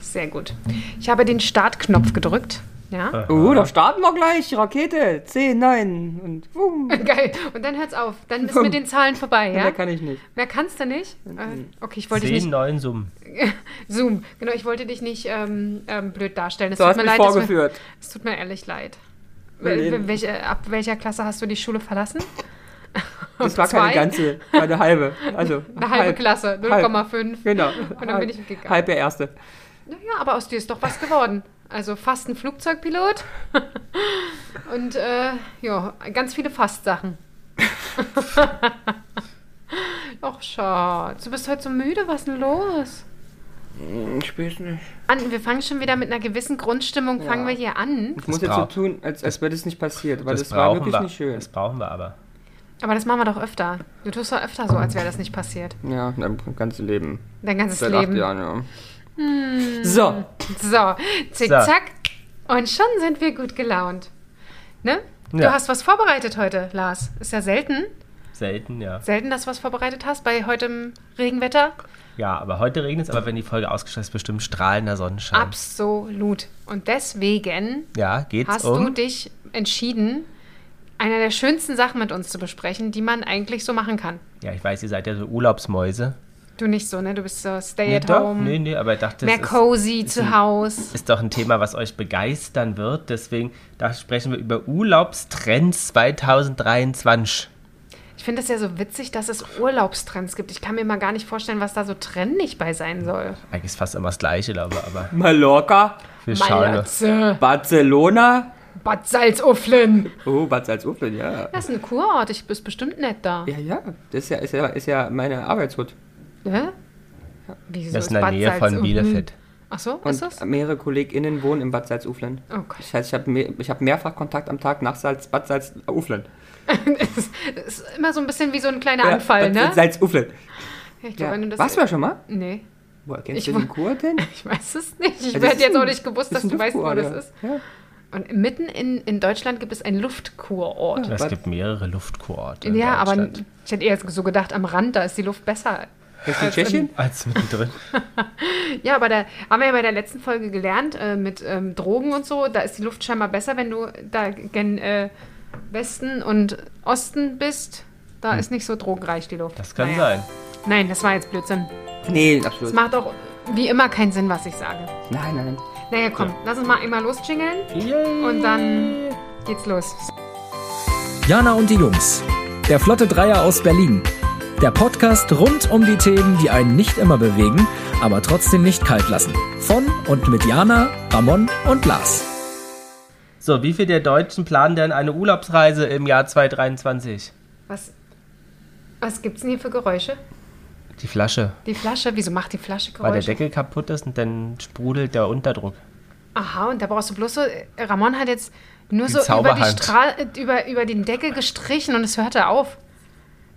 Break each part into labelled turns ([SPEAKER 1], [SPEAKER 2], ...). [SPEAKER 1] Sehr gut. Ich habe den Startknopf gedrückt. Ja.
[SPEAKER 2] Uh, da starten wir gleich. Rakete. 10, 9 und wumm.
[SPEAKER 1] Geil. Und dann hört's auf. Dann ist mit den Zahlen vorbei, ja?
[SPEAKER 2] Mehr kann ich nicht.
[SPEAKER 1] Mehr kannst du nicht?
[SPEAKER 2] Mhm.
[SPEAKER 1] Äh, okay, ich wollte dich
[SPEAKER 3] 10,
[SPEAKER 1] nicht.
[SPEAKER 3] 9 Summen.
[SPEAKER 1] Zoom. Genau, ich wollte dich nicht ähm, ähm, blöd darstellen. Es
[SPEAKER 2] Du
[SPEAKER 1] tut
[SPEAKER 2] hast
[SPEAKER 1] mir
[SPEAKER 2] mich
[SPEAKER 1] leid, dass wir-
[SPEAKER 2] vorgeführt.
[SPEAKER 1] Es tut mir ehrlich leid.
[SPEAKER 2] Marlene.
[SPEAKER 1] Wel- Welche, ab welcher Klasse hast du die Schule verlassen?
[SPEAKER 2] Das war
[SPEAKER 1] Zwei?
[SPEAKER 2] keine ganze, war eine halbe. Also,
[SPEAKER 1] Eine halbe
[SPEAKER 2] halb.
[SPEAKER 1] Klasse, 0,5.
[SPEAKER 2] Genau.
[SPEAKER 1] Und dann bin ich gegangen.
[SPEAKER 2] Halb der erste.
[SPEAKER 1] Naja, aber aus dir ist doch was geworden. Also fast ein Flugzeugpilot und äh, ja, ganz viele Fast-Sachen. Ach, Schatz, du bist heute so müde, was ist denn los?
[SPEAKER 2] Hm, Ich weiß nicht.
[SPEAKER 1] An, wir fangen schon wieder mit einer gewissen Grundstimmung, fangen wir hier an.
[SPEAKER 2] Ich muss jetzt so
[SPEAKER 3] braucht-
[SPEAKER 2] tun, als, als wäre das nicht passiert, weil das, war
[SPEAKER 3] brauchen
[SPEAKER 2] wirklich
[SPEAKER 3] wir.
[SPEAKER 2] nicht schön.
[SPEAKER 3] Das brauchen wir aber.
[SPEAKER 1] Aber das machen wir doch öfter. Du tust doch öfter so, als wäre das nicht passiert.
[SPEAKER 2] Ja, dein ganzes Leben.
[SPEAKER 1] Dein ganzes
[SPEAKER 2] Seit
[SPEAKER 1] Leben. Hm.
[SPEAKER 2] acht Jahren, ja. So,
[SPEAKER 1] So, zick,
[SPEAKER 3] So.
[SPEAKER 1] zack. Und schon sind wir gut gelaunt. Ne? Du
[SPEAKER 3] Ja.
[SPEAKER 1] hast was vorbereitet heute, Lars. Ist ja selten.
[SPEAKER 3] Selten, ja.
[SPEAKER 1] Selten, dass du was vorbereitet hast bei heutem Regenwetter.
[SPEAKER 3] Ja, aber heute regnet es, aber wenn die Folge ausgestrahlt ist, bestimmt strahlender Sonnenschein.
[SPEAKER 1] Absolut. Und deswegen
[SPEAKER 3] Ja, geht's
[SPEAKER 1] hast
[SPEAKER 3] um.
[SPEAKER 1] du dich entschieden, eine der schönsten Sachen mit uns zu besprechen, die man eigentlich so machen kann.
[SPEAKER 3] ja, ich weiß, ihr seid ja so Urlaubsmäuse.
[SPEAKER 1] Du nicht so, ne? Du bist so stay
[SPEAKER 3] Nee,
[SPEAKER 1] at
[SPEAKER 3] doch,
[SPEAKER 1] home,
[SPEAKER 3] nee, nee, aber ich dachte,
[SPEAKER 1] um mehr
[SPEAKER 3] es ist,
[SPEAKER 1] cozy zu Haus.
[SPEAKER 3] ist doch ein Thema, was euch begeistern wird. Deswegen da sprechen wir über Urlaubstrends 2023.
[SPEAKER 1] Ich finde es ja so witzig, dass es Urlaubstrends gibt. Ich kann mir mal gar nicht vorstellen, was da so trendig bei sein soll.
[SPEAKER 3] Eigentlich ist fast immer das Gleiche, glaube ich, aber
[SPEAKER 2] Mallorca,
[SPEAKER 3] wir schauen.
[SPEAKER 1] Malotze,
[SPEAKER 2] Barcelona.
[SPEAKER 1] Bad Salzuflen.
[SPEAKER 2] Oh, Bad Salzuflen, ja.
[SPEAKER 1] Das ist ein Kurort, ich bist bestimmt nett da.
[SPEAKER 2] Ja, ja, das ist ja, ist ja, ist ja meine Arbeitshut.
[SPEAKER 1] Ne? Wieso
[SPEAKER 3] Das ist in der Nähe von
[SPEAKER 1] Salzuflen-
[SPEAKER 3] Bielefeld.
[SPEAKER 1] Ach so,
[SPEAKER 2] Und
[SPEAKER 1] ist das?
[SPEAKER 2] mehrere KollegInnen wohnen in Bad Salzuflen.
[SPEAKER 1] Oh Gott.
[SPEAKER 2] Das heißt, ich habe mehr, ich hab mehrfach Kontakt am Tag nach Salz, Bad Salzuflen.
[SPEAKER 1] Das ist, das ist immer so ein bisschen wie so ein kleiner
[SPEAKER 2] Ja,
[SPEAKER 1] Anfall,
[SPEAKER 2] Bad
[SPEAKER 1] ne?
[SPEAKER 2] Salzuflen.
[SPEAKER 1] Ich glaub,
[SPEAKER 2] Ja.
[SPEAKER 1] wenn du das
[SPEAKER 2] Warst du da schon mal?
[SPEAKER 1] Nee,
[SPEAKER 2] Woher kennst
[SPEAKER 1] Ich
[SPEAKER 2] du
[SPEAKER 1] wo-
[SPEAKER 2] den Kurten?
[SPEAKER 1] ich weiß es nicht. Ich
[SPEAKER 2] Ja, das
[SPEAKER 1] hätte
[SPEAKER 2] ist
[SPEAKER 1] jetzt auch
[SPEAKER 2] ein-
[SPEAKER 1] nicht gewusst,
[SPEAKER 2] das
[SPEAKER 1] dass
[SPEAKER 2] ist ein
[SPEAKER 1] du weißt, wo das
[SPEAKER 2] Luftkurort,
[SPEAKER 1] ist.
[SPEAKER 2] ja. Ja.
[SPEAKER 1] Und mitten in, in Deutschland gibt es einen Luftkurort.
[SPEAKER 3] Es
[SPEAKER 2] Was?
[SPEAKER 3] gibt mehrere Luftkurorte. in
[SPEAKER 1] Ja, aber
[SPEAKER 3] Deutschland.
[SPEAKER 1] ich hätte eher so gedacht, am Rand, da ist die Luft besser. Also,
[SPEAKER 2] Kennst du in Tschechien?
[SPEAKER 3] Als mittendrin.
[SPEAKER 1] Ja, aber da haben wir ja bei der letzten Folge gelernt, äh, mit ähm, Drogen und so, da ist die Luft scheinbar besser, wenn du da gen äh, Westen und Osten bist. Da
[SPEAKER 2] Hm.
[SPEAKER 1] ist nicht so drogenreich die Luft.
[SPEAKER 3] Das kann
[SPEAKER 1] Naja.
[SPEAKER 3] sein.
[SPEAKER 1] Nein, das war jetzt Blödsinn.
[SPEAKER 2] Nee,
[SPEAKER 1] Es
[SPEAKER 2] absolut.
[SPEAKER 1] macht auch wie immer keinen Sinn, was ich sage.
[SPEAKER 2] Nein, nein.
[SPEAKER 1] Naja, komm, lass uns mal einmal losjingeln
[SPEAKER 3] Yay.
[SPEAKER 1] und dann geht's los.
[SPEAKER 4] Jana und die Jungs. Der Flotte Dreier aus Berlin. Der Podcast rund um die Themen, die einen nicht immer bewegen, aber trotzdem nicht kalt lassen. Von und mit Jana, Ramon und Lars.
[SPEAKER 3] So, wie viel der Deutschen planen denn eine Urlaubsreise im Jahr 2023?
[SPEAKER 1] Was, was gibt's denn hier für Geräusche?
[SPEAKER 3] Die Flasche.
[SPEAKER 1] Die Flasche, wieso macht die Flasche
[SPEAKER 3] Weil der
[SPEAKER 1] Geräusche?
[SPEAKER 3] Deckel kaputt ist und dann sprudelt der Unterdruck.
[SPEAKER 1] Aha, und da brauchst du bloß so, Ramon hat jetzt nur
[SPEAKER 3] Die
[SPEAKER 1] so über, die
[SPEAKER 3] Zauberhand.
[SPEAKER 1] Strahl, über, über den Deckel gestrichen und es hörte auf.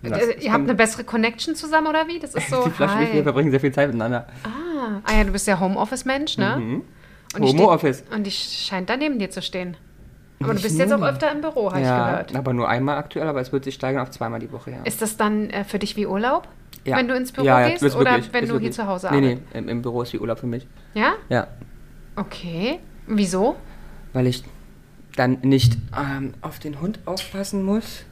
[SPEAKER 1] Äh, Ihr habt eine bessere Connection zusammen, oder wie? Das ist so,
[SPEAKER 2] Die Flaschen wissen, wir
[SPEAKER 1] hi.
[SPEAKER 2] verbringen sehr viel Zeit miteinander.
[SPEAKER 1] Ah ja, du bist ja Homeoffice-Mensch, ne? Und die
[SPEAKER 2] Mhm. Homeoffice.
[SPEAKER 1] steht- Und die scheint da neben dir zu stehen. Aber du
[SPEAKER 2] Nicht
[SPEAKER 1] bist jetzt auch
[SPEAKER 2] nur.
[SPEAKER 1] öfter im Büro, habe ich
[SPEAKER 2] Ja,
[SPEAKER 1] gehört.
[SPEAKER 2] aber nur einmal aktuell, aber es wird sich steigern auf zweimal die Woche, ja.
[SPEAKER 1] Ist das dann äh, für dich wie Urlaub,
[SPEAKER 2] ja.
[SPEAKER 1] wenn du ins Büro
[SPEAKER 2] ja, ja,
[SPEAKER 1] gehst
[SPEAKER 2] ist
[SPEAKER 1] oder
[SPEAKER 2] wirklich,
[SPEAKER 1] wenn
[SPEAKER 2] ist
[SPEAKER 1] du
[SPEAKER 2] wirklich.
[SPEAKER 1] hier zu Hause
[SPEAKER 2] Nee,
[SPEAKER 1] arbeitest?
[SPEAKER 2] nee, im, im Büro ist wie Urlaub für mich.
[SPEAKER 1] Ja?
[SPEAKER 2] Ja,
[SPEAKER 1] Okay. Wieso?
[SPEAKER 2] weil ich dann nicht ähm, auf den Hund aufpassen muss.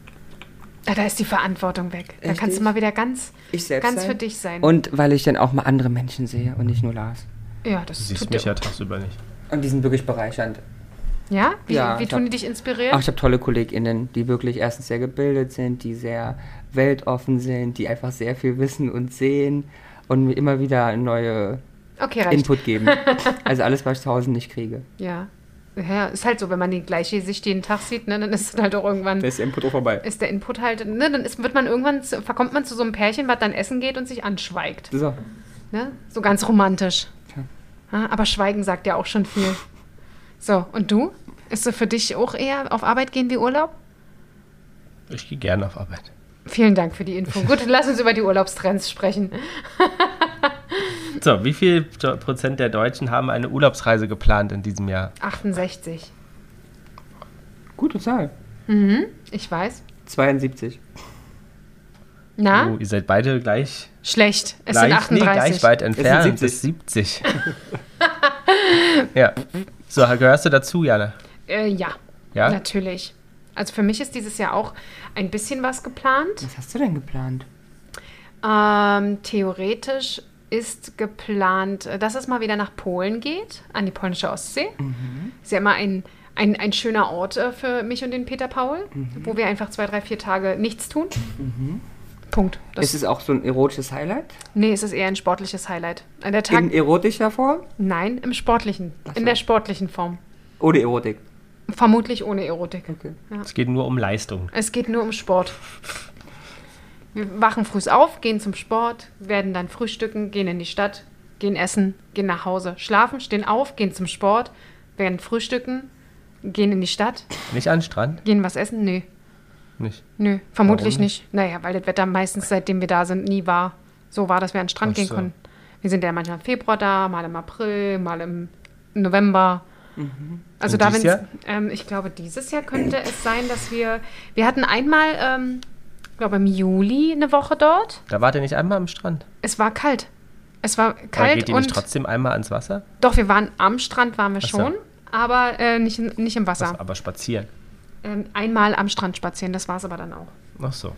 [SPEAKER 1] Ah, da ist die Verantwortung weg. Da
[SPEAKER 2] Richtig.
[SPEAKER 1] kannst du mal wieder ganz,
[SPEAKER 2] Ich selbst
[SPEAKER 1] ganz
[SPEAKER 2] sein.
[SPEAKER 1] für dich sein.
[SPEAKER 2] Und weil ich dann auch mal andere Menschen sehe und nicht nur Lars.
[SPEAKER 1] ja, das
[SPEAKER 3] Siehst
[SPEAKER 1] tut
[SPEAKER 3] mich
[SPEAKER 1] dir.
[SPEAKER 3] ja tagsüber nicht.
[SPEAKER 2] Und die sind wirklich bereichernd.
[SPEAKER 1] Ja? Wie,
[SPEAKER 2] Ja,
[SPEAKER 1] wie
[SPEAKER 2] ich
[SPEAKER 1] tun die
[SPEAKER 2] hab-
[SPEAKER 1] dich inspirieren?
[SPEAKER 2] Ach, ich habe tolle KollegInnen, die wirklich erstens sehr gebildet sind, die sehr weltoffen sind, die einfach sehr viel wissen und sehen und mir immer wieder neue
[SPEAKER 1] okay, reicht.
[SPEAKER 2] Input geben. Also alles, was ich zu Hause nicht kriege.
[SPEAKER 1] Ja. Ja, ist halt so, wenn man die gleiche Sicht jeden Tag sieht, ne, dann ist es halt auch irgendwann,
[SPEAKER 2] ist der Input auch vorbei.
[SPEAKER 1] ist der Input halt, ne, dann ist, wird man irgendwann, zu, verkommt man zu so einem Pärchen, was dann essen geht und sich anschweigt.
[SPEAKER 2] So.
[SPEAKER 1] Ne? So ganz romantisch. Ja, aber Schweigen sagt ja auch schon viel. So, und du? Ist so für dich auch eher auf Arbeit gehen wie Urlaub?
[SPEAKER 3] Ich gehe gerne auf Arbeit.
[SPEAKER 1] Vielen Dank für die Info. Gut, lass uns über die Urlaubstrends sprechen.
[SPEAKER 3] So, wie viel Do- Prozent der Deutschen haben eine Urlaubsreise geplant in diesem Jahr?
[SPEAKER 1] 68.
[SPEAKER 2] Gute Zahl.
[SPEAKER 1] Ich weiß.
[SPEAKER 2] 72.
[SPEAKER 1] Na,
[SPEAKER 3] Oh, ihr seid beide gleich,
[SPEAKER 1] schlecht. Es sind
[SPEAKER 3] gleich, nee,
[SPEAKER 1] 38.
[SPEAKER 3] gleich weit entfernt.
[SPEAKER 2] Es
[SPEAKER 3] Es sind 70. Ja. So, gehörst du dazu, Jana?
[SPEAKER 1] Äh, ja,
[SPEAKER 3] Ja?
[SPEAKER 1] natürlich. Also für mich ist dieses Jahr auch ein bisschen was geplant.
[SPEAKER 2] Was hast du denn geplant?
[SPEAKER 1] Ähm, theoretisch ist geplant, äh, dass es mal wieder nach Polen geht, an die polnische Ostsee.
[SPEAKER 2] Mhm.
[SPEAKER 1] Ist ja immer ein, ein, ein schöner Ort äh, für mich und den Peter Paul,
[SPEAKER 2] Mhm.
[SPEAKER 1] wo wir einfach zwei, drei, vier Tage nichts tun. Punkt.
[SPEAKER 2] Ist Mhm. es auch so ein erotisches Highlight?
[SPEAKER 1] Nee, es ist eher ein sportliches Highlight. An der Tag.
[SPEAKER 2] In erotischer Form?
[SPEAKER 1] Nein, im sportlichen. In der sportlichen Form.
[SPEAKER 2] Ohne Erotik.
[SPEAKER 1] Vermutlich ohne Erotik.
[SPEAKER 2] Okay.
[SPEAKER 3] Es geht nur um Leistung.
[SPEAKER 1] Es geht nur um Sport. Wir wachen früh auf, gehen zum Sport, werden dann frühstücken, gehen in die Stadt, gehen essen, gehen nach Hause, schlafen, stehen auf, gehen zum Sport, werden frühstücken, gehen in die Stadt,
[SPEAKER 3] Nicht an den Strand?
[SPEAKER 1] gehen was essen? Nö,
[SPEAKER 3] Nicht.
[SPEAKER 1] nö, vermutlich
[SPEAKER 3] Warum
[SPEAKER 1] nicht. Naja, weil das Wetter meistens, seitdem wir da sind, nie war. So war, dass wir an den Strand
[SPEAKER 3] Ach
[SPEAKER 1] gehen
[SPEAKER 3] so.
[SPEAKER 1] konnten. Wir sind ja manchmal im Februar da, mal im April, mal im November. Also
[SPEAKER 3] Mhm. Und
[SPEAKER 1] da,
[SPEAKER 3] dieses
[SPEAKER 1] wenn's, ähm, ich glaube, dieses Jahr könnte es sein, dass wir, wir hatten einmal, ähm, ich glaube im Juli eine Woche dort.
[SPEAKER 3] Da wart ihr nicht einmal am Strand.
[SPEAKER 1] Es war kalt. Es war
[SPEAKER 3] Oder
[SPEAKER 1] kalt
[SPEAKER 3] geht ihr nicht
[SPEAKER 1] und
[SPEAKER 3] trotzdem einmal ans Wasser?
[SPEAKER 1] doch, wir waren am Strand, waren wir
[SPEAKER 3] so.
[SPEAKER 1] schon, aber äh, nicht, in, nicht im Wasser.
[SPEAKER 3] Aber spazieren.
[SPEAKER 1] Ähm, einmal am Strand spazieren, das war es aber dann auch.
[SPEAKER 3] Ach so.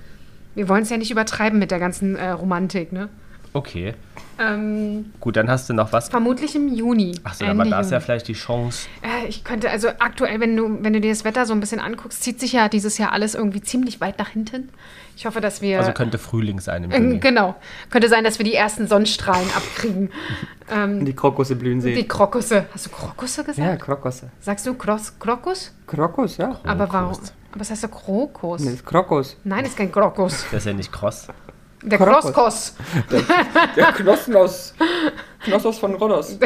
[SPEAKER 1] Wir wollen es ja nicht übertreiben mit der ganzen äh, Romantik, ne?
[SPEAKER 3] Okay.
[SPEAKER 1] Ähm,
[SPEAKER 3] Gut, dann hast du noch was.
[SPEAKER 1] vermutlich im Juni.
[SPEAKER 3] Achso,
[SPEAKER 1] Ende
[SPEAKER 3] aber da ist ja
[SPEAKER 1] Juni.
[SPEAKER 3] vielleicht die Chance.
[SPEAKER 1] Äh, Ich könnte, also aktuell, wenn du, wenn du dir das Wetter so ein bisschen anguckst, zieht sich ja dieses Jahr alles irgendwie ziemlich weit nach hinten. Ich hoffe, dass wir.
[SPEAKER 3] Also könnte Frühling sein im
[SPEAKER 1] äh,
[SPEAKER 3] Juni.
[SPEAKER 1] genau. Könnte sein, dass wir die ersten Sonnenstrahlen abkriegen. Ähm,
[SPEAKER 2] Die Krokusse blühen
[SPEAKER 1] die
[SPEAKER 2] sehen.
[SPEAKER 1] Krokusse. Hast du Krokusse gesagt?
[SPEAKER 2] Ja, Krokusse.
[SPEAKER 1] Sagst du Kros Krokus?
[SPEAKER 2] Krokus, ja.
[SPEAKER 1] Aber warum? Aber es heißt doch Krokus.
[SPEAKER 2] Das ist Krokus.
[SPEAKER 1] Nein, ist kein Krokus.
[SPEAKER 3] Das ist ja nicht kross.
[SPEAKER 1] Der
[SPEAKER 2] Krokus.
[SPEAKER 1] Kroskos.
[SPEAKER 2] Der Knossen aus, Knossos von Rhodos.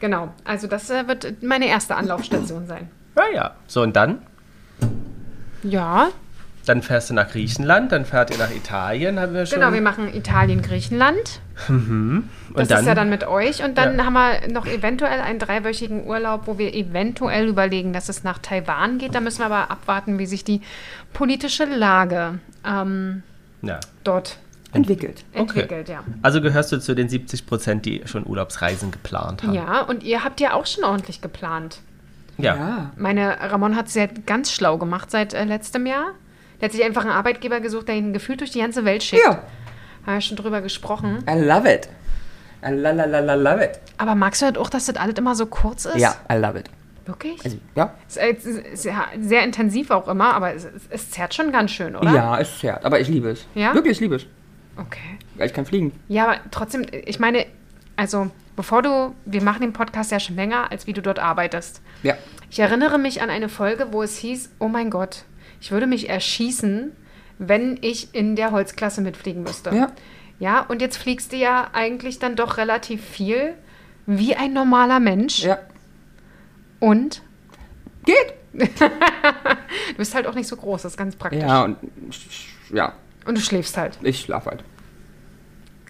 [SPEAKER 1] Genau. Also, das äh, wird meine erste Anlaufstation sein.
[SPEAKER 3] Ja, ja. So, und dann?
[SPEAKER 1] Ja,
[SPEAKER 3] Dann fährst du nach Griechenland, dann fährt ihr nach Italien, haben wir schon.
[SPEAKER 1] genau. Wir machen Italien, Griechenland. Das
[SPEAKER 3] und dann,
[SPEAKER 1] ist ja dann mit euch. Und dann
[SPEAKER 3] Ja.
[SPEAKER 1] haben wir noch eventuell einen dreiwöchigen Urlaub, wo wir eventuell überlegen, dass es nach Taiwan geht. Da müssen wir aber abwarten, wie sich die politische Lage ähm,
[SPEAKER 3] Ja.
[SPEAKER 1] dort
[SPEAKER 2] Entwickelt.
[SPEAKER 1] entwickelt. Ja.
[SPEAKER 3] Also gehörst du zu den 70 Prozent, die schon Urlaubsreisen geplant haben.
[SPEAKER 1] ja, und ihr habt ja auch schon ordentlich geplant.
[SPEAKER 3] ja.
[SPEAKER 2] Ja.
[SPEAKER 1] Meine Ramon hat es ja ganz schlau gemacht seit äh, letztem Jahr. Der hat sich einfach einen Arbeitgeber gesucht, der ihn gefühlt durch die ganze Welt schickt.
[SPEAKER 2] Ja.
[SPEAKER 1] Haben wir schon drüber gesprochen.
[SPEAKER 2] I love it. I la la la la love it.
[SPEAKER 1] Aber magst du halt auch, dass das alles immer so kurz ist?
[SPEAKER 2] Ja, I love it.
[SPEAKER 1] Wirklich?
[SPEAKER 2] Also, ja.
[SPEAKER 1] Es ist- es ist sehr, sehr intensiv auch immer, aber es, es, es zerrt schon ganz schön, oder?
[SPEAKER 2] Ja, es zerrt. Aber ich liebe es.
[SPEAKER 1] Ja?
[SPEAKER 2] Wirklich, ich liebe es.
[SPEAKER 1] Okay.
[SPEAKER 2] Ich kann fliegen.
[SPEAKER 1] Ja, aber trotzdem, ich meine, also bevor du, wir machen den Podcast ja schon länger, als wie du dort arbeitest.
[SPEAKER 2] Ja.
[SPEAKER 1] Ich erinnere mich an eine Folge, wo es hieß, oh mein Gott, ich würde mich erschießen, wenn ich in der Holzklasse mitfliegen müsste.
[SPEAKER 2] Ja.
[SPEAKER 1] Ja, und jetzt fliegst du ja eigentlich dann doch relativ viel, wie ein normaler Mensch.
[SPEAKER 2] Ja.
[SPEAKER 1] Und
[SPEAKER 2] Geht.
[SPEAKER 1] du bist halt auch nicht so groß, das ist ganz praktisch.
[SPEAKER 2] Ja, und sch- sch- ja,
[SPEAKER 1] Und du schläfst halt.
[SPEAKER 2] ich schlafe halt.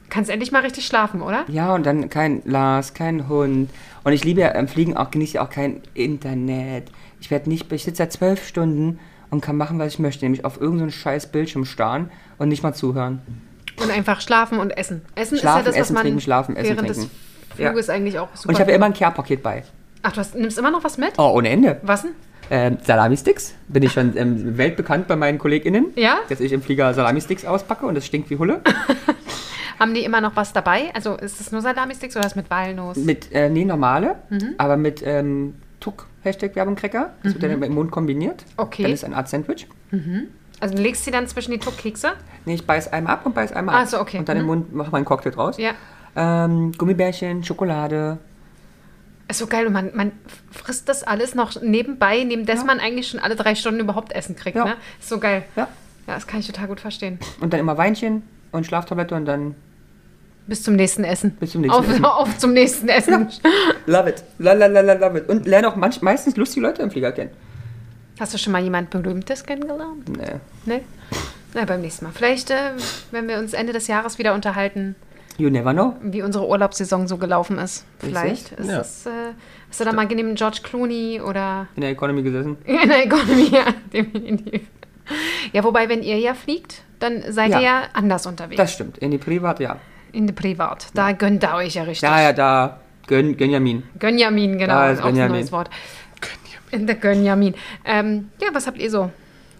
[SPEAKER 1] Kannst endlich mal richtig schlafen, oder?
[SPEAKER 2] Ja, und dann kein Lars, kein Hund. Und ich liebe ja im Fliegen auch, genieße ja auch kein Internet. Ich werde nicht, ich sitze da zwölf Stunden und kann machen, was ich möchte, nämlich auf irgendeinen scheiß Bildschirm starren und nicht mal zuhören.
[SPEAKER 1] Und einfach schlafen und essen. Essen
[SPEAKER 2] Schlafen,
[SPEAKER 1] ist ja das, was
[SPEAKER 2] essen,
[SPEAKER 1] man
[SPEAKER 2] trinken, schlafen, essen,
[SPEAKER 1] während
[SPEAKER 2] trinken.
[SPEAKER 1] des Fluges eigentlich auch super.
[SPEAKER 2] Und ich habe ja immer ein Care-Paket bei.
[SPEAKER 1] Ach, du hast, nimmst immer noch was mit?
[SPEAKER 2] Oh, ohne Ende.
[SPEAKER 1] Was denn?
[SPEAKER 2] Ähm, Salami-Sticks. Bin ich schon ähm, weltbekannt bei meinen KollegInnen.
[SPEAKER 1] Ja?
[SPEAKER 2] Dass ich im Flieger Salami-Sticks auspacke und das stinkt wie Hulle.
[SPEAKER 1] Haben die immer noch was dabei? Also ist das nur Salami-Sticks oder ist mit Walnuss?
[SPEAKER 2] Mit, äh, nee, normale,
[SPEAKER 1] Mhm.
[SPEAKER 2] aber mit ähm, Tuck, Hashtag Werbungcracker. Das wird dann im Mund kombiniert.
[SPEAKER 1] Mhm. Okay.
[SPEAKER 2] Dann ist ein Art Sandwich.
[SPEAKER 1] Also du legst sie dann zwischen die Tuckkekse?
[SPEAKER 2] Nee, ich beiß einmal ab und beiß einmal
[SPEAKER 1] Ah,
[SPEAKER 2] ab.
[SPEAKER 1] so, okay.
[SPEAKER 2] Und dann im Mund mache meinen Cocktail draus.
[SPEAKER 1] Ja.
[SPEAKER 2] Ähm, Gummibärchen, Schokolade.
[SPEAKER 1] Ist so geil. Und man, man frisst das alles noch nebenbei, neben des man eigentlich schon alle drei Stunden überhaupt Essen kriegt.
[SPEAKER 2] Ja.
[SPEAKER 1] Ne? Ist so geil.
[SPEAKER 2] Ja.
[SPEAKER 1] Ja, das kann ich total gut verstehen.
[SPEAKER 2] Und dann immer Weinchen und Schlaftablette und dann.
[SPEAKER 1] Bis zum nächsten Essen.
[SPEAKER 2] Bis zum nächsten
[SPEAKER 1] auf,
[SPEAKER 2] Essen.
[SPEAKER 1] Auf zum nächsten Essen.
[SPEAKER 2] Love it. La la la la love it. Und lerne auch manch, meistens lustige Leute im Flieger kennen.
[SPEAKER 1] Hast du schon mal jemand Berühmtes kennengelernt?
[SPEAKER 2] Nee.
[SPEAKER 1] Ne? Na, beim nächsten Mal. Vielleicht, äh, wenn wir uns Ende des Jahres wieder unterhalten,
[SPEAKER 2] You never know.
[SPEAKER 1] wie unsere Urlaubssaison so gelaufen ist.
[SPEAKER 2] Richtig.
[SPEAKER 1] Vielleicht ist
[SPEAKER 3] Ja.
[SPEAKER 1] es. Äh, hast du da mal neben George Clooney oder
[SPEAKER 2] In der Economy gesessen.
[SPEAKER 1] in der Economy? Ja, definitiv. Ja, wobei, wenn ihr ja fliegt, dann seid
[SPEAKER 2] Ja.
[SPEAKER 1] ihr ja anders unterwegs.
[SPEAKER 2] Das stimmt. In die Privat, ja.
[SPEAKER 1] in der Privat. Da gönnt ihr euch ja richtig.
[SPEAKER 2] Da, ja, da Gön, Gönjamin.
[SPEAKER 1] Gönjamin, genau.
[SPEAKER 2] Ah,
[SPEAKER 1] ist
[SPEAKER 2] ist
[SPEAKER 1] auch so ein
[SPEAKER 2] Gönjamin.
[SPEAKER 1] neues Wort. In der Gönjamin. Ähm, ja, was habt ihr so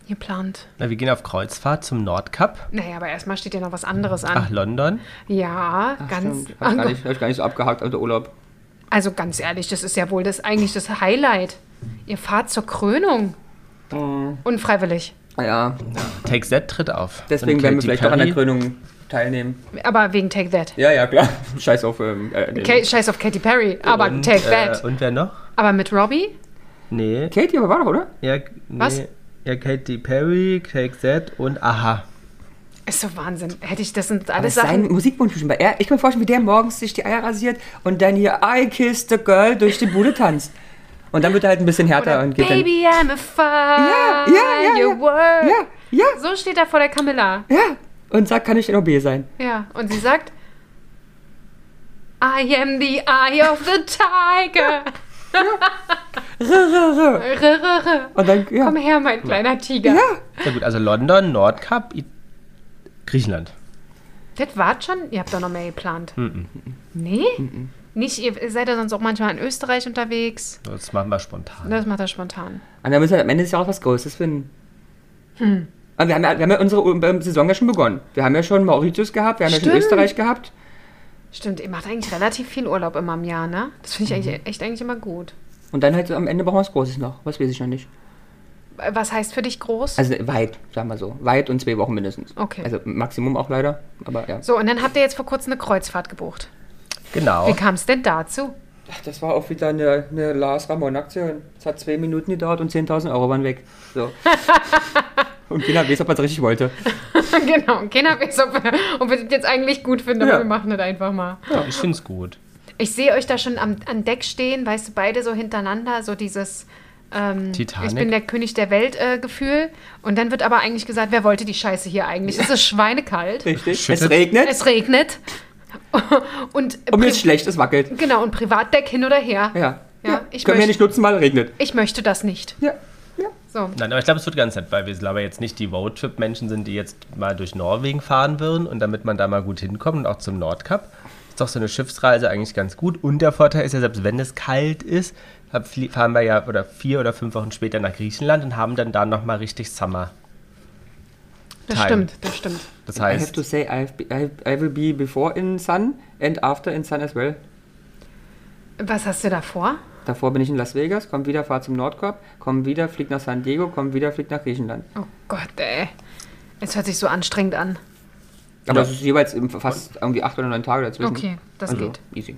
[SPEAKER 1] geplant?
[SPEAKER 3] Na, wir gehen auf Kreuzfahrt zum Nordkap.
[SPEAKER 1] Naja, aber erstmal steht ja noch was anderes
[SPEAKER 3] Ach,
[SPEAKER 1] an.
[SPEAKER 3] London.
[SPEAKER 1] ja,
[SPEAKER 2] Ach,
[SPEAKER 1] ganz.
[SPEAKER 2] stimmt. Hab ich, gar nicht, hab ich gar nicht so abgehakt unter Urlaub.
[SPEAKER 1] Also ganz ehrlich, das ist ja wohl das eigentlich das Highlight. Ihr fahrt zur Krönung.
[SPEAKER 2] Mhm.
[SPEAKER 1] Unfreiwillig.
[SPEAKER 2] Ja,
[SPEAKER 3] Take Z tritt auf.
[SPEAKER 2] deswegen
[SPEAKER 3] Und
[SPEAKER 2] werden wir
[SPEAKER 3] Katy
[SPEAKER 2] vielleicht auch an der
[SPEAKER 3] Perry.
[SPEAKER 2] Krönung teilnehmen.
[SPEAKER 1] Aber wegen Take That.
[SPEAKER 2] Ja, ja, klar. Scheiß auf. Ähm, äh, nee.
[SPEAKER 1] Ka Scheiß auf Katy Perry, aber
[SPEAKER 3] Und,
[SPEAKER 1] Take
[SPEAKER 3] äh,
[SPEAKER 1] That.
[SPEAKER 3] Und wer noch?
[SPEAKER 1] Aber mit Robbie?
[SPEAKER 3] Nee.
[SPEAKER 2] Katie aber war doch, oder?
[SPEAKER 3] Ja, nee.
[SPEAKER 1] Was?
[SPEAKER 3] Ja, Katy Perry, Take That und Aha.
[SPEAKER 1] Ist so Wahnsinn. Hätte ich das sind
[SPEAKER 2] Das
[SPEAKER 1] alles
[SPEAKER 2] ist sein
[SPEAKER 1] Sachen.
[SPEAKER 2] Musikwunsch bestimmt. Weil er, ich kann mir vorstellen, wie der morgens sich die Eier rasiert und dann hier I kissed the girl durch die Bude tanzt. Und dann wird er halt ein bisschen härter und geht
[SPEAKER 1] Baby, I'm a fire.
[SPEAKER 2] Ja, ja, ja,
[SPEAKER 1] Your
[SPEAKER 2] ja.
[SPEAKER 1] world.
[SPEAKER 2] dann. Ja, ja,
[SPEAKER 1] So steht er vor der Camilla.
[SPEAKER 2] ja. Und sagt, kann ich in OB sein?
[SPEAKER 1] Ja, und sie sagt, I am the eye of the tiger. Rö, rö, rö.
[SPEAKER 2] Und dann, ja.
[SPEAKER 1] Komm her, mein kleiner Tiger.
[SPEAKER 2] Ja.
[SPEAKER 3] Sehr gut, also London, Nordkap, I Griechenland.
[SPEAKER 1] Das war's schon? Ihr habt doch noch mehr geplant. Nee? Nicht, ihr ihr seid ja sonst auch manchmal in Österreich unterwegs.
[SPEAKER 3] Das machen wir spontan.
[SPEAKER 1] Das macht er spontan.
[SPEAKER 2] Und dann müssen wir am Ende des Jahres was Großes finden.
[SPEAKER 1] Hm.
[SPEAKER 2] Und wir haben, ja, wir haben ja unsere ähm, Saison ja schon begonnen. Wir haben ja schon Mauritius gehabt, wir haben ja
[SPEAKER 1] Stimmt.
[SPEAKER 2] schon Österreich gehabt.
[SPEAKER 1] Stimmt, ihr macht eigentlich relativ viel Urlaub immer im Jahr, ne? Das finde
[SPEAKER 2] Mhm.
[SPEAKER 1] ich eigentlich, echt eigentlich immer gut.
[SPEAKER 2] Und dann halt am Ende brauchen wir was Großes noch. Was weiß ich noch nicht.
[SPEAKER 1] Äh, Was heißt für dich groß?
[SPEAKER 2] Also weit, sagen wir so. Weit und zwei Wochen mindestens.
[SPEAKER 1] Okay.
[SPEAKER 2] Also Maximum auch leider. Aber ja.
[SPEAKER 1] so, und dann habt ihr jetzt vor kurzem eine Kreuzfahrt gebucht.
[SPEAKER 3] Genau.
[SPEAKER 2] Oh.
[SPEAKER 1] Wie kam es denn dazu?
[SPEAKER 2] Das war auch wieder eine, eine Lars Ramon-Aktion. Es hat zwei Minuten gedauert und 10.000 Euro waren weg. So. und keiner weiß, ob er es richtig wollte.
[SPEAKER 1] genau, keiner weiß, ob wir, ob wir das jetzt eigentlich gut finden, aber
[SPEAKER 2] Ja.
[SPEAKER 1] wir machen das einfach mal.
[SPEAKER 3] Ich finde es gut.
[SPEAKER 1] Ich sehe euch da schon am, an Deck stehen, weißt du, beide so hintereinander, so dieses ähm,
[SPEAKER 3] Titanic.
[SPEAKER 1] Ich bin der König der Welt äh, Gefühl. Und dann wird aber eigentlich gesagt, wer wollte die Scheiße hier eigentlich? Es ist schweinekalt,
[SPEAKER 2] Richtig.
[SPEAKER 3] Schüttet.
[SPEAKER 2] Es regnet
[SPEAKER 1] es regnet. Und,
[SPEAKER 2] und mir
[SPEAKER 1] pri-
[SPEAKER 2] ist schlecht, es wackelt.
[SPEAKER 1] genau, und Privatdeck hin oder her.
[SPEAKER 2] Ja.
[SPEAKER 1] Ja, ich
[SPEAKER 2] Können
[SPEAKER 1] möcht-
[SPEAKER 2] wir nicht nutzen, weil es regnet.
[SPEAKER 1] Ich möchte das nicht.
[SPEAKER 2] Ja. ja.
[SPEAKER 1] So.
[SPEAKER 3] Nein, aber ich glaube, es wird ganz nett, weil wir aber jetzt nicht die Roadtrip-Menschen sind, die jetzt mal durch Norwegen fahren würden und damit man da mal gut hinkommt und auch zum Nordkap. Ist doch so eine Schiffsreise eigentlich ganz gut. Und der Vorteil ist ja, selbst wenn es kalt ist, hab- flie- fahren wir ja oder vier oder fünf Wochen später nach Griechenland und haben dann da nochmal richtig Summer.
[SPEAKER 1] Das
[SPEAKER 3] Time.
[SPEAKER 1] stimmt, das stimmt.
[SPEAKER 3] Das
[SPEAKER 2] I have
[SPEAKER 3] heißt,
[SPEAKER 2] to say, I've be, I, I will be before in sun and after in sun as well.
[SPEAKER 1] Was hast du da vor?
[SPEAKER 2] Davor bin ich in Las Vegas, komm wieder, fahr zum Nordkorb, komm wieder, flieg nach San Diego, komm wieder, flieg nach Griechenland.
[SPEAKER 1] Oh Gott, ey. Es hört sich so anstrengend an.
[SPEAKER 3] Ja.
[SPEAKER 2] Aber es ist jeweils eben fast irgendwie acht oder neun Tage dazwischen.
[SPEAKER 1] Okay, das
[SPEAKER 2] also,
[SPEAKER 1] geht.
[SPEAKER 2] Easy.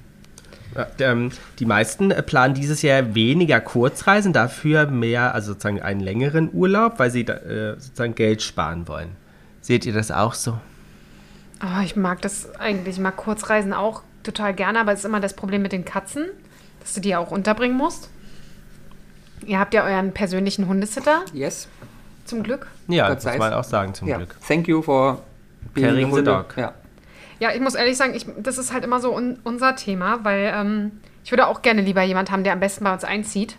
[SPEAKER 3] Ja, ähm, die meisten äh, planen dieses Jahr weniger Kurzreisen, dafür mehr, also sozusagen einen längeren Urlaub, weil sie da, äh, sozusagen Geld sparen wollen. Seht ihr das auch so?
[SPEAKER 1] Oh, ich mag das eigentlich. Ich mag Kurzreisen auch total gerne, aber es ist immer das Problem mit den Katzen, dass du die ja auch unterbringen musst. Ihr habt ja euren persönlichen Hundesitter,
[SPEAKER 2] Yes.
[SPEAKER 1] zum Glück.
[SPEAKER 3] Ja,
[SPEAKER 2] Gott
[SPEAKER 3] das muss
[SPEAKER 2] sei's.
[SPEAKER 3] man auch sagen zum
[SPEAKER 2] Ja.
[SPEAKER 3] Glück.
[SPEAKER 2] Thank you for being
[SPEAKER 3] Carrying
[SPEAKER 2] a
[SPEAKER 3] the
[SPEAKER 2] Hunde.
[SPEAKER 3] dog.
[SPEAKER 2] Ja.
[SPEAKER 1] Ja, ich muss ehrlich sagen, ich, das ist halt immer so un, unser Thema, weil ähm, ich würde auch gerne lieber jemand haben, der am besten bei uns einzieht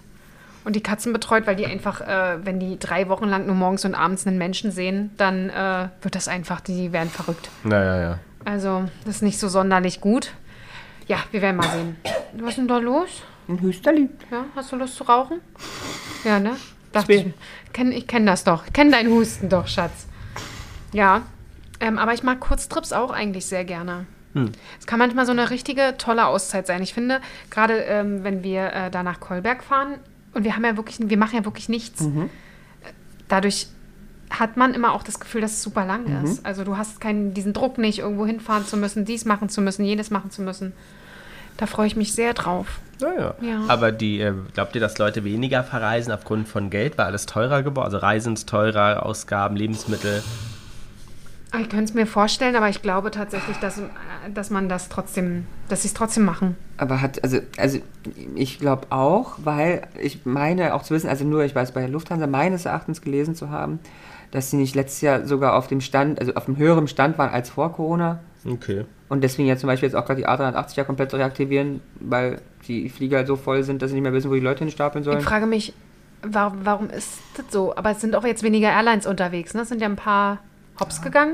[SPEAKER 1] und die Katzen betreut, weil die einfach, äh, wenn die drei Wochen lang nur morgens und abends einen Menschen sehen, dann äh, wird das einfach, die werden verrückt.
[SPEAKER 3] Naja, ja.
[SPEAKER 1] Also, das ist nicht so sonderlich gut. Ja, wir werden mal sehen. Was ist denn da los?
[SPEAKER 2] Ein Hüsterli.
[SPEAKER 1] Ja, hast du Lust zu rauchen? Ja, ne? Dachte ich. Kenn, ich kenne das doch. Ich kenne deinen Husten doch, Schatz. Ja. Ähm, aber ich mag Kurztrips auch eigentlich sehr gerne. Es kann manchmal so eine richtige tolle Auszeit sein. Ich finde, gerade ähm, wenn wir äh, da nach Kolberg fahren und wir haben ja wirklich, wir machen ja wirklich nichts. Äh, Dadurch hat man immer auch das Gefühl, dass es super lang ist. Also du hast keinen, diesen Druck nicht, irgendwo hinfahren zu müssen, dies machen zu müssen, jenes machen zu müssen. Da freue ich mich sehr drauf.
[SPEAKER 3] Naja.
[SPEAKER 1] Ja.
[SPEAKER 3] Aber die, äh, glaubt ihr, dass Leute weniger verreisen aufgrund von Geld? War alles teurer geworden? Also Reisen ist teurer, Ausgaben, Lebensmittel.
[SPEAKER 1] Ich könnte es mir vorstellen, aber ich glaube tatsächlich, dass, äh, dass man das trotzdem, dass sie es trotzdem machen.
[SPEAKER 2] Aber hat, also, also ich glaube auch, weil ich meine auch zu wissen, also nur, ich weiß bei Lufthansa meines Erachtens gelesen zu haben, dass sie nicht letztes Jahr sogar auf dem Stand, also auf einem höheren Stand waren als vor Corona.
[SPEAKER 3] Okay.
[SPEAKER 2] Und deswegen ja zum Beispiel jetzt auch gerade die A380 ja komplett reaktivieren, weil die Flieger halt so voll sind, dass sie nicht mehr wissen, wo die Leute hinstapeln
[SPEAKER 1] Ich
[SPEAKER 2] sollen.
[SPEAKER 1] frage mich, warum, warum ist das so? Aber es sind auch jetzt weniger Airlines unterwegs, ne? Es sind ja ein paar Hops gegangen.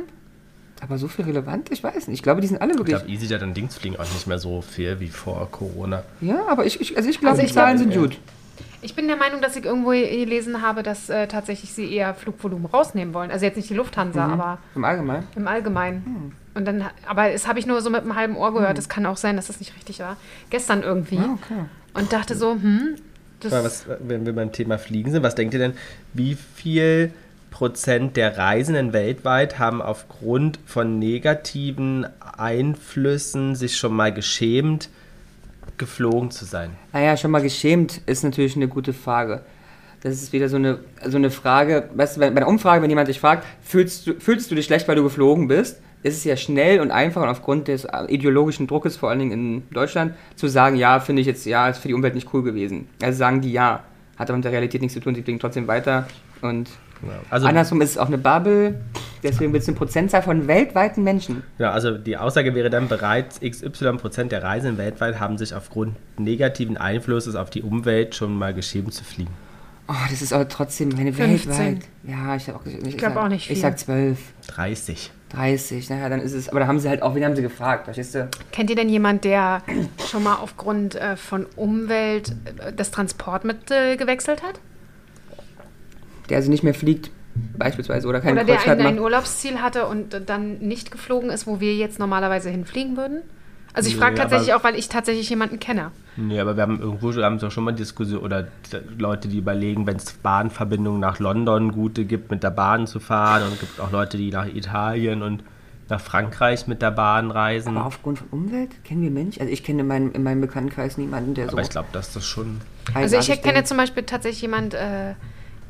[SPEAKER 2] Aber so viel relevant, ich weiß nicht. Ich glaube, die sind alle
[SPEAKER 3] Ich
[SPEAKER 2] wirklich.
[SPEAKER 3] glaube, EasyJet und Dings fliegen auch nicht mehr so viel wie vor Corona.
[SPEAKER 2] ja, aber ich, ich, also ich glaube,
[SPEAKER 1] Also
[SPEAKER 2] die
[SPEAKER 1] ich glaub-
[SPEAKER 2] Zahlen sind gut.
[SPEAKER 1] Ich bin der Meinung, dass ich irgendwo gelesen habe, dass äh, tatsächlich sie eher Flugvolumen rausnehmen wollen. Also jetzt nicht die
[SPEAKER 2] Mhm.
[SPEAKER 1] Lufthansa, aber
[SPEAKER 2] Im Allgemeinen.
[SPEAKER 1] im Allgemeinen.
[SPEAKER 2] Hm.
[SPEAKER 1] Und dann, aber das habe ich nur so mit einem halben Ohr gehört. Es kann auch sein, dass das nicht richtig war. Gestern irgendwie.
[SPEAKER 2] Ah, okay.
[SPEAKER 1] Und dachte so, hm, das
[SPEAKER 3] Mal was, wenn wir beim Thema Fliegen sind, was denkt ihr denn, wie viel Prozent der Reisenden weltweit haben aufgrund von negativen Einflüssen sich schon mal geschämt, geflogen zu sein?
[SPEAKER 2] Naja, schon mal geschämt ist natürlich eine gute Frage. Das ist wieder so eine, so eine Frage, weißt du, bei bei einer Umfrage, wenn jemand dich fragt, fühlst du, fühlst du dich schlecht, weil du geflogen bist, ist es ja schnell und einfach und aufgrund des äh, ideologischen Druckes, vor allen Dingen in Deutschland, zu sagen, ja, finde ich jetzt, ja, ist für die Umwelt nicht cool gewesen. Also sagen die ja. Hat aber mit der Realität nichts zu tun, sie fliegen trotzdem weiter. Und
[SPEAKER 3] Also,
[SPEAKER 2] andersrum ist es auch eine Bubble, deswegen willst du eine Prozentzahl von weltweiten Menschen.
[SPEAKER 3] genau, also die Aussage wäre dann, bereits XY Prozent der Reisenden weltweit haben sich aufgrund negativen Einflusses auf die Umwelt schon mal geschämt zu fliegen.
[SPEAKER 2] Oh, das ist aber trotzdem meine
[SPEAKER 1] 15.
[SPEAKER 2] weltweit. Ja, ich habe auch gesagt, ich
[SPEAKER 1] glaub
[SPEAKER 2] sag-
[SPEAKER 1] auch nicht
[SPEAKER 2] Ich
[SPEAKER 1] viel.
[SPEAKER 2] sag 12.
[SPEAKER 3] 30.
[SPEAKER 2] 30, naja, dann ist es. Aber da haben sie halt auch, wen haben sie gefragt, verstehst du?
[SPEAKER 1] Kennt ihr denn jemand, der schon mal aufgrund äh, von Umwelt äh, das Transportmittel gewechselt hat?
[SPEAKER 2] Der also nicht mehr fliegt, beispielsweise, oder keinen
[SPEAKER 1] Oder der
[SPEAKER 2] Kreuzfahrt
[SPEAKER 1] ein, ein
[SPEAKER 2] macht.
[SPEAKER 1] Urlaubsziel hatte und dann nicht geflogen ist, wo wir jetzt normalerweise hinfliegen würden? Also ich
[SPEAKER 3] Nee,
[SPEAKER 1] frage tatsächlich
[SPEAKER 3] aber-
[SPEAKER 1] auch, weil ich tatsächlich jemanden kenne.
[SPEAKER 3] Nee, aber wir haben irgendwo wir haben doch schon mal Diskussion oder d- Leute, die überlegen, wenn es Bahnverbindungen nach London gute gibt, mit der Bahn zu fahren und es gibt auch Leute, die nach Italien und nach Frankreich mit der Bahn reisen.
[SPEAKER 2] Aber
[SPEAKER 3] Aber,
[SPEAKER 2] aufgrund von Umwelt kennen wir Menschen. Also ich kenne in meinem, in meinem Bekanntenkreis niemanden, der so.
[SPEAKER 3] ich glaube, dass das schon.
[SPEAKER 1] Also ich
[SPEAKER 2] eigenartig
[SPEAKER 1] kenne
[SPEAKER 2] denkt.
[SPEAKER 1] zum Beispiel tatsächlich jemand, äh,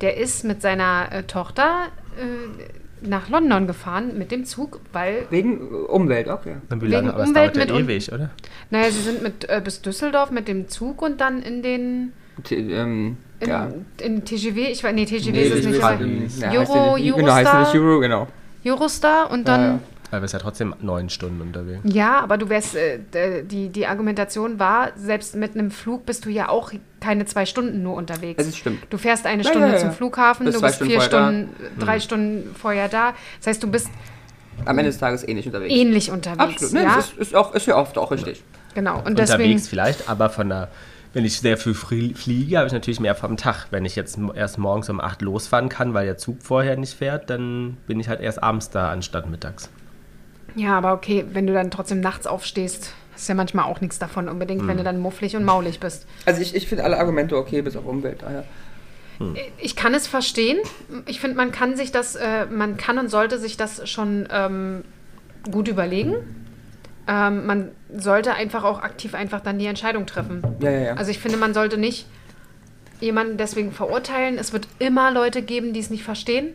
[SPEAKER 1] der ist mit seiner äh, Tochter äh, nach London gefahren mit dem Zug, weil,
[SPEAKER 2] Wegen Umwelt, okay.
[SPEAKER 3] Wie
[SPEAKER 1] Wegen
[SPEAKER 3] lange? Aber es
[SPEAKER 1] Umwelt
[SPEAKER 3] dauert ja
[SPEAKER 1] mit und-
[SPEAKER 3] ewig, oder?
[SPEAKER 1] naja, sie sind mit äh, bis Düsseldorf mit dem Zug und dann in den
[SPEAKER 2] T ähm,
[SPEAKER 1] in,
[SPEAKER 2] ja.
[SPEAKER 1] in TGV, ich weiß, nee, TGV
[SPEAKER 2] Nee,
[SPEAKER 1] ist es
[SPEAKER 2] ich
[SPEAKER 1] nicht,
[SPEAKER 2] weiß
[SPEAKER 1] aber
[SPEAKER 2] nicht. Ja, heißt
[SPEAKER 1] Euro,
[SPEAKER 2] der nicht- Genau, heißt der nicht
[SPEAKER 1] Eurostar,
[SPEAKER 2] Euro, genau.
[SPEAKER 1] Eurostar und dann
[SPEAKER 2] Ja, ja.
[SPEAKER 3] Weil wir sind ja trotzdem neun Stunden unterwegs.
[SPEAKER 1] Ja, aber du wärst, äh, d- die, die Argumentation war, selbst mit einem Flug bist du ja auch keine zwei Stunden nur unterwegs.
[SPEAKER 2] Das ist stimmt.
[SPEAKER 1] Du fährst eine
[SPEAKER 2] Ja,
[SPEAKER 1] Stunde
[SPEAKER 2] ja, ja.
[SPEAKER 1] zum Flughafen,
[SPEAKER 2] Bist
[SPEAKER 1] du
[SPEAKER 2] zwei
[SPEAKER 1] bist
[SPEAKER 2] Stunden
[SPEAKER 1] vier
[SPEAKER 2] vorher da. Mhm.
[SPEAKER 1] Stunden, drei Stunden vorher da. Das heißt, du bist
[SPEAKER 2] Am Ende des Tages ähnlich unterwegs.
[SPEAKER 1] ähnlich unterwegs.
[SPEAKER 2] Absolut, ne?
[SPEAKER 1] Hm. Eh ja,
[SPEAKER 2] Das ist, ist, auch, ist ja oft auch richtig.
[SPEAKER 1] genau. Und deswegen,
[SPEAKER 3] Unterwegs vielleicht, aber von der. Wenn ich sehr viel fri- fliege, habe ich natürlich mehr vom Tag. Wenn ich jetzt m- erst morgens um 8 losfahren kann, weil der Zug vorher nicht fährt, dann bin ich halt erst abends da anstatt mittags.
[SPEAKER 1] ja, aber okay, wenn du dann trotzdem nachts aufstehst, ist ja manchmal auch nichts davon unbedingt,
[SPEAKER 2] Mhm.
[SPEAKER 1] wenn du dann mufflig und maulig bist.
[SPEAKER 2] Also ich, ich finde alle Argumente okay, bis auf Umwelt. Ah, ja.
[SPEAKER 1] Ich kann es verstehen. Ich finde, man kann sich das, äh, man kann und sollte sich das schon ähm, gut überlegen. Ähm, man sollte einfach auch aktiv einfach dann die Entscheidung treffen.
[SPEAKER 2] Ja, ja, ja.
[SPEAKER 1] Also ich finde, man sollte nicht jemanden deswegen verurteilen. Es wird immer Leute geben, die es nicht verstehen.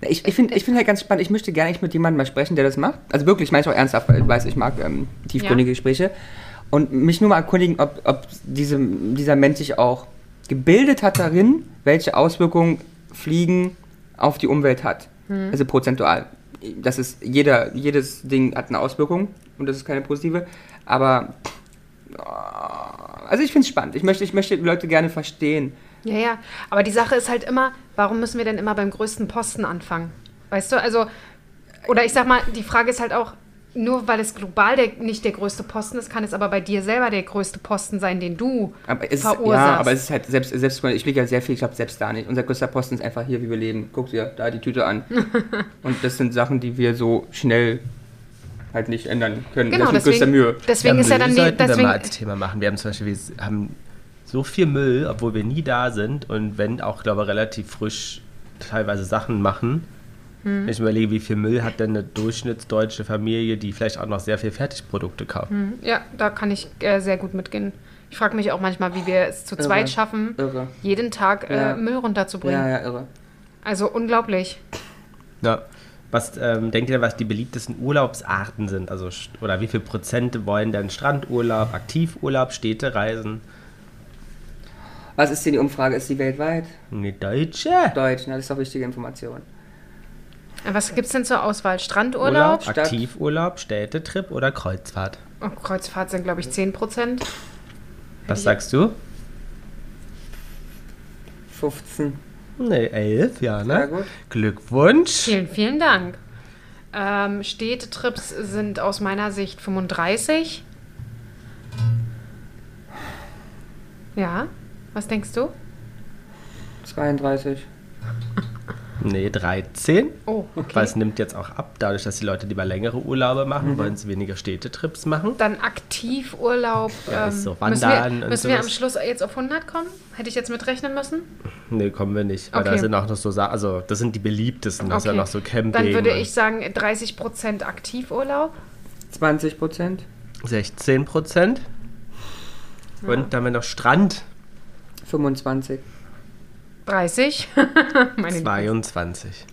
[SPEAKER 2] Na, Ich, ich finde ich find halt ganz spannend, ich möchte gerne echt mit jemandem mal sprechen, der das macht. Also wirklich, ich meine ich auch ernsthaft, weil ich weiß, ich mag ähm, tiefgründige
[SPEAKER 1] Ja.
[SPEAKER 2] Gespräche. Und mich nur mal erkundigen, ob, ob diese, dieser Mensch sich auch gebildet hat darin, welche Auswirkungen Fliegen auf die Umwelt hat. Also prozentual. Das ist jeder, jedes Ding hat eine Auswirkung und das ist keine positive. Aber oh, also ich finde es spannend. Ich möchte, ich möchte Leute gerne verstehen.
[SPEAKER 1] Ja, ja. Aber die Sache ist halt immer, warum müssen wir denn immer beim größten Posten anfangen? Weißt du, also, oder ich sag mal, die Frage ist halt auch, nur weil es global der, nicht der größte Posten ist, kann es aber bei dir selber der größte Posten sein, den du
[SPEAKER 2] Aber es,
[SPEAKER 1] verursachst.
[SPEAKER 2] ja, aber es ist halt selbst, selbst ich fliege ja sehr viel, ich glaube selbst da nicht. Unser größter Posten ist einfach hier, wie wir leben. Guck dir da die Tüte an. und das sind Sachen, die wir so schnell halt nicht ändern können.
[SPEAKER 1] genau,
[SPEAKER 2] das ist mit größter
[SPEAKER 1] deswegen,
[SPEAKER 2] Mühe.
[SPEAKER 1] deswegen
[SPEAKER 3] Ja,
[SPEAKER 1] ist ja
[SPEAKER 3] Müll
[SPEAKER 1] dann die,
[SPEAKER 3] sollten wir mal
[SPEAKER 1] deswegen,
[SPEAKER 3] als Thema machen. Wir haben zum Beispiel, wir haben so viel Müll, obwohl wir nie da sind und wenn auch, glaube ich, relativ frisch teilweise Sachen machen.
[SPEAKER 1] Hm.
[SPEAKER 3] Wenn ich überlege, wie viel Müll hat denn eine durchschnittsdeutsche Familie, die vielleicht auch noch sehr viel Fertigprodukte kauft.
[SPEAKER 1] Mhm. ja, da kann ich äh, sehr gut mitgehen. Ich frage mich auch manchmal, wie wir es zu
[SPEAKER 2] Irre.
[SPEAKER 1] zweit schaffen,
[SPEAKER 2] Irre.
[SPEAKER 1] jeden Tag äh,
[SPEAKER 2] Ja.
[SPEAKER 1] Müll runterzubringen.
[SPEAKER 2] Ja, ja, irre.
[SPEAKER 1] Also unglaublich.
[SPEAKER 3] Ja. Was ähm, denkt ihr, was die beliebtesten Urlaubsarten sind? Also st- oder wie viel Prozent wollen denn Strandurlaub, Aktivurlaub, Städtereisen?
[SPEAKER 2] Was ist denn die Umfrage? Ist die weltweit?
[SPEAKER 3] Nee, Deutsche.
[SPEAKER 2] Deutsch, na, das ist doch wichtige Information.
[SPEAKER 1] Äh, Was gibt's denn zur Auswahl? Strandurlaub?
[SPEAKER 3] Urlaub,
[SPEAKER 2] Stadt.
[SPEAKER 3] Aktivurlaub, Städtetrip oder Kreuzfahrt?
[SPEAKER 1] Oh, Kreuzfahrt sind, glaube ich, 10 Prozent.
[SPEAKER 3] Was sagst du?
[SPEAKER 2] 15.
[SPEAKER 3] Ne, elf, ja, ne?
[SPEAKER 2] Sehr gut.
[SPEAKER 3] Glückwunsch.
[SPEAKER 1] Vielen, vielen Dank. Ähm, Städtetrips sind aus meiner Sicht 35. Ja, was denkst du?
[SPEAKER 2] 32.
[SPEAKER 3] Nee, 13.
[SPEAKER 1] Oh, okay.
[SPEAKER 3] Weil es nimmt jetzt auch ab. Dadurch, dass die Leute lieber längere Urlaube machen, wollen sie weniger Städtetrips machen.
[SPEAKER 1] Dann Aktivurlaub.
[SPEAKER 3] Ja, ist so,
[SPEAKER 1] müssen
[SPEAKER 3] Wandern
[SPEAKER 1] wir,
[SPEAKER 3] und
[SPEAKER 1] müssen wir am
[SPEAKER 3] sowas.
[SPEAKER 1] Schluss jetzt auf 100 kommen? Hätte ich jetzt mitrechnen müssen?
[SPEAKER 3] Nee, kommen wir nicht. Weil da
[SPEAKER 1] Okay.
[SPEAKER 3] sind auch noch so Sa also das sind die beliebtesten. Das ist ja noch so Camping.
[SPEAKER 1] Dann würde
[SPEAKER 3] und
[SPEAKER 1] ich sagen 30% Aktivurlaub.
[SPEAKER 2] 20 Prozent?
[SPEAKER 3] 16 Prozent. Und dann haben wir noch Strand
[SPEAKER 2] 25.
[SPEAKER 1] 30. Meine Liebe.
[SPEAKER 3] 22.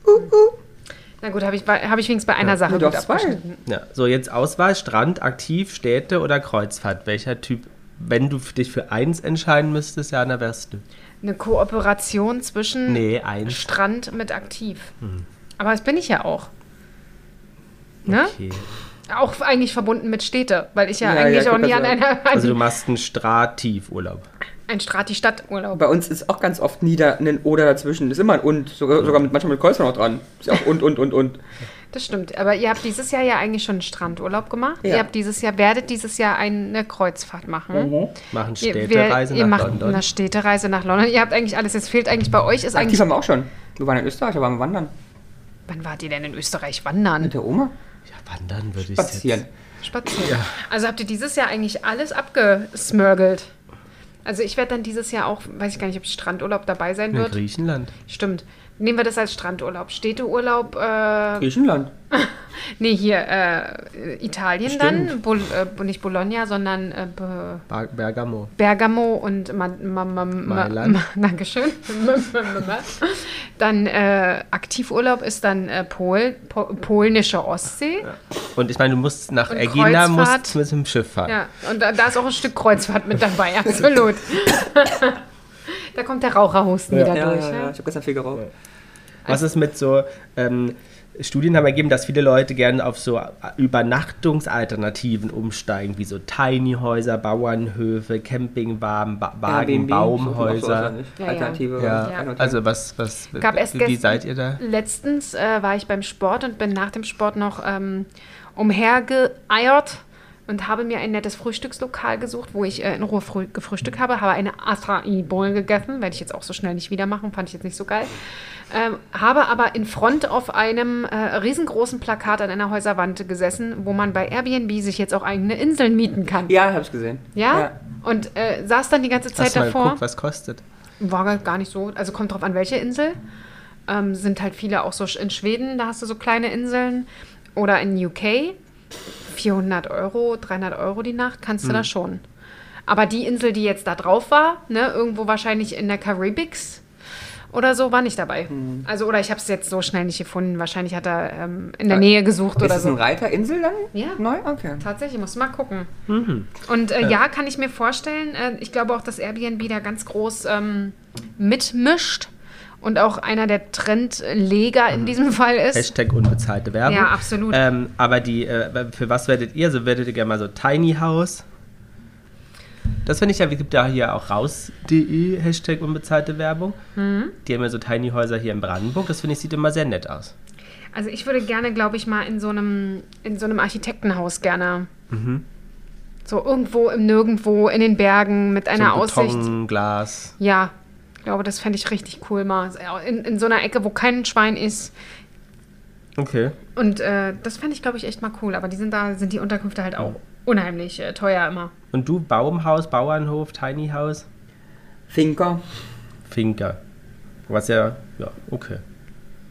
[SPEAKER 1] Na gut, habe ich, bei- habe ich wenigstens bei einer Sache
[SPEAKER 2] Nur doch
[SPEAKER 1] gut
[SPEAKER 2] zwei.
[SPEAKER 1] abgeschnitten.
[SPEAKER 3] Ja, so jetzt Auswahl, Strand, Aktiv, Städte oder Kreuzfahrt. Welcher Typ, wenn du dich für eins entscheiden müsstest, Jana, wärst du?
[SPEAKER 1] Eine Kooperation zwischen
[SPEAKER 3] Nee, eins.
[SPEAKER 1] Strand mit aktiv.
[SPEAKER 3] Hm.
[SPEAKER 1] Aber das bin ich ja auch. Ne?
[SPEAKER 3] Okay.
[SPEAKER 1] Auch eigentlich verbunden mit Städte, weil ich ja,
[SPEAKER 2] Ja,
[SPEAKER 1] eigentlich
[SPEAKER 2] ja,
[SPEAKER 1] auch
[SPEAKER 2] guck,
[SPEAKER 1] nie an
[SPEAKER 2] also-
[SPEAKER 1] einer
[SPEAKER 3] Also du
[SPEAKER 1] an
[SPEAKER 3] machst einen Strativ-Urlaub.
[SPEAKER 1] ein Strati-Stadt-Urlaub.
[SPEAKER 2] Bei uns ist auch ganz oft nieder ein oder dazwischen. Ist immer ein und, sogar, sogar mit, manchmal mit Kreuzern noch dran. Ist ja auch und, und, und, und.
[SPEAKER 1] Das stimmt. Aber ihr habt dieses Jahr ja eigentlich schon einen Strandurlaub gemacht.
[SPEAKER 2] Ja.
[SPEAKER 1] Ihr habt dieses Jahr, werdet dieses Jahr eine Kreuzfahrt machen.
[SPEAKER 3] Machen
[SPEAKER 1] Ihr,
[SPEAKER 3] Mhm. Städtereise
[SPEAKER 1] wer- ihr
[SPEAKER 3] nach
[SPEAKER 1] macht
[SPEAKER 3] London.
[SPEAKER 1] eine Städtereise nach London. Ihr habt eigentlich alles. Jetzt fehlt eigentlich bei euch ist
[SPEAKER 2] Aktiv
[SPEAKER 1] eigentlich.
[SPEAKER 2] haben wir auch schon. Wir waren in Österreich, da waren wir wandern.
[SPEAKER 1] Wann wart ihr denn in Österreich wandern?
[SPEAKER 2] Mit der Oma?
[SPEAKER 3] ja, wandern würde ich
[SPEAKER 2] Spazieren.
[SPEAKER 3] jetzt.
[SPEAKER 1] Spazieren. Also habt ihr dieses Jahr eigentlich alles abgesmörgelt. Also ich werde dann dieses Jahr auch, weiß ich gar nicht, ob Strandurlaub dabei sein
[SPEAKER 3] In
[SPEAKER 1] wird.
[SPEAKER 3] Griechenland.
[SPEAKER 1] Stimmt. Nehmen wir das als Strandurlaub. Städteurlaub, äh,
[SPEAKER 2] Griechenland.
[SPEAKER 1] nee, hier, äh, Italien dann. Bol äh, nicht Bologna, sondern äh, Be-
[SPEAKER 3] Ber- Bergamo.
[SPEAKER 1] Bergamo und Ma Ma Ma Ma
[SPEAKER 3] Mailand.
[SPEAKER 1] Ma Dankeschön. dann äh, Aktivurlaub ist dann äh, Pol po polnische Ostsee.
[SPEAKER 3] Und ich meine, du musst nach
[SPEAKER 1] Und
[SPEAKER 3] Ägina musst
[SPEAKER 1] Kreuzfahrt.
[SPEAKER 3] du mit dem Schiff fahren.
[SPEAKER 1] Ja, und da, da ist auch ein Stück Kreuzfahrt mit dabei, absolut. da kommt der Raucherhusten wieder
[SPEAKER 2] Ja, ja,
[SPEAKER 1] durch.
[SPEAKER 2] ja,
[SPEAKER 1] ne?
[SPEAKER 2] Ich habe gestern viel geraucht.
[SPEAKER 3] Was
[SPEAKER 1] also
[SPEAKER 3] ist mit so, ähm, Studien haben ergeben, dass viele Leute gerne auf so äh, Übernachtungsalternativen umsteigen, wie so Tiny-Häuser, Bauernhöfe, Campingwagen, ba Wagen,
[SPEAKER 2] Airbnb, so, so, so,
[SPEAKER 3] Baumhäuser.
[SPEAKER 2] nicht?
[SPEAKER 1] Ja, ja.
[SPEAKER 2] Alternative.
[SPEAKER 3] Ja,
[SPEAKER 1] Ja.
[SPEAKER 2] Alternative.
[SPEAKER 3] also was, was,
[SPEAKER 1] Gab es
[SPEAKER 3] wie, wie
[SPEAKER 1] gestern-
[SPEAKER 3] seid ihr da?
[SPEAKER 1] Letztens äh, war ich beim Sport und bin nach dem Sport noch ähm, umhergeeiert und habe mir ein nettes Frühstückslokal gesucht, wo ich äh, in Ruhe früh gefrühstückt habe, habe eine acai bowl gegessen, werde ich jetzt auch so schnell nicht wieder machen, fand ich jetzt nicht so geil. Ähm, habe aber in Front auf einem äh, riesengroßen Plakat an einer Häuserwand gesessen, wo man bei Airbnb sich jetzt auch eigene Inseln mieten kann.
[SPEAKER 2] ja, hab's gesehen.
[SPEAKER 1] Ja? Und äh, saß dann die ganze Zeit
[SPEAKER 3] Hast du mal
[SPEAKER 1] davor.
[SPEAKER 3] geguckt, was kostet?
[SPEAKER 1] War gar- gar nicht so. Also kommt drauf an, welche Insel. Ähm, sind halt viele auch so sch- in Schweden, da hast du so kleine Inseln. Oder in UK. 400 Euro, 300 Euro die Nacht, kannst
[SPEAKER 3] Hm.
[SPEAKER 1] du da schon. Aber die Insel, die jetzt da drauf war, ne, irgendwo wahrscheinlich in der Karibiks oder so, war nicht dabei.
[SPEAKER 3] Hm.
[SPEAKER 1] Also, oder ich habe es jetzt so schnell nicht gefunden. Wahrscheinlich hat er ähm, in der
[SPEAKER 2] Äh,
[SPEAKER 1] Nähe gesucht
[SPEAKER 2] Ist
[SPEAKER 1] oder
[SPEAKER 2] das
[SPEAKER 1] so.
[SPEAKER 2] eine Reiterinsel dann?
[SPEAKER 1] Ja.
[SPEAKER 2] Neu? Okay.
[SPEAKER 1] Tatsächlich, muss mal gucken. Und äh, ja, kann ich mir vorstellen, äh, ich glaube auch, dass Airbnb da ganz groß ähm, mitmischt und auch einer der Trendleger in diesem Fall ist.
[SPEAKER 3] Hashtag unbezahlte Werbung.
[SPEAKER 1] Ja, absolut.
[SPEAKER 3] Ähm, aber die, äh, für was werdet ihr? Also werdet ihr gerne mal so Tiny House? Das finde ich ja, es gibt ja hier auch raus.de, Hashtag unbezahlte Werbung.
[SPEAKER 1] Mhm.
[SPEAKER 3] Die haben ja so Tiny Häuser hier in Brandenburg. Das finde ich, sieht immer sehr nett aus.
[SPEAKER 1] Also ich würde gerne, glaube ich, mal in so einem, in so einem Architektenhaus gerne. So irgendwo im Nirgendwo in den Bergen mit einer
[SPEAKER 3] so
[SPEAKER 1] Aussicht.
[SPEAKER 3] Betonglas.
[SPEAKER 1] Ja, ich glaube, das fände ich richtig cool mal. In, in so einer Ecke, wo kein Schwein ist.
[SPEAKER 3] Okay.
[SPEAKER 1] Und äh, das fände ich, glaube ich, echt mal cool. Aber die sind da, sind die Unterkünfte halt auch unheimlich äh, teuer immer.
[SPEAKER 3] Und du, Baumhaus, Bauernhof, Tiny House,
[SPEAKER 2] Finker.
[SPEAKER 3] Finca. Was ja, ja, okay.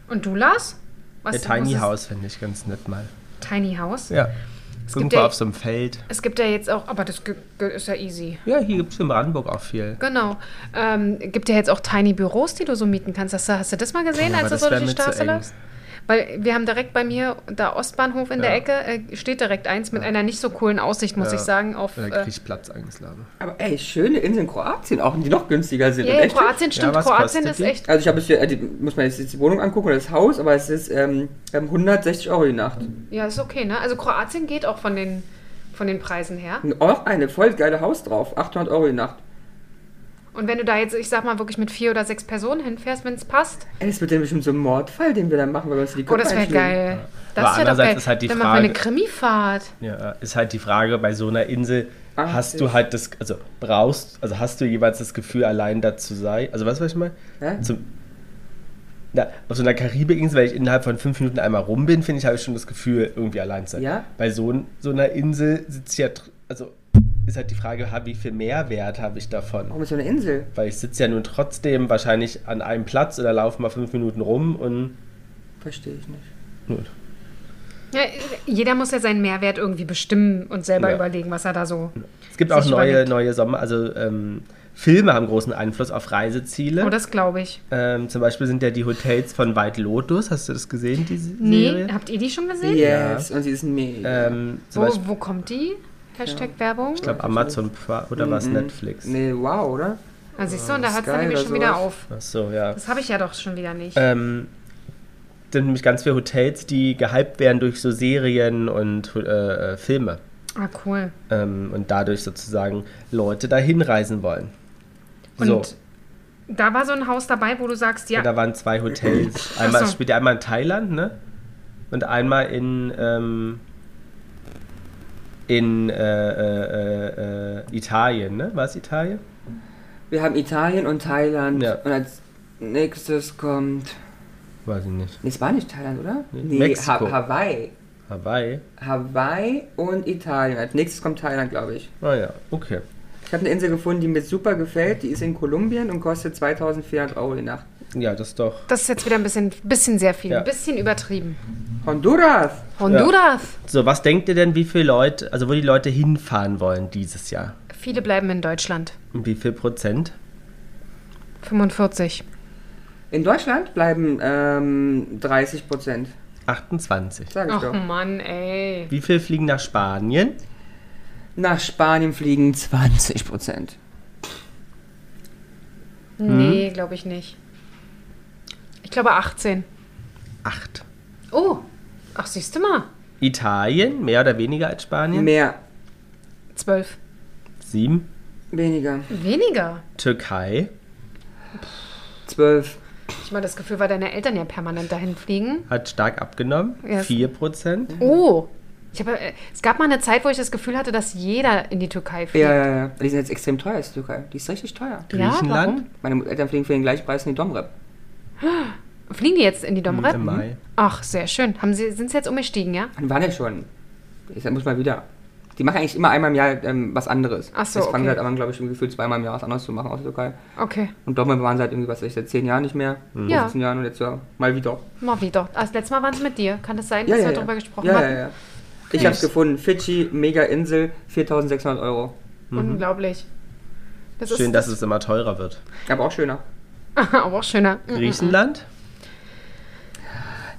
[SPEAKER 1] Und du, Lars? Was,
[SPEAKER 3] Der Tiny
[SPEAKER 1] was ist-
[SPEAKER 3] House finde ich ganz nett mal.
[SPEAKER 1] Tiny House?
[SPEAKER 3] Ja.
[SPEAKER 1] gibt
[SPEAKER 3] Irgendwo
[SPEAKER 1] ja-
[SPEAKER 3] auf so einem Feld.
[SPEAKER 1] Es gibt ja jetzt auch, aber das ge- ge- ist ja easy.
[SPEAKER 3] Ja, hier gibt es in Brandenburg auch viel.
[SPEAKER 1] Genau. Ähm, gibt ja jetzt auch Tiny Büros, die du so mieten kannst. Hast du, hast du das mal gesehen,
[SPEAKER 3] Ja,
[SPEAKER 1] als
[SPEAKER 3] aber
[SPEAKER 1] du so
[SPEAKER 3] das wär
[SPEAKER 1] durch die
[SPEAKER 3] mir zu
[SPEAKER 1] Straße
[SPEAKER 3] eng.
[SPEAKER 1] läufst? Weil wir haben direkt bei mir, da Ostbahnhof in der
[SPEAKER 3] Ja.
[SPEAKER 1] Ecke, äh, steht direkt eins mit einer nicht so coolen Aussicht, muss
[SPEAKER 3] Ja.
[SPEAKER 1] ich sagen, auf
[SPEAKER 3] Da
[SPEAKER 1] äh,
[SPEAKER 3] kriege ich Platzangst, glaube ich.
[SPEAKER 2] Aber ey, schöne Inseln Kroatien auch, die noch günstiger sind.
[SPEAKER 1] ja,
[SPEAKER 2] Und
[SPEAKER 1] ja,
[SPEAKER 2] echt
[SPEAKER 1] Kroatien stimmt.
[SPEAKER 3] was
[SPEAKER 1] Kroatien
[SPEAKER 3] kostet
[SPEAKER 1] ist
[SPEAKER 3] die?
[SPEAKER 1] echt.
[SPEAKER 2] Also ich habe jetzt hier, äh, die, muss man jetzt die Wohnung angucken oder das Haus, aber es ist ähm, ähm, 160 Euro die Nacht.
[SPEAKER 1] Ja, ist okay, ne? Also Kroatien geht auch von den, von den Preisen her.
[SPEAKER 2] Und auch eine voll geile Haus drauf, 800 Euro die Nacht.
[SPEAKER 1] Und wenn du da jetzt, ich sag mal, wirklich mit vier oder sechs Personen hinfährst, wenn es passt,
[SPEAKER 2] Ey, Das wird dann bestimmt so ein Mordfall, den wir dann machen, weil wir uns in die
[SPEAKER 1] oh,
[SPEAKER 2] Köpfe
[SPEAKER 1] das wäre
[SPEAKER 2] einschlägen.
[SPEAKER 1] geil. Das
[SPEAKER 3] Aber
[SPEAKER 1] wäre doch
[SPEAKER 3] andererseits
[SPEAKER 1] geil.
[SPEAKER 3] ist halt die
[SPEAKER 1] dann machen wir eine
[SPEAKER 3] Frage-
[SPEAKER 1] Krimifahrt.
[SPEAKER 3] Ja, ist halt die Frage, bei so einer Insel
[SPEAKER 2] Ah,
[SPEAKER 3] hast
[SPEAKER 2] ich-
[SPEAKER 3] du halt das, also brauchst, also hast du jeweils das Gefühl, allein da zu sein? Also weißt du, was ich meine?
[SPEAKER 2] Hä?
[SPEAKER 3] Zum, na, auf so einer Karibikinsel, weil ich innerhalb von fünf Minuten einmal rum bin, finde ich, habe ich schon das Gefühl, irgendwie allein zu sein.
[SPEAKER 2] Ja?
[SPEAKER 3] Bei so, n- so einer Insel sitzt ja, tr- also ist halt die Frage, hab- wie viel Mehrwert habe ich davon?
[SPEAKER 2] Warum ist so eine Insel?
[SPEAKER 3] Weil ich sitze ja nun trotzdem wahrscheinlich an einem Platz oder laufe mal fünf Minuten rum und
[SPEAKER 2] Verstehe ich nicht.
[SPEAKER 3] gut.
[SPEAKER 1] Ja, jeder muss ja seinen Mehrwert irgendwie bestimmen und selber
[SPEAKER 3] Ja.
[SPEAKER 1] überlegen, was er da so.
[SPEAKER 3] Es gibt
[SPEAKER 1] Sich
[SPEAKER 3] auch neue,
[SPEAKER 1] überlegt.
[SPEAKER 3] neue Sommer, also ähm, Filme haben großen Einfluss auf Reiseziele.
[SPEAKER 1] Oh, das glaube ich.
[SPEAKER 3] Ähm, zum Beispiel sind ja die Hotels von White Lotus. Hast du das gesehen, diese
[SPEAKER 1] Nee,
[SPEAKER 3] Serie?
[SPEAKER 1] habt ihr die schon gesehen?
[SPEAKER 2] Yes, und sie ist mega.
[SPEAKER 3] Ähm, zum
[SPEAKER 1] Wo,
[SPEAKER 3] Beispiel,
[SPEAKER 1] wo kommt die? Hashtag Werbung.
[SPEAKER 3] ich glaube, Amazon Prime oder was,
[SPEAKER 2] Mhm.
[SPEAKER 3] Netflix.
[SPEAKER 2] Nee, wow, oder?
[SPEAKER 1] Ah, siehst du, und da hört es
[SPEAKER 2] Oh, Sky
[SPEAKER 1] dann nämlich
[SPEAKER 2] oder
[SPEAKER 1] schon wieder
[SPEAKER 2] sowas.
[SPEAKER 1] auf.
[SPEAKER 3] Ach so, ja.
[SPEAKER 1] Das habe ich ja doch schon wieder nicht.
[SPEAKER 3] Ähm, sind nämlich ganz viele Hotels, die gehypt werden durch so Serien und äh, äh, Filme.
[SPEAKER 1] Ah, cool.
[SPEAKER 3] Ähm, und dadurch sozusagen Leute dahin reisen wollen.
[SPEAKER 1] Und
[SPEAKER 3] so,
[SPEAKER 1] da war so ein Haus dabei, wo du sagst, ja,
[SPEAKER 3] da waren zwei Hotels. Einmal
[SPEAKER 1] Ach so.
[SPEAKER 3] spielt ja einmal in Thailand, ne? Und einmal in, ähm, in äh, äh, äh, äh, Italien, ne? War es Italien?
[SPEAKER 2] Wir haben Italien und Thailand.
[SPEAKER 3] Ja.
[SPEAKER 2] Und als nächstes kommt.
[SPEAKER 3] Weiß ich nicht.
[SPEAKER 2] Nee, es war nicht Thailand, oder?
[SPEAKER 3] Nee,
[SPEAKER 2] Nee, ha
[SPEAKER 3] Mexiko.
[SPEAKER 2] Hawaii.
[SPEAKER 3] Hawaii?
[SPEAKER 2] Hawaii und Italien. Als nächstes kommt Thailand, glaube ich.
[SPEAKER 3] Ah ja, okay.
[SPEAKER 2] Ich habe eine Insel gefunden, die mir super gefällt. Die ist in Kolumbien und kostet 2400 Euro die Nacht.
[SPEAKER 3] Ja, das ist doch.
[SPEAKER 1] das ist jetzt wieder ein bisschen, bisschen sehr viel,
[SPEAKER 3] Ja.
[SPEAKER 1] ein bisschen übertrieben.
[SPEAKER 2] Honduras!
[SPEAKER 1] Honduras.
[SPEAKER 3] So, was denkt ihr denn, wie viele Leute, also wo die Leute hinfahren wollen dieses Jahr?
[SPEAKER 1] Viele bleiben in Deutschland.
[SPEAKER 3] Und wie viel Prozent?
[SPEAKER 1] 45.
[SPEAKER 2] In Deutschland bleiben ähm, 30 Prozent.
[SPEAKER 3] 28.
[SPEAKER 2] Sag ich
[SPEAKER 1] Ach
[SPEAKER 2] doch.
[SPEAKER 1] Mann, ey.
[SPEAKER 3] Wie viel fliegen nach Spanien?
[SPEAKER 2] Nach Spanien fliegen 20 Prozent.
[SPEAKER 1] Nee, glaube ich nicht. Ich glaube 18.
[SPEAKER 3] Acht.
[SPEAKER 1] Oh, ach siehst du mal.
[SPEAKER 3] Italien, mehr oder weniger als Spanien?
[SPEAKER 2] Mehr,
[SPEAKER 1] 12.
[SPEAKER 3] Sieben.
[SPEAKER 2] weniger.
[SPEAKER 1] Weniger.
[SPEAKER 3] Türkei.
[SPEAKER 2] 12.
[SPEAKER 1] Ich habe das Gefühl, weil deine Eltern ja permanent dahin fliegen.
[SPEAKER 3] hat stark abgenommen.
[SPEAKER 1] Yes.
[SPEAKER 3] 4%.
[SPEAKER 1] Oh. Ich hab, äh, es gab mal eine Zeit, wo ich das Gefühl hatte, dass jeder in die Türkei fliegt.
[SPEAKER 2] Ja, ja, ja. Die sind jetzt extrem teuer, ist die Türkei. Die ist richtig teuer.
[SPEAKER 1] Ja,
[SPEAKER 3] Griechenland
[SPEAKER 2] Meine Eltern fliegen für den gleichen Preis in die Domrep.
[SPEAKER 1] Fliegen die jetzt in die Domrep?
[SPEAKER 3] im Mai.
[SPEAKER 1] Ach, sehr schön. Haben sie, sind sie jetzt umgestiegen, ja?
[SPEAKER 2] Und waren ja schon. Ich sag, muss mal wieder. Die machen eigentlich immer einmal im Jahr ähm, was anderes.
[SPEAKER 1] Ach so,
[SPEAKER 2] Das fangen
[SPEAKER 1] okay.
[SPEAKER 2] halt an, glaube ich, im Gefühl zweimal im Jahr was anderes zu machen aus der Türkei.
[SPEAKER 1] Okay,
[SPEAKER 2] Und Domrep waren seit irgendwie, was weiß ich, seit 10 Jahren nicht mehr.
[SPEAKER 1] Ja.
[SPEAKER 2] 15 Jahren und jetzt ja, mal wieder.
[SPEAKER 1] mal wieder. Also, letztes Mal waren sie mit dir. Kann das sein,
[SPEAKER 2] Ja,
[SPEAKER 1] dass
[SPEAKER 2] ja,
[SPEAKER 1] wir
[SPEAKER 2] ja.
[SPEAKER 1] darüber gesprochen
[SPEAKER 2] ja, ja,
[SPEAKER 1] hatten?
[SPEAKER 2] ja. Ich hab's gefunden. Fidschi, Mega-Insel, 4600 Euro.
[SPEAKER 1] Unglaublich. Das
[SPEAKER 3] Schön,
[SPEAKER 1] ist
[SPEAKER 3] dass es immer teurer wird.
[SPEAKER 2] Aber auch schöner.
[SPEAKER 1] aber auch schöner.
[SPEAKER 3] Griechenland?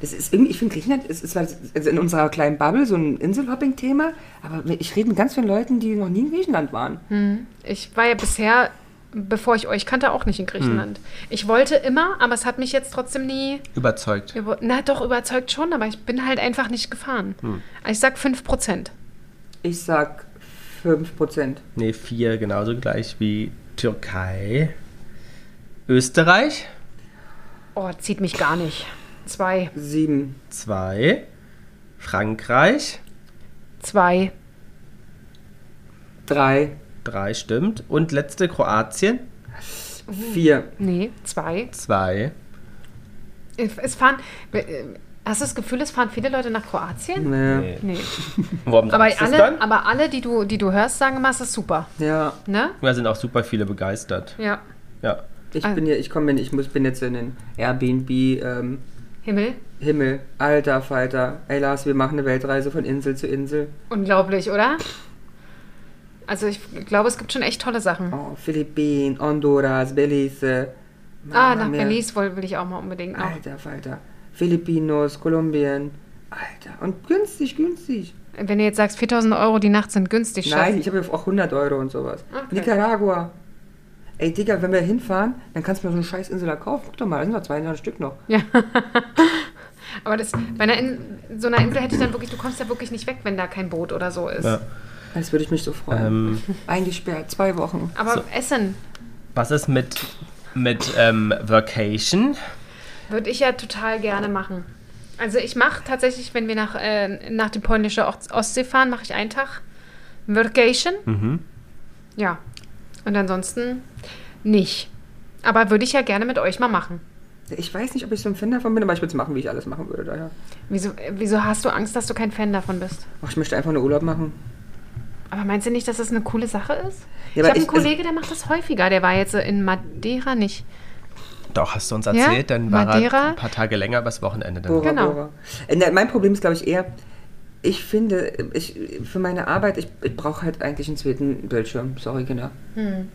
[SPEAKER 2] Das ist irgendwie, ich finde Griechenland ist, ist also in unserer kleinen Bubble so ein Inselhopping-Thema, aber ich rede mit ganz vielen Leuten, die noch nie in Griechenland waren.
[SPEAKER 1] Ich war ja bisher, bevor ich euch kannte, auch nicht in Griechenland. Ich wollte immer, aber es hat mich jetzt trotzdem nie.
[SPEAKER 3] Überzeugt.
[SPEAKER 1] Über Na doch, überzeugt schon, aber ich bin halt einfach nicht gefahren. Also ich sag 5%.
[SPEAKER 2] Ich sag 5%.
[SPEAKER 3] Ne, 4, genauso gleich wie Türkei. Österreich?
[SPEAKER 1] Oh, zieht mich gar nicht. 2,
[SPEAKER 2] 7.
[SPEAKER 3] 2. Frankreich?
[SPEAKER 1] 2,
[SPEAKER 2] 3.
[SPEAKER 3] 3 stimmt. Und letzte Kroatien?
[SPEAKER 2] 4.
[SPEAKER 1] nee, 2.
[SPEAKER 3] 2.
[SPEAKER 1] Es fahren. äh, Hast du das Gefühl, es fahren viele Leute nach
[SPEAKER 2] Hm.
[SPEAKER 1] Kroatien?
[SPEAKER 2] Nee.
[SPEAKER 1] Nee.
[SPEAKER 3] Warum
[SPEAKER 1] Aber
[SPEAKER 3] sagst du das
[SPEAKER 1] alle,
[SPEAKER 3] dann?
[SPEAKER 1] aber alle die, du, die du hörst, sagen immer, es ist super.
[SPEAKER 2] Ja,
[SPEAKER 1] Ne?
[SPEAKER 3] Da sind auch super viele begeistert.
[SPEAKER 1] Ja.
[SPEAKER 3] Ja.
[SPEAKER 2] ich
[SPEAKER 1] Ah.
[SPEAKER 2] bin hier, ich komme hier, ich muss, bin jetzt in den Airbnb, ähm,
[SPEAKER 1] Himmel.
[SPEAKER 2] Himmel, alter Falter. Ey Lars, wir machen eine Weltreise von Insel zu Insel.
[SPEAKER 1] Unglaublich, oder? Also ich glaube, es gibt schon echt tolle Sachen.
[SPEAKER 2] Oh, Philippinen, Honduras, Belize.
[SPEAKER 1] Ah,
[SPEAKER 2] Mama
[SPEAKER 1] nach
[SPEAKER 2] mia.
[SPEAKER 1] Belize woll- will ich auch mal unbedingt noch.
[SPEAKER 2] Alter Falter. Filipinos, Kolumbien. Alter, und günstig, günstig.
[SPEAKER 1] Wenn du jetzt sagst, 4000 Euro die Nacht sind günstig,
[SPEAKER 2] Nein,
[SPEAKER 1] Schatz.
[SPEAKER 2] ich habe ja auch 100 Euro und sowas.
[SPEAKER 1] Okay.
[SPEAKER 2] Nicaragua. Ey, Digga, wenn wir hinfahren, dann kannst du mir so eine scheiß Insel da kaufen. Guck doch mal, da sind noch 200 Stück noch.
[SPEAKER 1] Ja. Aber das, bei einer In so einer Insel hätte ich dann wirklich, du kommst ja wirklich nicht weg, wenn da kein Boot oder so ist.
[SPEAKER 3] Ja.
[SPEAKER 2] Das würde ich mich so freuen.
[SPEAKER 3] Ähm,
[SPEAKER 2] Eingesperrt, zwei Wochen.
[SPEAKER 1] Aber Essen,
[SPEAKER 3] Was ist mit, mit ähm, Vacation?
[SPEAKER 1] Würde ich ja total gerne machen. Also ich mache tatsächlich, wenn wir nach, äh, nach die polnische Ost- Ostsee fahren, mache ich einen Tag Vacation.
[SPEAKER 2] Mhm.
[SPEAKER 1] Ja. Und ansonsten nicht. Aber würde ich ja gerne mit euch mal machen.
[SPEAKER 2] Ich weiß nicht, ob ich so ein Fan davon bin, aber ich würde es machen, wie ich alles machen würde. Daher.
[SPEAKER 1] Wieso, äh, wieso hast du Angst, dass du kein Fan davon bist?
[SPEAKER 2] Ach, ich möchte einfach nur Urlaub machen.
[SPEAKER 1] Aber meinst du nicht, dass das eine coole Sache ist?
[SPEAKER 2] Ja,
[SPEAKER 1] ich habe
[SPEAKER 2] aber
[SPEAKER 1] einen
[SPEAKER 2] ich- also-
[SPEAKER 1] Kollege, der macht das häufiger. Der war jetzt äh, in Madeira nicht.
[SPEAKER 3] Doch, hast du uns
[SPEAKER 1] Ja,
[SPEAKER 3] erzählt, dann war
[SPEAKER 1] Madeira.
[SPEAKER 3] er ein paar Tage länger übers Wochenende. Dann.
[SPEAKER 2] Bora,
[SPEAKER 1] Genau.
[SPEAKER 2] Bora. Äh, ne, Mein Problem ist, glaube ich, eher, ich finde, ich, für meine Arbeit, ich, ich brauche halt eigentlich einen zweiten Bildschirm. Sorry, genau.
[SPEAKER 1] Hm.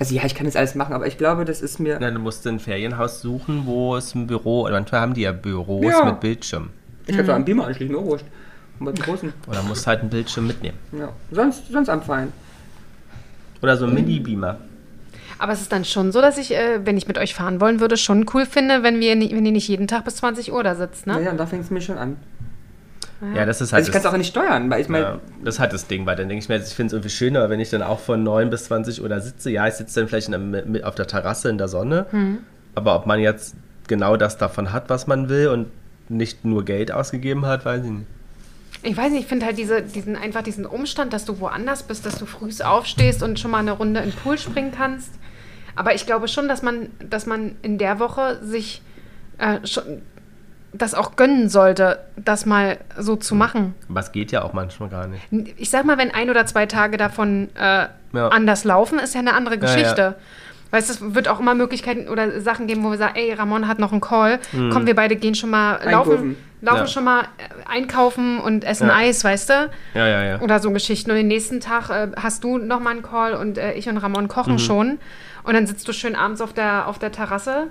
[SPEAKER 2] Also ja, ich kann jetzt alles machen, aber ich glaube, das ist mir...
[SPEAKER 3] Na, du musst ein Ferienhaus suchen, wo es ein Büro, oder manchmal haben die ja Büros
[SPEAKER 2] Ja.
[SPEAKER 3] mit Bildschirm.
[SPEAKER 2] Ich
[SPEAKER 1] Mhm.
[SPEAKER 2] kann so einen Beamer anschließen, auch wurscht. Und bei den Großen.
[SPEAKER 3] Oder musst halt einen Bildschirm mitnehmen.
[SPEAKER 2] Ja. Sonst, sonst am Fein.
[SPEAKER 3] Oder so ein Mini-Beamer.
[SPEAKER 1] Aber es ist dann schon so, dass ich, äh, wenn ich mit euch fahren wollen würde, schon cool finde, wenn, wir, ni- wenn ihr nicht jeden Tag bis 20 Uhr da sitzt, ne?
[SPEAKER 2] Naja, und da fängt es mir schon an.
[SPEAKER 3] Ja, das ist halt
[SPEAKER 2] Also ich kann
[SPEAKER 3] das,
[SPEAKER 2] es auch nicht steuern, weil ich meine,
[SPEAKER 3] ja, das ist halt das Ding, weil dann denke ich mir, ich finde es irgendwie schöner, wenn ich dann auch von 9 bis 20 Uhr da sitze. Ja, ich sitze dann vielleicht in der, Mi- mit auf der Terrasse in der Sonne, aber ob man jetzt genau das davon hat, was man will und nicht nur Geld ausgegeben hat, weiß ich nicht.
[SPEAKER 1] Ich weiß nicht, ich finde halt diese, diesen, einfach diesen Umstand, dass du woanders bist, dass du früh aufstehst und schon mal eine Runde in den Pool springen kannst. Aber ich glaube schon, dass man, dass man in der Woche sich äh, schon, das auch gönnen sollte, das mal so
[SPEAKER 2] Mhm.
[SPEAKER 1] zu machen.
[SPEAKER 3] Aber es geht ja auch manchmal gar nicht.
[SPEAKER 1] Ich sag mal, wenn ein oder zwei Tage davon äh,
[SPEAKER 3] Ja.
[SPEAKER 1] anders laufen, ist ja eine andere
[SPEAKER 3] ja.
[SPEAKER 1] Geschichte. Weißt du, es wird auch immer Möglichkeiten oder Sachen geben, wo wir sagen, ey, Ramon hat noch einen Call, komm, wir beide gehen schon mal laufen,
[SPEAKER 2] Einkaufen.
[SPEAKER 1] laufen
[SPEAKER 3] Mhm. Ja.
[SPEAKER 1] schon mal äh, einkaufen und essen
[SPEAKER 3] Ja.
[SPEAKER 1] Eis, weißt du?
[SPEAKER 3] Ja, ja, ja.
[SPEAKER 1] Oder so Geschichten. Und den nächsten Tag äh, hast du nochmal einen Call und äh, ich und Ramon
[SPEAKER 3] Mhm.
[SPEAKER 1] kochen schon. Und dann sitzt du schön abends auf der, auf der Terrasse.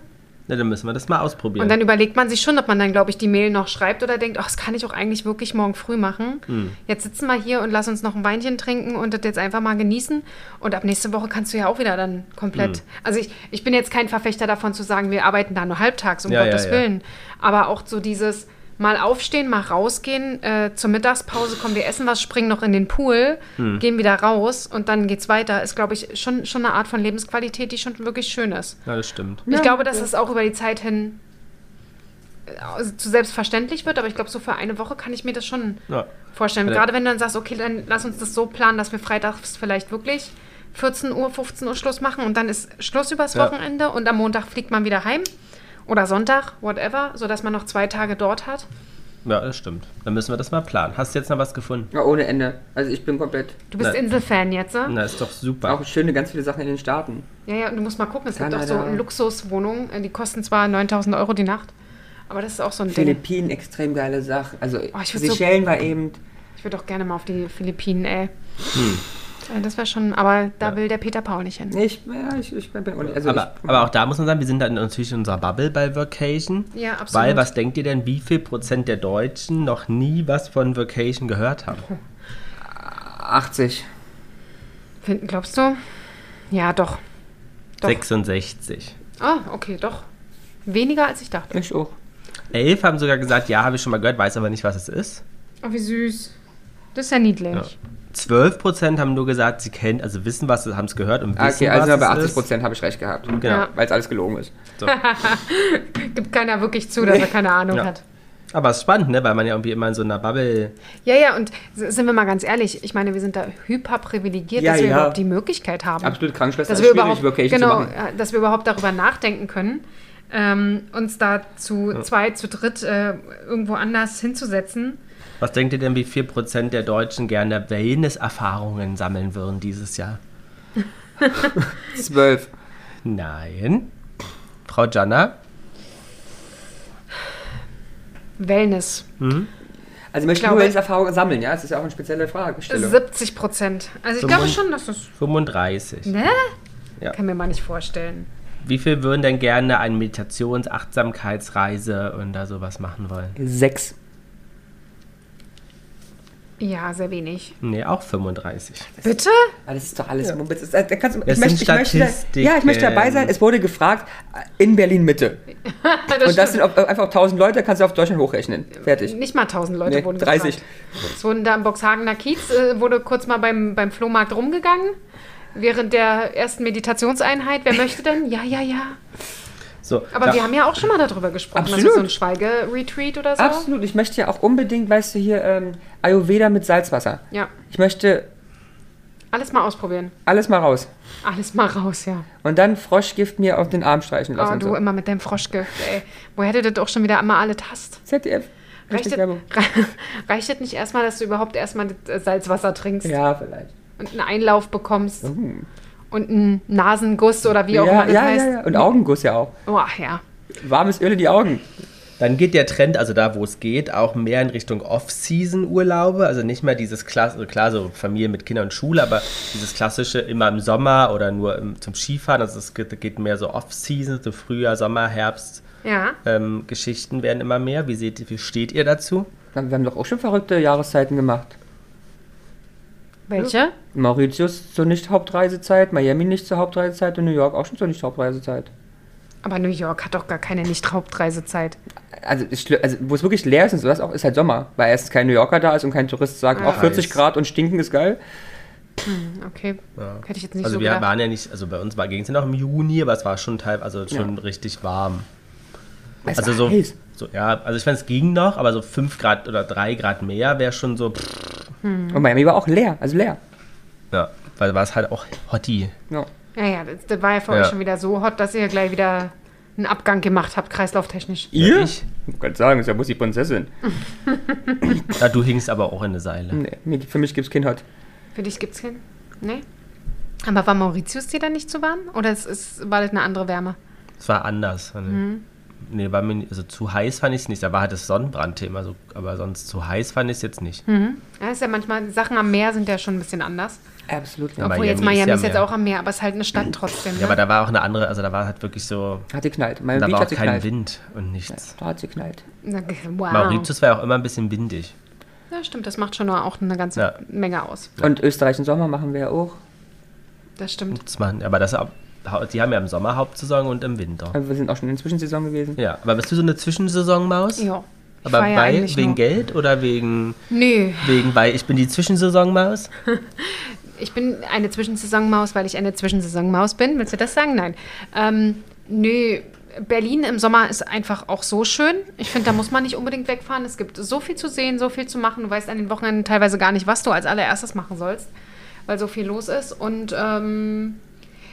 [SPEAKER 3] Na, dann müssen wir das mal ausprobieren.
[SPEAKER 1] Und dann überlegt man sich schon, ob man dann, glaube ich, die Mail noch schreibt oder denkt, ach, das kann ich auch eigentlich wirklich morgen früh machen.
[SPEAKER 3] Hm.
[SPEAKER 1] Jetzt sitzen wir hier und lass uns noch ein Weinchen trinken und das jetzt einfach mal genießen. Und ab nächste Woche kannst du ja auch wieder dann komplett.
[SPEAKER 3] Hm.
[SPEAKER 1] Also ich, ich bin jetzt kein Verfechter davon zu sagen, wir arbeiten da nur halbtags, um
[SPEAKER 3] Ja, ja,
[SPEAKER 1] Gottes
[SPEAKER 3] ja.
[SPEAKER 1] Willen. Aber auch so dieses mal aufstehen, mal rausgehen, äh, zur Mittagspause kommen wir essen was, springen noch in den Pool,
[SPEAKER 3] Hm.
[SPEAKER 1] gehen wieder raus und dann geht's weiter. Ist, glaube ich, schon, schon eine Art von Lebensqualität, die schon wirklich schön ist.
[SPEAKER 3] ja, das stimmt.
[SPEAKER 1] Ich glaube, dass es auch über die Zeit hin äh, also zu selbstverständlich wird, aber ich glaube, so für eine Woche kann ich mir das schon
[SPEAKER 3] Ja.
[SPEAKER 1] vorstellen.
[SPEAKER 3] Ja.
[SPEAKER 1] Gerade wenn du dann sagst, okay, dann lass uns das so planen, dass wir freitags vielleicht wirklich 14 Uhr, 15 Uhr Schluss machen und dann ist Schluss übers
[SPEAKER 3] Ja.
[SPEAKER 1] Wochenende und am Montag fliegt man wieder heim oder Sonntag, whatever, sodass man noch zwei Tage dort hat.
[SPEAKER 3] ja, das stimmt. Dann müssen wir das mal planen. Hast du jetzt noch was gefunden?
[SPEAKER 2] ja, ohne Ende. Also ich bin komplett...
[SPEAKER 1] Du bist
[SPEAKER 3] Na.
[SPEAKER 1] Inselfan jetzt, ne?
[SPEAKER 3] Na, ist doch super.
[SPEAKER 2] Auch schöne, ganz viele Sachen in den Staaten.
[SPEAKER 1] Ja, ja, und du musst mal gucken, es gibt auch so
[SPEAKER 2] Kanada.
[SPEAKER 1] Luxuswohnungen, äh, die kosten zwar 9000 Euro die Nacht, aber das ist auch so ein Ding.
[SPEAKER 2] Philippinen, extrem geile Sache. Also
[SPEAKER 1] ich würd so-
[SPEAKER 2] Seychellen war eben...
[SPEAKER 1] Ich würde auch gerne mal auf die Philippinen, ey.
[SPEAKER 2] Hm.
[SPEAKER 1] Äh, Das wäre schon, aber da will der Peter Paul nicht hin.
[SPEAKER 2] Nee, Ich, ja, ich, ich bin... Also
[SPEAKER 3] aber,
[SPEAKER 2] ich,
[SPEAKER 3] aber auch da muss man sagen, wir sind dann natürlich in unserer Bubble bei Vacation.
[SPEAKER 1] Ja, absolut.
[SPEAKER 3] Weil, was denkt ihr denn, wie viel Prozent der Deutschen noch nie was von Vacation gehört haben?
[SPEAKER 1] Hm,
[SPEAKER 2] 80.
[SPEAKER 1] Finden, glaubst du? Ja, doch. Doch.
[SPEAKER 3] 66.
[SPEAKER 1] Ah, okay, doch. Weniger als ich dachte.
[SPEAKER 2] Ich auch.
[SPEAKER 3] Elf haben sogar gesagt, ja, habe ich schon mal gehört, weiß aber nicht, was es ist.
[SPEAKER 1] Oh, wie süß. Das ist ja niedlich.
[SPEAKER 3] 12 Prozent haben nur gesagt, sie kennen, also wissen was, haben es gehört und
[SPEAKER 2] Ah,
[SPEAKER 3] wissen
[SPEAKER 2] Okay, also
[SPEAKER 3] was
[SPEAKER 2] bei
[SPEAKER 3] es
[SPEAKER 2] 80
[SPEAKER 3] ist.
[SPEAKER 2] Prozent habe ich recht gehabt.
[SPEAKER 3] Genau.
[SPEAKER 1] Ja.
[SPEAKER 2] Weil es alles gelogen ist.
[SPEAKER 1] Gibt keiner wirklich zu, dass er keine Ahnung
[SPEAKER 3] Ja.
[SPEAKER 1] hat.
[SPEAKER 3] Aber es ist spannend, ne? weil man ja irgendwie immer in so einer Bubble...
[SPEAKER 1] Ja, ja, und s- sind wir mal ganz ehrlich, ich meine, wir sind da hyper privilegiert,
[SPEAKER 2] Ja,
[SPEAKER 1] dass wir
[SPEAKER 2] ja.
[SPEAKER 1] überhaupt die Möglichkeit haben.
[SPEAKER 2] Absolut Krankenschwester
[SPEAKER 1] dass
[SPEAKER 2] ist
[SPEAKER 1] wir
[SPEAKER 2] schwierig,
[SPEAKER 1] überhaupt,
[SPEAKER 2] Vacation zu
[SPEAKER 1] genau,
[SPEAKER 2] machen.
[SPEAKER 1] äh, dass wir überhaupt darüber nachdenken können, ähm, uns da zu zwei, zu dritt äh, irgendwo anders hinzusetzen.
[SPEAKER 3] Was denkt ihr denn, wie viel Prozent der Deutschen gerne Wellness-Erfahrungen sammeln würden dieses Jahr?
[SPEAKER 2] 12.
[SPEAKER 3] Nein. Frau Janna?
[SPEAKER 1] Wellness.
[SPEAKER 2] Also möchte
[SPEAKER 1] glaube-
[SPEAKER 2] nur Erfahrungen sammeln, ja? Das ist ja auch eine spezielle Fragestellung.
[SPEAKER 1] 70 Prozent. Also ich glaube
[SPEAKER 3] Fünfund-
[SPEAKER 1] schon, dass das.
[SPEAKER 3] 35.
[SPEAKER 1] Ne?
[SPEAKER 3] Ja.
[SPEAKER 1] Kann mir mal nicht vorstellen.
[SPEAKER 3] Wie viel würden denn gerne eine Meditations-Achtsamkeitsreise und da sowas machen wollen?
[SPEAKER 2] 6.
[SPEAKER 1] Ja, sehr wenig.
[SPEAKER 3] Nee, auch 35.
[SPEAKER 1] Bitte?
[SPEAKER 2] Aber Ah, das ist doch alles Mumpitz. Das- da kannst du-
[SPEAKER 3] Das
[SPEAKER 2] ich möchte-
[SPEAKER 3] sind
[SPEAKER 2] ich möchte da- Ja, ich möchte
[SPEAKER 3] Statistiken.
[SPEAKER 2] dabei sein. Es wurde gefragt, äh, in Berlin-Mitte. Und das sind auf, äh, einfach 1000 Leute, kannst du auf Deutschland hochrechnen. Fertig.
[SPEAKER 1] nicht mal 1000 Leute
[SPEAKER 2] Nee,
[SPEAKER 1] wurden
[SPEAKER 2] 30.
[SPEAKER 1] gefragt. Es wurden da im Boxhagener Kiez, äh, wurde kurz mal beim, beim Flohmarkt rumgegangen. während der ersten Meditationseinheit. Wer möchte denn? Ja, ja, ja.
[SPEAKER 3] So,
[SPEAKER 1] Aber
[SPEAKER 3] da-
[SPEAKER 1] wir haben ja auch schon mal darüber gesprochen. Also
[SPEAKER 2] Absolut.
[SPEAKER 1] so ein Schweige-Retreat oder so.
[SPEAKER 2] Absolut, ich möchte ja auch unbedingt, weißt du, hier ähm, Ayurveda mit Salzwasser.
[SPEAKER 1] Ja,
[SPEAKER 2] Ich möchte
[SPEAKER 1] alles mal ausprobieren.
[SPEAKER 2] alles mal raus.
[SPEAKER 1] Alles mal raus, ja.
[SPEAKER 2] Und dann Froschgift mir auf den Arm streichen
[SPEAKER 1] Oh,
[SPEAKER 2] lassen.
[SPEAKER 1] du
[SPEAKER 2] und
[SPEAKER 1] immer mit deinem Froschgift, ey. Woher du das auch schon wieder immer alle hast?
[SPEAKER 2] so. ZDF.
[SPEAKER 1] Reicht
[SPEAKER 2] Richtig
[SPEAKER 1] es,
[SPEAKER 2] Werbung.
[SPEAKER 1] reicht es nicht erstmal, dass du überhaupt erstmal das äh, Salzwasser trinkst
[SPEAKER 2] Ja, vielleicht.
[SPEAKER 1] und einen Einlauf bekommst und einen Nasenguss oder wie auch
[SPEAKER 2] ja,
[SPEAKER 1] immer das
[SPEAKER 2] ja,
[SPEAKER 1] heißt?
[SPEAKER 2] ja, ja. Und Augenguss ja auch.
[SPEAKER 1] Oh, ja.
[SPEAKER 2] Warmes Öl in die Augen.
[SPEAKER 3] Dann geht der Trend, also da, wo es geht, auch mehr in Richtung Off-Season-Urlaube. Also nicht mehr dieses klassische, klar, so Familie mit Kindern und Schule, aber dieses klassische immer im Sommer oder nur im, zum Skifahren. Also es geht, geht mehr so Off-Season, so Frühjahr, Sommer, Herbst.
[SPEAKER 1] Ja.
[SPEAKER 3] Ähm, Geschichten werden immer mehr. Wie, seht, ihr- wie steht ihr dazu?
[SPEAKER 2] Dann- Wir haben doch auch schon verrückte Jahreszeiten gemacht.
[SPEAKER 1] Welche?
[SPEAKER 2] Mauritius zur Nicht-Hauptreisezeit, Miami nicht zur Hauptreisezeit und New York auch schon zur Nicht-Hauptreisezeit.
[SPEAKER 1] Aber New York hat doch gar keine Nicht-Hauptreisezeit.
[SPEAKER 2] Also, ist schl- also wo es wirklich leer ist und sowas auch, ist halt Sommer, weil erst kein New Yorker da ist und kein Tourist sagt, auch 40
[SPEAKER 3] Heiß.
[SPEAKER 2] Grad und stinken ist geil.
[SPEAKER 1] Okay. Hätte ich jetzt nicht
[SPEAKER 3] also
[SPEAKER 1] so
[SPEAKER 3] wir
[SPEAKER 1] gedacht.
[SPEAKER 3] waren ja nicht, also bei uns war ging es ja noch im Juni, aber es war schon teil, also schon richtig warm.
[SPEAKER 2] Es
[SPEAKER 3] also
[SPEAKER 2] war
[SPEAKER 3] so,
[SPEAKER 2] heiß.
[SPEAKER 3] so, ja, also ich meine, es ging noch, aber so 5 Grad oder 3 Grad mehr wäre schon so, pff,
[SPEAKER 2] Und Miami war auch leer, also leer.
[SPEAKER 3] ja, weil war es halt auch hotti.
[SPEAKER 2] Ja.
[SPEAKER 1] Ja, ja, das, das war ja für
[SPEAKER 3] Ja.
[SPEAKER 1] euch schon wieder so hot, dass ihr gleich wieder einen Abgang gemacht habt, kreislauftechnisch.
[SPEAKER 2] Ihr?
[SPEAKER 3] ich?
[SPEAKER 2] Ich kann sagen, ist ja muss die Prinzessin.
[SPEAKER 3] Ja, du hingst aber auch in eine Seile.
[SPEAKER 1] Mhm.
[SPEAKER 2] Nee, mir- für mich gibt's kein Hot.
[SPEAKER 1] Für dich gibt's keinen? Nee? Aber war Mauritius dir dann nicht zu warm? Oder es ist, war das eine andere Wärme?
[SPEAKER 3] Es war anders. fand ich.
[SPEAKER 1] Mhm.
[SPEAKER 3] Nee, war mir nicht, also zu heiß fand ich es nicht. Da war halt das Sonnenbrandthema, so, aber sonst zu heiß fand ich es jetzt
[SPEAKER 1] Mhm.
[SPEAKER 3] nicht.
[SPEAKER 1] Ja, ist ja manchmal, Sachen am Meer sind ja schon ein bisschen anders.
[SPEAKER 2] Absolut.
[SPEAKER 3] Ja,
[SPEAKER 1] Obwohl jetzt
[SPEAKER 3] Miami ist
[SPEAKER 1] Miami
[SPEAKER 3] ja
[SPEAKER 1] ist jetzt
[SPEAKER 3] Meer.
[SPEAKER 1] auch am Meer, aber es ist halt eine Stadt trotzdem.
[SPEAKER 3] Ja, aber
[SPEAKER 1] Ne?
[SPEAKER 3] da war auch eine andere, also da war halt wirklich so,
[SPEAKER 2] Hat geknallt. Miami
[SPEAKER 3] da
[SPEAKER 2] Beach
[SPEAKER 3] war auch
[SPEAKER 2] hat
[SPEAKER 3] kein
[SPEAKER 2] geknallt.
[SPEAKER 3] Wind und nichts.
[SPEAKER 2] Da hat sie geknallt.
[SPEAKER 1] Na, g- Wow.
[SPEAKER 3] Mauritius war ja auch immer ein bisschen windig.
[SPEAKER 1] Ja, stimmt, das macht schon auch eine ganze
[SPEAKER 3] Ja.
[SPEAKER 1] Menge aus.
[SPEAKER 2] Und Österreich im Sommer machen wir ja auch.
[SPEAKER 1] Das stimmt.
[SPEAKER 3] Das machen- Aber das, die haben ja im Sommer Hauptsaison und im Winter.
[SPEAKER 2] Aber wir sind auch schon in der Zwischensaison gewesen.
[SPEAKER 3] Ja, aber bist du so eine Zwischensaisonmaus?
[SPEAKER 1] Ja. Ich
[SPEAKER 3] Aber
[SPEAKER 1] war ja
[SPEAKER 3] bei,
[SPEAKER 1] eigentlich
[SPEAKER 3] wegen
[SPEAKER 1] nur-
[SPEAKER 3] Geld oder wegen,
[SPEAKER 1] Nö,
[SPEAKER 3] wegen, weil ich bin die Zwischensaisonmaus?
[SPEAKER 1] ich bin eine Zwischensaisonmaus, weil ich eine Zwischensaisonmaus bin. Willst du das sagen? Nein. Ähm, nö, Berlin im Sommer ist einfach auch so schön. Ich finde, da muss man nicht unbedingt wegfahren. Es gibt so viel zu sehen, so viel zu machen. Du weißt an den Wochenenden teilweise gar nicht, was du als allererstes machen sollst, weil so viel los ist. Und ähm,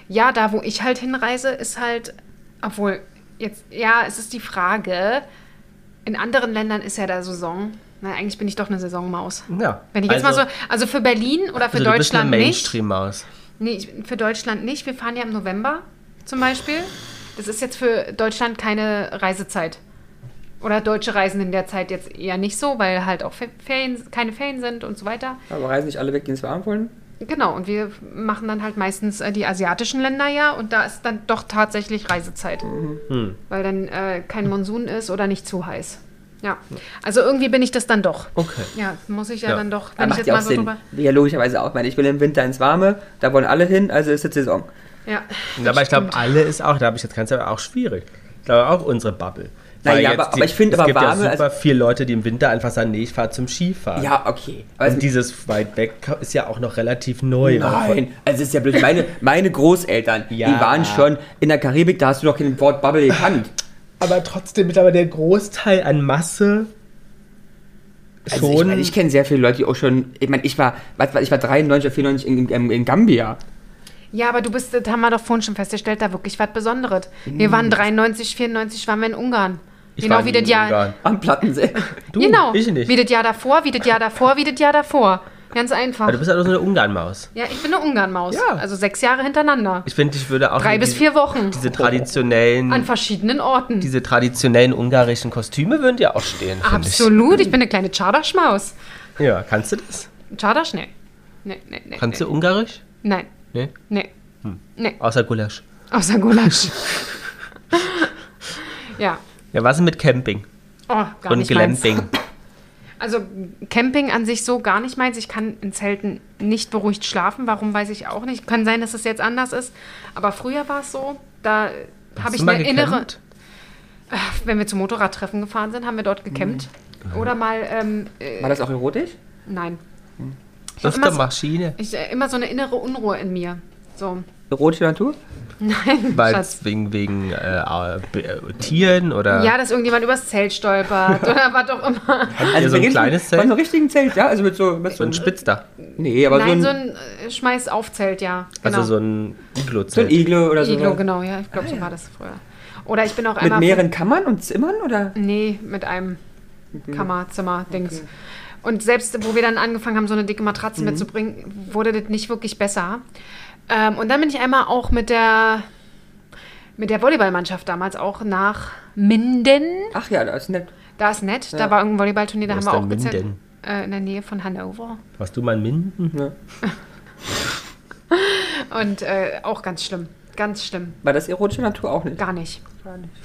[SPEAKER 1] ja, da wo ich halt hinreise, ist halt, obwohl jetzt, ja, es ist die Frage, in anderen Ländern ist ja da Saison. Na, eigentlich bin ich doch eine Saisonmaus.
[SPEAKER 3] Ja.
[SPEAKER 1] Wenn ich jetzt
[SPEAKER 3] Also-
[SPEAKER 1] mal so, also für Berlin oder für
[SPEAKER 3] also du bist eine
[SPEAKER 1] Deutschland nicht.
[SPEAKER 3] Mainstream-Maus.
[SPEAKER 1] Nee, ich, für Deutschland nicht. Wir fahren ja im November zum Beispiel. Das ist jetzt für Deutschland keine Reisezeit. Oder deutsche Reisen in der Zeit jetzt eher nicht so, weil halt auch Fe- Ferien, keine Ferien sind und so weiter.
[SPEAKER 2] Aber reisen nicht alle weg, die ins Warm wollen.
[SPEAKER 1] Genau, und wir machen dann halt meistens äh, die asiatischen Länder ja und da ist dann doch tatsächlich Reisezeit.
[SPEAKER 3] Mhm.
[SPEAKER 1] Weil dann äh,
[SPEAKER 3] Hm.
[SPEAKER 1] kein Monsun ist oder nicht zu heiß. Ja, also irgendwie bin ich das dann doch.
[SPEAKER 3] Okay.
[SPEAKER 1] Ja, muss ich ja,
[SPEAKER 3] Ja.
[SPEAKER 1] dann doch,
[SPEAKER 2] Da
[SPEAKER 1] wenn ich
[SPEAKER 2] macht
[SPEAKER 1] jetzt
[SPEAKER 2] ja auch
[SPEAKER 1] mal so
[SPEAKER 2] Sinn.
[SPEAKER 1] drüber.
[SPEAKER 2] Ja, logischerweise auch. Ich meine, ich will im Winter ins Warme, da wollen alle hin, also ist jetzt Saison.
[SPEAKER 1] Ja,
[SPEAKER 3] aber ich glaube,
[SPEAKER 1] stimmt.
[SPEAKER 3] alle ist auch, da habe ich jetzt ganz aber auch schwierig. Ich glaube auch unsere Bubble.
[SPEAKER 2] Naja,
[SPEAKER 3] Weil
[SPEAKER 2] aber-
[SPEAKER 3] jetzt
[SPEAKER 2] aber ich finde
[SPEAKER 3] es
[SPEAKER 2] aber
[SPEAKER 3] gibt
[SPEAKER 2] warme, also-
[SPEAKER 3] ja super viele Leute, die im Winter einfach sagen, nee, ich fahre zum Skifahren.
[SPEAKER 2] Ja, okay. Also,
[SPEAKER 3] Und dieses weit weg ist ja auch noch relativ neu.
[SPEAKER 2] Nein, also ist ja blöd. Meine, meine Großeltern, die
[SPEAKER 3] Ja.
[SPEAKER 2] waren schon in der Karibik, da hast du doch kein Wort Bubble gekannt.
[SPEAKER 3] Aber trotzdem mittlerweile der Großteil an Masse
[SPEAKER 2] Also
[SPEAKER 3] schon.
[SPEAKER 2] ich meine, ich kenne sehr viele Leute, die auch schon, ich meine, ich war, was, war- ich war 93 oder 94 in, in, in Gambia.
[SPEAKER 1] Ja, aber du bist, das haben wir doch vorhin schon festgestellt, da wirklich was Besonderes. Wir waren 93, 94, waren wir in Ungarn.
[SPEAKER 3] Hm. Ich
[SPEAKER 1] genau
[SPEAKER 3] war
[SPEAKER 1] wie
[SPEAKER 3] nie
[SPEAKER 1] das
[SPEAKER 3] in
[SPEAKER 1] Jahr.
[SPEAKER 3] Ungarn.
[SPEAKER 2] Am Plattensee.
[SPEAKER 3] Du,
[SPEAKER 1] Genau.
[SPEAKER 3] ich nicht.
[SPEAKER 1] Wie das Jahr davor, wie das Jahr davor, wie das Jahr davor. Ganz einfach.
[SPEAKER 3] Aber du bist halt auch so eine Ungarn-Maus.
[SPEAKER 1] Ja, ich bin eine Ungarnmaus.
[SPEAKER 3] Ja.
[SPEAKER 1] Also sechs Jahre hintereinander.
[SPEAKER 3] Ich finde, ich würde auch
[SPEAKER 1] Drei
[SPEAKER 3] diese,
[SPEAKER 1] bis vier Wochen.
[SPEAKER 3] diese traditionellen
[SPEAKER 1] An verschiedenen Orten.
[SPEAKER 3] diese traditionellen ungarischen Kostüme würden dir auch stehen. find
[SPEAKER 1] Absolut, ich bin eine kleine Chardaschmaus.
[SPEAKER 3] Ich. Ja, kannst du das?
[SPEAKER 1] Chardasch, nee. Nee, nee, nee.
[SPEAKER 3] Kannst
[SPEAKER 1] nee.
[SPEAKER 3] du Hm. ungarisch?
[SPEAKER 1] Nein,
[SPEAKER 3] Nee.
[SPEAKER 1] nee.
[SPEAKER 3] Außer Gulasch.
[SPEAKER 1] Außer Gulasch. ja.
[SPEAKER 3] Ja, was ist mit Camping
[SPEAKER 1] Oh, gar
[SPEAKER 3] und
[SPEAKER 1] nicht meins.
[SPEAKER 3] Glamping?
[SPEAKER 1] Also Camping an sich so gar nicht meins. Ich kann in Zelten nicht beruhigt schlafen. Warum weiß ich auch nicht. Kann sein, dass es jetzt anders ist. Aber früher war es so, da habe ich
[SPEAKER 3] du mal
[SPEAKER 1] eine innere. Äh,
[SPEAKER 3] gecampt?
[SPEAKER 1] Wenn wir zum Motorradtreffen gefahren sind, haben wir dort gecampt. Oder mal, ähm, äh,
[SPEAKER 2] War das auch erotisch?
[SPEAKER 1] nein. Ich hab immer
[SPEAKER 3] Öfter
[SPEAKER 1] so-
[SPEAKER 3] Maschine.
[SPEAKER 1] Ich, äh, immer so eine innere Unruhe in mir. So.
[SPEAKER 2] Erotische Natur?
[SPEAKER 1] Nein,
[SPEAKER 3] Weil
[SPEAKER 1] Schatz.
[SPEAKER 3] wegen, wegen äh, äh, B- äh, Tieren oder.
[SPEAKER 1] Ja, dass irgendjemand übers Zelt stolpert oder was auch immer.
[SPEAKER 3] so ein
[SPEAKER 2] wir reden
[SPEAKER 3] kleines
[SPEAKER 2] Also
[SPEAKER 3] Zelt?
[SPEAKER 2] von- Von so einem richtigen Zelt, ja? Also mit so, mit
[SPEAKER 1] äh,
[SPEAKER 3] so ein Spitzdach.
[SPEAKER 2] Nee, aber
[SPEAKER 1] Nein, so
[SPEAKER 2] so ein,
[SPEAKER 1] ein äh, Schmeißaufzelt, ja. Genau.
[SPEAKER 3] Also so ein
[SPEAKER 2] so ein
[SPEAKER 3] Iglo-Zelt.
[SPEAKER 2] Iglo oder so.
[SPEAKER 1] Iglo, genau, ja. Ich glaube, so war das früher. Oder ich bin auch
[SPEAKER 2] Mit
[SPEAKER 1] einmal.
[SPEAKER 2] mehreren Kammern und Zimmern oder?
[SPEAKER 1] Nee, mit einem Kammerzimmer-Dings. Und selbst, wo wir dann angefangen haben, so eine dicke
[SPEAKER 3] Mhm.
[SPEAKER 1] Matratze mitzubringen, wurde das nicht wirklich besser. Ähm, und dann bin ich einmal auch mit der, mit der Volleyballmannschaft damals auch nach Minden.
[SPEAKER 2] Ach ja, das ist nett.
[SPEAKER 1] Da ist nett,
[SPEAKER 2] Ja.
[SPEAKER 1] da war irgendein Volleyballturnier, da haben
[SPEAKER 3] Wo
[SPEAKER 1] wir
[SPEAKER 3] ist denn
[SPEAKER 1] auch gezählt.
[SPEAKER 3] Minden?
[SPEAKER 1] Äh, in der Nähe von Hannover.
[SPEAKER 3] Warst du mal in
[SPEAKER 1] Mhm.
[SPEAKER 3] Minden?
[SPEAKER 2] Ja.
[SPEAKER 1] Und äh, auch ganz schlimm. Ganz schlimm.
[SPEAKER 2] War das erotische Natur auch nicht?
[SPEAKER 1] Gar nicht.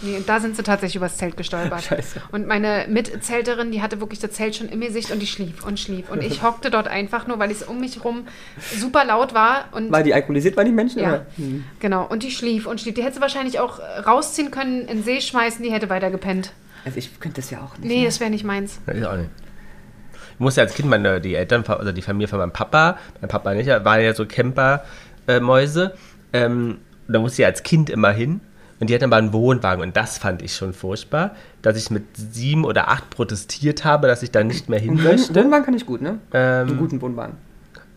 [SPEAKER 1] Nee, und da sind sie tatsächlich übers Zelt gestolpert.
[SPEAKER 2] Scheiße.
[SPEAKER 1] Und meine Mitzelterin, die hatte wirklich das Zelt schon im Gesicht und die schlief und schlief. Und ich hockte dort einfach nur, weil es um mich rum super laut war. Und
[SPEAKER 2] War die alkoholisiert, waren die Menschen?
[SPEAKER 1] ja,
[SPEAKER 2] Oder?
[SPEAKER 3] Mhm.
[SPEAKER 1] genau. Und die schlief und schlief. Die hätte sie wahrscheinlich auch äh, rausziehen können, in den See schmeißen, die hätte weiter gepennt.
[SPEAKER 2] Also ich könnte das ja auch nicht.
[SPEAKER 1] Nee, das wäre nicht meins.
[SPEAKER 3] Weiß ich auch nicht. Ich musste als Kind meine, die Eltern, also die Familie von meinem Papa, mein Papa nicht, waren ja so Camper-Mäuse. Ähm, und da musste ich als Kind immer hin. Und die hatten aber einen Wohnwagen und das fand ich schon furchtbar, dass ich mit sieben oder acht protestiert habe, dass ich da nicht mehr hin möchte.
[SPEAKER 2] Wohn- Wohnwagen kann ich gut, ne?
[SPEAKER 3] Hm, Ähm.
[SPEAKER 2] Einen guten Wohnwagen.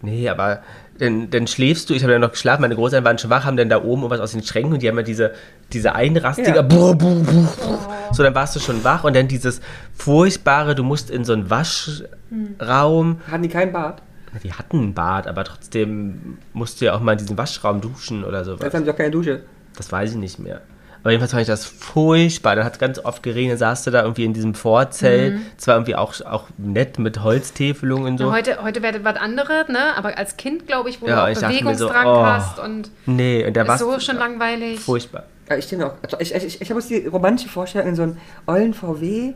[SPEAKER 3] Nee, aber dann, dann schläfst du, ich habe ja noch geschlafen, meine Großeltern waren schon wach, haben dann da oben irgendwas aus den Schränken und die haben ja diese, diese einrastiger,
[SPEAKER 2] Ja.
[SPEAKER 3] brr, brr, brr, brr. so dann warst du schon wach und dann dieses furchtbare, du musst in so einen Waschraum,
[SPEAKER 2] Hatten die keinen Bart?
[SPEAKER 3] Na, die hatten ein Bad, aber trotzdem musst du ja auch mal in diesem Waschraum duschen oder sowas.
[SPEAKER 2] Jetzt haben sie auch keine Dusche.
[SPEAKER 3] Das weiß ich nicht mehr. Aber jedenfalls fand ich das furchtbar. Dann hat es ganz oft geregnet, saß du da irgendwie in diesem Vorzelt.
[SPEAKER 1] Mhm.
[SPEAKER 3] Es war irgendwie auch, auch nett mit Holztäfelung und so.
[SPEAKER 1] Heute, heute wäre das was anderes, ne? Aber als Kind, glaube ich, wo
[SPEAKER 3] Ja,
[SPEAKER 1] du
[SPEAKER 3] ich
[SPEAKER 1] auch
[SPEAKER 3] dachte mir so,
[SPEAKER 1] Bewegungsdrang
[SPEAKER 3] oh,
[SPEAKER 1] hast und
[SPEAKER 3] Nee, und da war
[SPEAKER 1] ist so schon langweilig.
[SPEAKER 3] furchtbar.
[SPEAKER 2] Ja, ich stelle mir auch. Also ich ich, ich, ich habe jetzt die romantische Vorstellung, in so einem ollen VW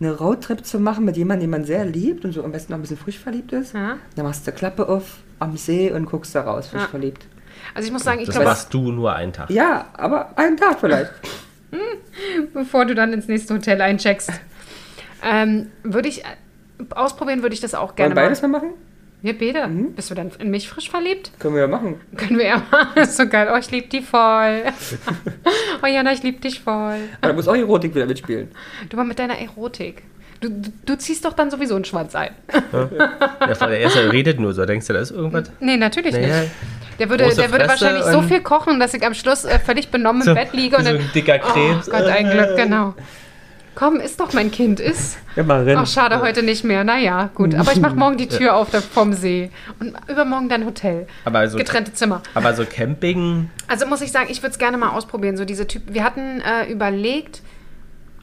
[SPEAKER 2] eine Roadtrip zu machen mit jemandem, den man sehr liebt und so am besten noch ein bisschen frisch verliebt ist.
[SPEAKER 1] Ja.
[SPEAKER 2] Dann machst du Klappe auf am See und guckst da raus, frisch
[SPEAKER 1] Ja.
[SPEAKER 2] verliebt.
[SPEAKER 1] Also ich muss sagen, ich
[SPEAKER 3] Das
[SPEAKER 1] glaube,
[SPEAKER 3] warst du nur einen Tag.
[SPEAKER 2] Ja, aber einen Tag vielleicht.
[SPEAKER 1] bevor du dann ins nächste Hotel eincheckst. Ähm, würde ich äh, ausprobieren, würde ich das auch gerne
[SPEAKER 2] Wollen wir beides Mhm.
[SPEAKER 1] machen.
[SPEAKER 2] mal machen?
[SPEAKER 1] Wir beide. Bist du dann in mich frisch verliebt?
[SPEAKER 2] Können wir ja machen.
[SPEAKER 1] Können wir ja machen. Ist so geil. Oh, ich lieb die voll. oh, Jana, ich lieb dich voll.
[SPEAKER 2] Aber da muss auch Erotik wieder mitspielen.
[SPEAKER 1] Du mal mit deiner Erotik. Du, du, du ziehst doch dann sowieso einen Schwanz ein.
[SPEAKER 3] Der, Vater- der erste redet nur so. Denkst du, da ist irgendwas?
[SPEAKER 1] Nee, natürlich
[SPEAKER 3] Naja,
[SPEAKER 1] nicht. Der würde,
[SPEAKER 3] große
[SPEAKER 1] der würde
[SPEAKER 3] Fresse
[SPEAKER 1] wahrscheinlich so
[SPEAKER 3] und-
[SPEAKER 1] viel kochen, dass ich am Schluss äh, völlig benommen im
[SPEAKER 3] So-
[SPEAKER 1] Bett liege und
[SPEAKER 3] so
[SPEAKER 1] dann.
[SPEAKER 3] ein dicker Krebs. Äh.
[SPEAKER 1] Oh Gott, ein Glück, genau. Komm, ist doch mein Kind, ist.
[SPEAKER 2] Immer rennen.
[SPEAKER 1] Ach, schade, heute nicht mehr. Naja, gut. Aber ich mache morgen die Tür auf da vom See. Und übermorgen dann Hotel.
[SPEAKER 3] Aber so,
[SPEAKER 1] Getrennte Zimmer.
[SPEAKER 3] aber so Camping,
[SPEAKER 1] Also muss ich sagen, ich würde es gerne mal ausprobieren. So diese Typen. Wir hatten äh, überlegt,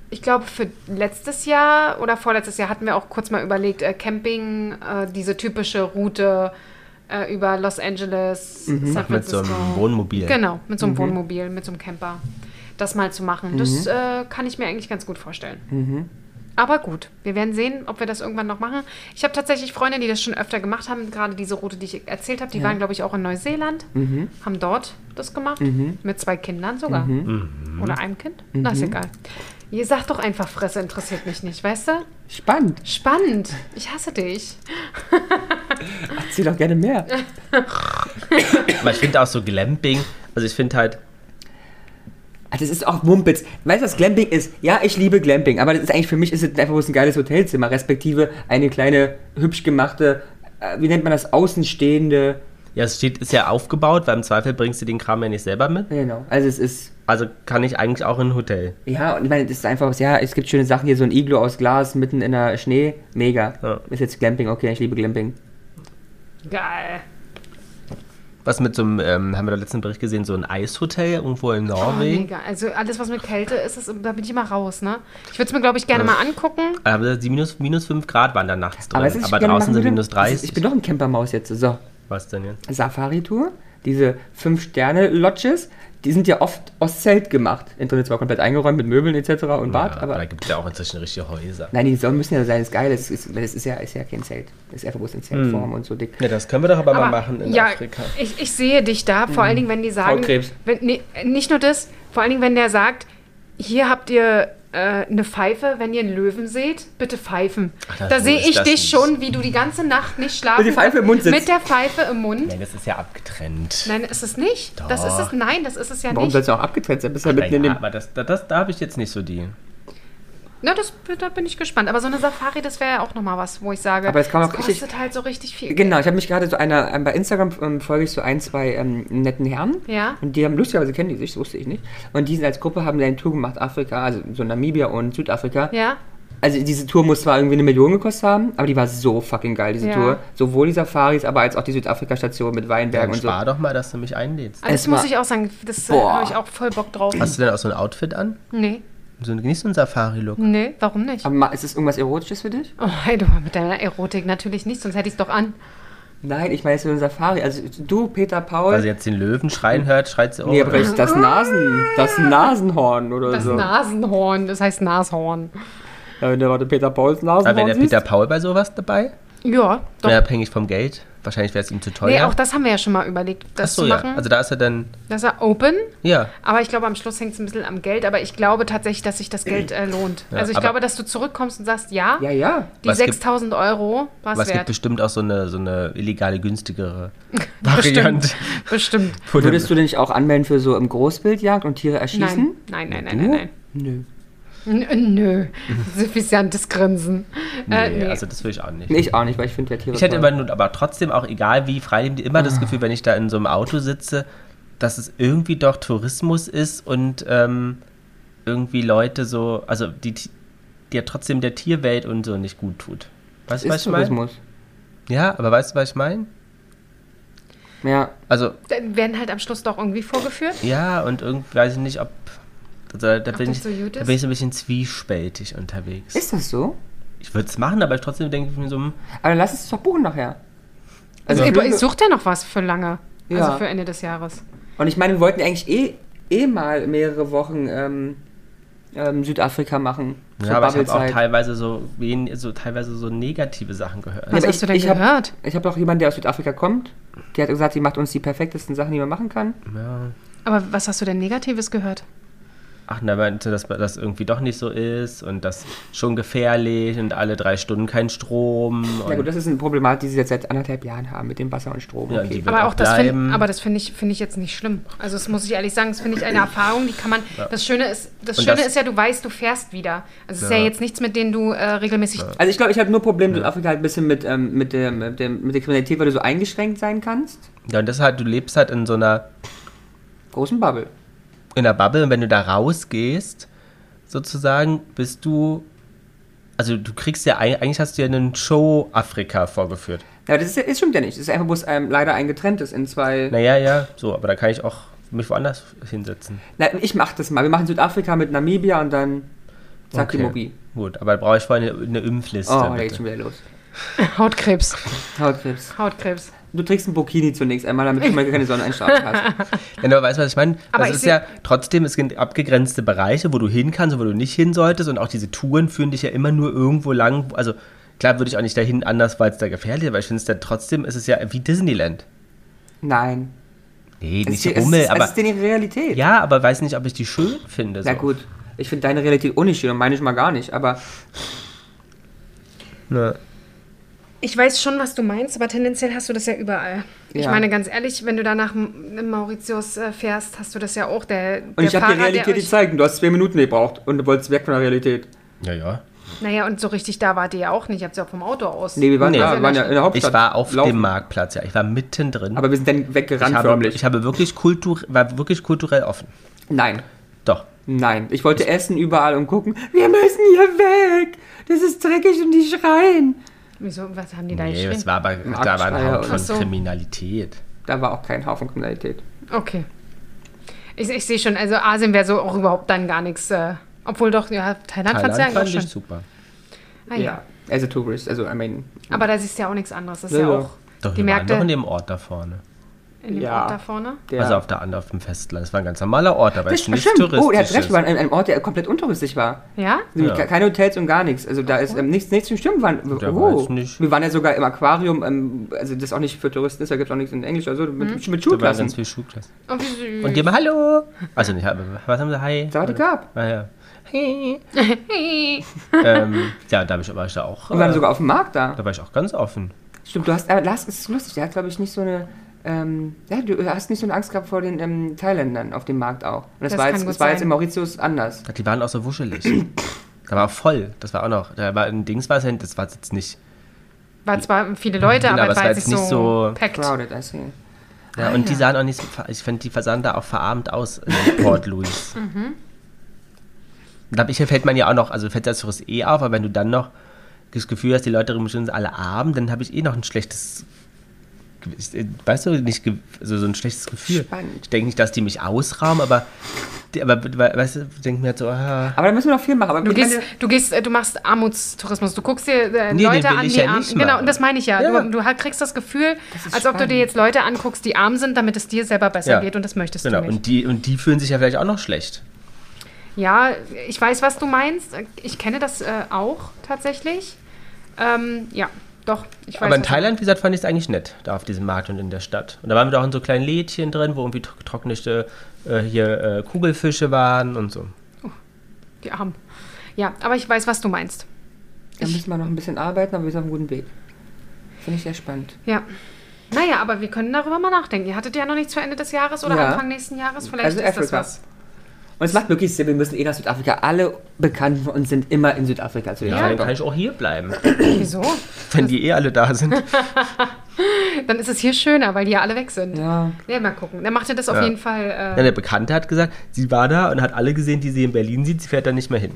[SPEAKER 1] ich glaube, für letztes Jahr oder vorletztes Jahr hatten wir auch kurz mal überlegt, äh, Camping, äh, diese typische Route äh, über Los Angeles, San
[SPEAKER 3] Mhm. ach, mit so
[SPEAKER 1] Francisco.
[SPEAKER 3] einem Wohnmobil.
[SPEAKER 1] Genau, mit so einem Wohnmobil, mit so einem Camper. Das mal zu machen, das äh, kann ich mir eigentlich ganz gut vorstellen. Aber gut, wir werden sehen, ob wir das irgendwann noch machen. Ich habe tatsächlich Freunde, die das schon öfter gemacht haben, gerade diese Route, die ich erzählt habe, die waren, glaube ich, auch in Neuseeland, haben dort das gemacht, mit zwei Kindern sogar. Oder einem Kind, na ist egal. Ihr sagt doch einfach, Fresse interessiert mich nicht, weißt du?
[SPEAKER 2] Spannend.
[SPEAKER 1] Spannend, ich hasse dich.
[SPEAKER 2] Erzähl doch gerne mehr.
[SPEAKER 3] Aber ich finde auch so Glamping, also ich finde halt,
[SPEAKER 2] Ah, Das ist auch Mumpitz. Weißt du, was Glamping ist? Ja, ich liebe Glamping, aber das ist eigentlich für mich ist es einfach bloß ein geiles Hotelzimmer, respektive eine kleine, hübsch gemachte, äh, wie nennt man das, außenstehende.
[SPEAKER 3] ja, es steht, ist ja aufgebaut, weil im Zweifel bringst du den Kram ja nicht selber mit.
[SPEAKER 2] Genau. Also es ist,
[SPEAKER 3] Also kann ich eigentlich auch in ein Hotel.
[SPEAKER 2] ja, und ich meine, das ist einfach, was- ja, es gibt schöne Sachen hier, so ein Iglo aus Glas mitten in der Schnee, mega.
[SPEAKER 3] Ja.
[SPEAKER 2] Ist jetzt Glamping, okay, ich liebe Glamping.
[SPEAKER 1] Geil.
[SPEAKER 3] Was mit so einem, ähm, haben wir da letzten Bericht gesehen, so ein Eishotel irgendwo in
[SPEAKER 1] Oh,
[SPEAKER 3] Norwegen.
[SPEAKER 1] mega. Also alles, was mit Kälte ist, ist da bin ich immer raus, ne? Ich würde es mir, glaube ich, gerne mal angucken.
[SPEAKER 3] aber die minus, minus 5 Grad waren da nachts drin.
[SPEAKER 2] Aber,
[SPEAKER 3] Aber,
[SPEAKER 2] es ist, ich gerne
[SPEAKER 3] draußen sind
[SPEAKER 2] machen würde-
[SPEAKER 3] minus
[SPEAKER 2] es ist-
[SPEAKER 3] 30.
[SPEAKER 2] Ich bin doch ein Campermaus jetzt, so.
[SPEAKER 3] Was denn jetzt?
[SPEAKER 2] Safari-Tour, diese 5-Sterne-Lodges, die sind ja oft aus Zelt gemacht. Internet zwar komplett eingeräumt mit Möbeln etc. und Bad,
[SPEAKER 3] ja,
[SPEAKER 2] aber.
[SPEAKER 3] aber da gibt es ja auch inzwischen richtige Häuser.
[SPEAKER 2] Nein, die Sonne müssen ja sein, ist geil. Es ist, es ist, ja, ist ja kein Zelt. Es ist einfach bloß in
[SPEAKER 3] Hm.
[SPEAKER 2] Zeltform und so dick.
[SPEAKER 3] Ja, das können wir doch aber, mal
[SPEAKER 1] Aber,
[SPEAKER 3] machen in
[SPEAKER 1] ja,
[SPEAKER 3] Afrika.
[SPEAKER 1] Ich, ich sehe dich da, vor
[SPEAKER 2] Mhm.
[SPEAKER 1] allen Dingen, wenn die sagen.
[SPEAKER 2] Hautkrebs.
[SPEAKER 1] Wenn, nee, nicht nur das, vor allen Dingen, wenn der sagt, hier habt ihr äh, eine Pfeife, wenn ihr einen Löwen seht, bitte pfeifen.
[SPEAKER 3] Ach, das-
[SPEAKER 1] da
[SPEAKER 3] so
[SPEAKER 1] sehe
[SPEAKER 3] ist
[SPEAKER 1] ich
[SPEAKER 3] das
[SPEAKER 1] dich
[SPEAKER 3] nicht.
[SPEAKER 1] schon, wie du die ganze Nacht nicht schlafen
[SPEAKER 2] Mit der Pfeife im Mund
[SPEAKER 1] kannst. Mit
[SPEAKER 2] sitzt.
[SPEAKER 1] der Pfeife im Mund.
[SPEAKER 3] Nein, das ist ja abgetrennt.
[SPEAKER 1] Nein, ist es nicht. Das ist es. Nein, das ist es ja
[SPEAKER 2] Warum soll
[SPEAKER 1] nicht.
[SPEAKER 2] es auch abgetrennt sein? Bist du ja mitten
[SPEAKER 3] Naja,
[SPEAKER 2] in dem.
[SPEAKER 3] aber das, da- das, da habe ich jetzt nicht so die.
[SPEAKER 1] Na, das, da bin ich gespannt. Aber so eine Safari, das wäre ja auch nochmal was, wo ich sage,
[SPEAKER 2] Aber es kann auch
[SPEAKER 1] kostet
[SPEAKER 2] richtig-
[SPEAKER 1] halt so richtig viel.
[SPEAKER 2] Genau, ich habe mich gerade so einer, ähm, bei Instagram ähm, folge ich so ein, zwei ähm, netten Herren.
[SPEAKER 1] Ja.
[SPEAKER 2] Und die haben lustigerweise kennen die sich, das wusste ich nicht. Und die sind als Gruppe haben eine Tour gemacht, Afrika, also so Namibia und Südafrika.
[SPEAKER 1] Ja,
[SPEAKER 2] Also diese Tour muss zwar irgendwie eine Million gekostet haben, aber die war so fucking geil, diese
[SPEAKER 1] Ja.
[SPEAKER 2] Tour. Sowohl die Safaris, aber als auch die Südafrika-Station mit
[SPEAKER 3] Dann
[SPEAKER 2] Weinbergen und so.
[SPEAKER 3] spar doch mal, dass du mich einlädst.
[SPEAKER 1] also
[SPEAKER 2] Es
[SPEAKER 1] das muss
[SPEAKER 2] war-
[SPEAKER 1] ich auch sagen, das äh,
[SPEAKER 2] Boah.
[SPEAKER 1] habe ich auch voll Bock drauf.
[SPEAKER 3] Hast du denn auch so ein Outfit an?
[SPEAKER 1] Nee,
[SPEAKER 3] So, ein- nicht so ein Safari-Look.
[SPEAKER 1] nee, warum nicht?
[SPEAKER 2] Aber ma- ist es irgendwas Erotisches für dich?
[SPEAKER 1] Oh, hey, du mit deiner Erotik natürlich nicht, sonst hätte ich es doch an.
[SPEAKER 2] Nein, ich meine, es ist so eine Safari. Also du, Peter Paul.
[SPEAKER 3] Weil sie Also jetzt den Löwen schreien hört, schreit sie auch.
[SPEAKER 2] nee, aber das, das Nasen, das Nasenhorn oder
[SPEAKER 1] Oh. Ah. Das
[SPEAKER 3] Also
[SPEAKER 2] so.
[SPEAKER 1] Nasenhorn, das heißt Nashorn.
[SPEAKER 2] Ja, wenn du warte, Peter Pauls
[SPEAKER 3] aber wäre
[SPEAKER 2] Nasenhorn
[SPEAKER 3] der
[SPEAKER 2] siehst.
[SPEAKER 3] Peter Paul bei sowas dabei?
[SPEAKER 1] Ja, doch.
[SPEAKER 3] Unabhängig vom Geld? Wahrscheinlich wäre es ihm zu teuer.
[SPEAKER 1] nee, auch das haben wir ja schon mal überlegt, das
[SPEAKER 3] Achso,
[SPEAKER 1] zu
[SPEAKER 3] ja.
[SPEAKER 1] machen.
[SPEAKER 3] Also da ist er dann.
[SPEAKER 1] das ist ja open,
[SPEAKER 3] Ja.
[SPEAKER 1] aber ich glaube, am Schluss hängt es ein bisschen am Geld. Aber ich glaube tatsächlich, dass sich das Geld äh, lohnt.
[SPEAKER 3] Ja,
[SPEAKER 1] also ich
[SPEAKER 3] aber-
[SPEAKER 1] glaube, dass du zurückkommst und sagst, ja,
[SPEAKER 2] Ja, ja.
[SPEAKER 1] die
[SPEAKER 3] Was gibt-
[SPEAKER 1] 6000 Euro war
[SPEAKER 3] Aber es
[SPEAKER 1] es
[SPEAKER 3] gibt
[SPEAKER 1] wert.
[SPEAKER 3] bestimmt auch so eine, so eine illegale, günstigere Variante.
[SPEAKER 1] Bestimmt.
[SPEAKER 3] Von dem-
[SPEAKER 2] Würdest du dich auch anmelden für so im Großbildjagd und Tiere erschießen?
[SPEAKER 1] Nein, nein, nein, nein,
[SPEAKER 2] Du?
[SPEAKER 1] nein, nein.
[SPEAKER 2] Nö.
[SPEAKER 1] N nö, suffizientes Grinsen. Äh,
[SPEAKER 3] Nee,
[SPEAKER 1] nee.
[SPEAKER 3] also das will ich auch nicht.
[SPEAKER 2] Nee, ich auch nicht, weil ich finde ja Tiere.
[SPEAKER 3] Ich hätte
[SPEAKER 2] toll.
[SPEAKER 3] immer nur, aber trotzdem auch, egal wie frei, immer
[SPEAKER 2] Ah.
[SPEAKER 3] das Gefühl, wenn ich da in so einem Auto sitze, dass es irgendwie doch Tourismus ist und ähm, irgendwie Leute so, also die, Ti- die ja trotzdem der Tierwelt und so nicht gut tut. Weißt du,
[SPEAKER 2] ist
[SPEAKER 3] was ich meine?
[SPEAKER 2] Tourismus.
[SPEAKER 3] Ja, aber weißt du, was ich meine?
[SPEAKER 2] Ja.
[SPEAKER 3] Also,
[SPEAKER 1] Dann werden halt am Schluss doch irgendwie vorgeführt.
[SPEAKER 3] ja, und irgendwie, weiß ich nicht, ob. Also, da,
[SPEAKER 1] Ob
[SPEAKER 3] bin
[SPEAKER 1] das
[SPEAKER 3] ich,
[SPEAKER 1] so gut
[SPEAKER 3] da
[SPEAKER 1] ist?
[SPEAKER 3] bin ich so ein bisschen zwiespältig unterwegs.
[SPEAKER 2] Ist das so?
[SPEAKER 3] ich würde es machen, aber ich trotzdem denke ich mir so, hm,
[SPEAKER 2] Aber dann lass uns doch buchen nachher.
[SPEAKER 1] Also
[SPEAKER 2] ich
[SPEAKER 1] über-
[SPEAKER 2] will-
[SPEAKER 1] sucht ja noch was für lange.
[SPEAKER 2] Ja.
[SPEAKER 1] Also für Ende des Jahres.
[SPEAKER 2] Und ich meine, wir wollten eigentlich eh, eh mal mehrere Wochen ähm, ähm, Südafrika machen.
[SPEAKER 3] ja,
[SPEAKER 2] Zur
[SPEAKER 3] aber ich habe auch
[SPEAKER 2] Bubblezeit.
[SPEAKER 3] teilweise so, wen- so teilweise so negative Sachen gehört.
[SPEAKER 1] Was
[SPEAKER 2] aber
[SPEAKER 1] hast
[SPEAKER 2] ich-
[SPEAKER 1] du denn
[SPEAKER 2] ich hab-
[SPEAKER 1] gehört?
[SPEAKER 2] Ich habe auch jemanden, der aus Südafrika kommt. Die hat gesagt, die macht uns die perfektesten Sachen, die man machen kann.
[SPEAKER 3] Ja.
[SPEAKER 1] Aber was hast du denn Negatives gehört?
[SPEAKER 3] Ach, da meinte, dass das irgendwie doch nicht so ist und das schon gefährlich und alle drei Stunden kein Strom.
[SPEAKER 2] Ja gut,
[SPEAKER 3] Und,
[SPEAKER 2] das ist eine Problematik, die sie jetzt seit anderthalb Jahren haben mit dem Wasser und Strom.
[SPEAKER 3] Ja,
[SPEAKER 2] okay.
[SPEAKER 3] die- Wird
[SPEAKER 1] Aber
[SPEAKER 3] auch
[SPEAKER 1] auch das finde
[SPEAKER 3] bleiben.
[SPEAKER 1] aber das finde ich finde ich jetzt nicht schlimm. Also das muss ich ehrlich sagen, das finde ich eine Erfahrung, die kann man das schöne ist das
[SPEAKER 3] Und
[SPEAKER 1] schöne
[SPEAKER 3] das-
[SPEAKER 1] ist ja, du weißt, du fährst wieder. Also es ist
[SPEAKER 3] Ja.
[SPEAKER 1] ja jetzt nichts mit denen du äh, regelmäßig
[SPEAKER 2] Also ich glaube, ich habe nur Probleme mit Südafrika halt ein bisschen mit, ähm, mit, der, mit, der, mit der Kriminalität, weil du so eingeschränkt sein kannst.
[SPEAKER 3] ja, und das halt, du lebst halt in so einer,
[SPEAKER 2] Großen Bubble.
[SPEAKER 3] in einer Bubble und wenn du da rausgehst, sozusagen, bist du. Also du kriegst ja eig- eigentlich hast du ja einen Show Afrika vorgeführt.
[SPEAKER 2] Ja, das, ist, ja- das stimmt ja nicht. Das ist einfach bloß ähm, leider ein getrenntes in zwei.
[SPEAKER 3] Naja, ja, so, aber da kann ich auch mich woanders hinsetzen.
[SPEAKER 2] Na, ich mach das mal. Wir machen Südafrika mit Namibia und dann zack die
[SPEAKER 3] Okay.
[SPEAKER 2] Mobi.
[SPEAKER 3] Gut, aber da brauche ich vorhin eine, eine Impfliste.
[SPEAKER 2] Oh, da geht's
[SPEAKER 3] bitte.
[SPEAKER 2] schon wieder los.
[SPEAKER 1] Hautkrebs.
[SPEAKER 2] Hautkrebs.
[SPEAKER 1] Hautkrebs.
[SPEAKER 2] Du trägst ein Burkini zunächst einmal, damit du mal keine Sonneneinstrahlung hast.
[SPEAKER 3] Ja, aber weißt du, was ich meine?
[SPEAKER 1] Aber
[SPEAKER 3] das
[SPEAKER 1] ich
[SPEAKER 3] ist
[SPEAKER 1] seh-
[SPEAKER 3] ja trotzdem, es sind abgegrenzte Bereiche, wo du hin kannst und wo du nicht hin solltest. Und auch diese Touren führen dich ja immer nur irgendwo lang. wo- Also klar würde ich auch nicht dahin anders, weil es da gefährlich ist, aber ich finde es dann trotzdem, ist es ja wie Disneyland.
[SPEAKER 2] Nein.
[SPEAKER 3] Nee,
[SPEAKER 2] Es
[SPEAKER 3] nicht
[SPEAKER 2] ist,
[SPEAKER 3] Rummel,
[SPEAKER 2] es ist, also
[SPEAKER 3] aber.
[SPEAKER 2] es ist denn die Realität.
[SPEAKER 3] ja, aber weiß nicht, ob ich die schön finde. So.
[SPEAKER 2] Na gut. Ich finde deine Realität auch nicht schön und meine ich mal gar nicht. Aber
[SPEAKER 3] Ne.
[SPEAKER 1] Ich weiß schon, was du meinst, aber tendenziell hast du das ja überall. Ich
[SPEAKER 2] Ja.
[SPEAKER 1] meine, ganz ehrlich, wenn du da nach M- Mauritius äh, fährst, hast du das ja auch. Der,
[SPEAKER 2] und ich habe dir Realität
[SPEAKER 1] euch,
[SPEAKER 2] gezeigt. und Du hast zwei Minuten gebraucht und du wolltest weg von der Realität.
[SPEAKER 3] Ja, ja.
[SPEAKER 1] Naja, und so richtig da wart ihr ja auch nicht. Ihr habt ja auch vom Auto aus.
[SPEAKER 2] Nee, wir waren,
[SPEAKER 3] Nee.
[SPEAKER 2] da, wir waren ja in der
[SPEAKER 3] Ich
[SPEAKER 2] Hauptstadt.
[SPEAKER 3] war auf
[SPEAKER 2] laufen.
[SPEAKER 3] dem Marktplatz, ja. Ich war mittendrin.
[SPEAKER 2] Aber wir sind dann weggerannt
[SPEAKER 3] ich habe,
[SPEAKER 2] förmlich.
[SPEAKER 3] ich habe wirklich kultur, war wirklich kulturell offen.
[SPEAKER 2] Nein.
[SPEAKER 3] Doch.
[SPEAKER 2] Nein, ich wollte essen überall und gucken, wir müssen hier weg. Das ist dreckig und die schreien.
[SPEAKER 1] Wieso, was haben die da
[SPEAKER 3] Nee, es
[SPEAKER 1] geschrieben?
[SPEAKER 3] war aber, da war ein
[SPEAKER 2] Marktschreier
[SPEAKER 3] Haupt
[SPEAKER 2] und-
[SPEAKER 3] von
[SPEAKER 1] Ach so.
[SPEAKER 3] Kriminalität.
[SPEAKER 2] Da war auch kein Haufen Kriminalität.
[SPEAKER 1] Okay. Ich, ich sehe schon, also Asien wäre so auch überhaupt dann gar nichts. Äh, obwohl doch, ja, Thailand, fand's ja eigentlich auch
[SPEAKER 3] Thailand fand ich
[SPEAKER 1] schon.
[SPEAKER 3] super.
[SPEAKER 1] Ah, ja.
[SPEAKER 2] Ja. As a tourist, also I mean.
[SPEAKER 1] Aber da siehst du ja auch nichts anderes. Das ist
[SPEAKER 2] Ja,
[SPEAKER 1] ja,
[SPEAKER 2] doch.
[SPEAKER 1] auch
[SPEAKER 3] Doch,
[SPEAKER 1] die
[SPEAKER 3] wir waren doch in
[SPEAKER 1] Märkte.
[SPEAKER 3] dem Ort da vorne.
[SPEAKER 1] in dem
[SPEAKER 2] Ja.
[SPEAKER 1] Ort da vorne.
[SPEAKER 2] Der,
[SPEAKER 3] Also auf der anderen auf dem Festland. Das war ein ganz normaler Ort, aber
[SPEAKER 2] das
[SPEAKER 3] ist nicht
[SPEAKER 2] stimmt.
[SPEAKER 3] touristisch.
[SPEAKER 2] Oh, er hat recht,
[SPEAKER 3] ist.
[SPEAKER 2] wir waren an einem Ort, der komplett untouristisch war.
[SPEAKER 1] Ja?
[SPEAKER 2] Nämlich
[SPEAKER 3] Ja.
[SPEAKER 2] Keine Hotels und gar nichts. Also da ist ähm, nichts, nichts bestimmt. Waren,
[SPEAKER 3] Der war
[SPEAKER 2] oh.
[SPEAKER 3] jetzt nicht-
[SPEAKER 2] Wir waren ja sogar im Aquarium, ähm, also das auch nicht für Touristen ist, da gibt es auch nichts in Englisch, also mit, mit
[SPEAKER 3] Hm. Da waren ganz
[SPEAKER 2] Schulklassen.
[SPEAKER 3] viele Schulklassen.
[SPEAKER 1] Oh, wie süß.
[SPEAKER 3] Und die haben Hallo. Also nicht, aber was haben sie? Hi.
[SPEAKER 2] Da war die Gab.
[SPEAKER 3] Ah, ja. Hi.
[SPEAKER 1] Hey.
[SPEAKER 3] ähm, ja, da hab ich, war ich da auch.
[SPEAKER 2] Und wir waren
[SPEAKER 3] äh,
[SPEAKER 2] sogar auf dem Markt da.
[SPEAKER 3] da war ich auch ganz offen.
[SPEAKER 2] Stimmt, du hast, aber Lars ist lustig, der hat, glaube ich, nicht so eine, ähm, ja, du hast nicht so eine Angst gehabt vor den ähm, Thailändern auf dem Markt auch. Und das,
[SPEAKER 1] Das
[SPEAKER 2] war,
[SPEAKER 1] kann
[SPEAKER 2] jetzt,
[SPEAKER 1] gut
[SPEAKER 2] das war jetzt
[SPEAKER 1] sein.
[SPEAKER 2] in Mauritius anders.
[SPEAKER 3] Die waren auch so wuschelig. da war auch voll. Das war auch noch. Da war ein Dings war es ja, das war es jetzt nicht.
[SPEAKER 1] War zwar viele Leute,
[SPEAKER 3] Genau,
[SPEAKER 1] aber es war jetzt
[SPEAKER 3] nicht
[SPEAKER 1] nicht so,
[SPEAKER 3] so
[SPEAKER 1] packed.
[SPEAKER 2] Crowded, I see.
[SPEAKER 3] Ja, und die sahen auch nicht so, ver- ich fand die sahen da auch verarmt aus in Port Louis. mhm. Da ich, fällt man ja auch noch, also fällt das Tourist eh auf, aber wenn du dann noch das Gefühl hast, die Leute sind alle arm, dann habe ich eh noch ein schlechtes, Gewiss- weißt du, nicht, ge- also so ein schlechtes Gefühl.
[SPEAKER 2] Spannend.
[SPEAKER 3] Ich denke nicht, dass die mich ausrauben, aber, die, aber weißt du, denke mir halt so, ah,
[SPEAKER 2] Aber da müssen wir noch viel machen. Aber
[SPEAKER 1] Du
[SPEAKER 2] ich
[SPEAKER 1] gehst,
[SPEAKER 2] meine,
[SPEAKER 1] du gehst, äh, du machst Armutstourismus. Du guckst dir äh,
[SPEAKER 3] Nee, den
[SPEAKER 1] Leute
[SPEAKER 3] will
[SPEAKER 1] an,
[SPEAKER 3] ich
[SPEAKER 1] die
[SPEAKER 3] ja
[SPEAKER 1] arm
[SPEAKER 3] nicht
[SPEAKER 1] sind. Genau,
[SPEAKER 3] machen.
[SPEAKER 1] und das meine ich ja.
[SPEAKER 3] Ja.
[SPEAKER 1] Du, du ha- kriegst das Gefühl,
[SPEAKER 2] ist
[SPEAKER 1] als ob du dir
[SPEAKER 2] spannend.
[SPEAKER 1] jetzt Leute anguckst, die arm sind, damit es dir selber besser
[SPEAKER 3] Ja.
[SPEAKER 1] geht und das möchtest
[SPEAKER 3] genau.
[SPEAKER 1] du nicht.
[SPEAKER 3] Und die, und die fühlen sich ja vielleicht auch noch schlecht.
[SPEAKER 1] Ja, ich weiß, was du meinst. Ich kenne das äh, auch tatsächlich. Ähm, ja, doch. Ich weiß,
[SPEAKER 3] Aber in
[SPEAKER 1] was-
[SPEAKER 3] Thailand, wie gesagt, fand ich es eigentlich nett, da auf diesem Markt und in der Stadt. Und da waren wir doch in so kleinen Lädchen drin, wo irgendwie tro- getrocknete äh, hier äh, Kugelfische waren und so.
[SPEAKER 1] Die Armen. Ja, aber ich weiß, was du meinst.
[SPEAKER 2] da müssen wir noch ein bisschen arbeiten, aber wir sind auf einem guten Weg. Finde ich sehr spannend.
[SPEAKER 1] Ja. Naja, aber wir können darüber mal nachdenken. Ihr hattet ja noch nichts für Ende des Jahres oder
[SPEAKER 2] Ja.
[SPEAKER 1] Anfang nächsten Jahres. Vielleicht
[SPEAKER 2] Also
[SPEAKER 1] ist das
[SPEAKER 2] Afrika.
[SPEAKER 1] was.
[SPEAKER 2] Und es macht wirklich Sinn, wir müssen eh nach Südafrika. Alle Bekannten von uns sind immer in Südafrika zu den
[SPEAKER 3] Ja, dann kann
[SPEAKER 2] Zeitpunkt.
[SPEAKER 3] ich auch hier bleiben,
[SPEAKER 1] Wieso?
[SPEAKER 3] wenn die eh alle da sind.
[SPEAKER 1] Dann ist es hier schöner, weil die ja alle weg sind.
[SPEAKER 2] Ja,
[SPEAKER 1] Ja, mal gucken. Dann macht ihr das auf
[SPEAKER 3] Ja.
[SPEAKER 1] jeden Fall. Äh,
[SPEAKER 3] Ja, ne. der Bekannte hat gesagt, sie war da und hat alle gesehen, die sie in Berlin sieht, sie fährt da nicht mehr hin.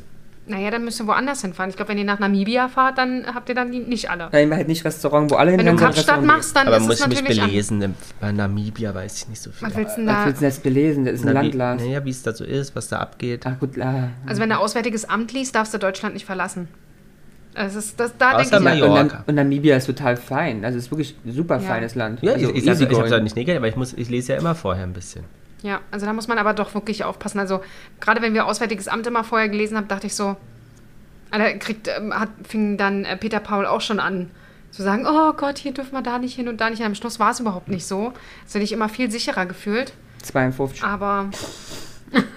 [SPEAKER 1] Naja, dann müsst ihr woanders hinfahren. Ich glaube, wenn ihr nach Namibia fahrt, dann habt ihr dann die, nicht alle.
[SPEAKER 2] dann nehmen wir halt nicht Restaurant, wo alle
[SPEAKER 1] Wenn du
[SPEAKER 2] hinrennen, sondern
[SPEAKER 1] Kapstadt
[SPEAKER 2] Restaurant.
[SPEAKER 1] machst, dann
[SPEAKER 3] Aber
[SPEAKER 1] ist
[SPEAKER 3] muss
[SPEAKER 1] es
[SPEAKER 3] ich mich
[SPEAKER 1] natürlich an.
[SPEAKER 3] belesen, im- bei Namibia weiß ich nicht so viel.
[SPEAKER 1] Was willst du denn
[SPEAKER 2] Was
[SPEAKER 1] da?
[SPEAKER 2] willst du denn jetzt belesen? Das ist ein
[SPEAKER 3] Nabi-
[SPEAKER 2] Land, Lars.
[SPEAKER 3] Naja, wie es da so ist, was da abgeht.
[SPEAKER 2] Ach gut, ah.
[SPEAKER 1] Also wenn du Auswärtiges Amt liest, darfst du Deutschland nicht verlassen. Es ist, das, da
[SPEAKER 3] Außer
[SPEAKER 1] denke ich,
[SPEAKER 3] Mallorca.
[SPEAKER 2] und, Nam und Namibia ist total fein. Also es ist wirklich ein super
[SPEAKER 1] Ja.
[SPEAKER 2] feines Land.
[SPEAKER 3] Ja,
[SPEAKER 2] also
[SPEAKER 3] ich, ich, ich, ich hab's
[SPEAKER 2] easygoing.
[SPEAKER 3] ja nicht negativ, aber ich, muss, ich lese ja immer vorher ein bisschen.
[SPEAKER 1] ja, also da muss man aber doch wirklich aufpassen. Also gerade wenn wir Auswärtiges Amt immer vorher gelesen haben, dachte ich so, Alter, kriegt, ähm, hat, fing dann äh, Peter Paul auch schon an zu sagen, oh Gott, hier dürfen wir da nicht hin und da nicht hin. Am Schluss war es überhaupt nicht so. Das hätte ich immer viel sicherer gefühlt.
[SPEAKER 2] 52.
[SPEAKER 1] Aber,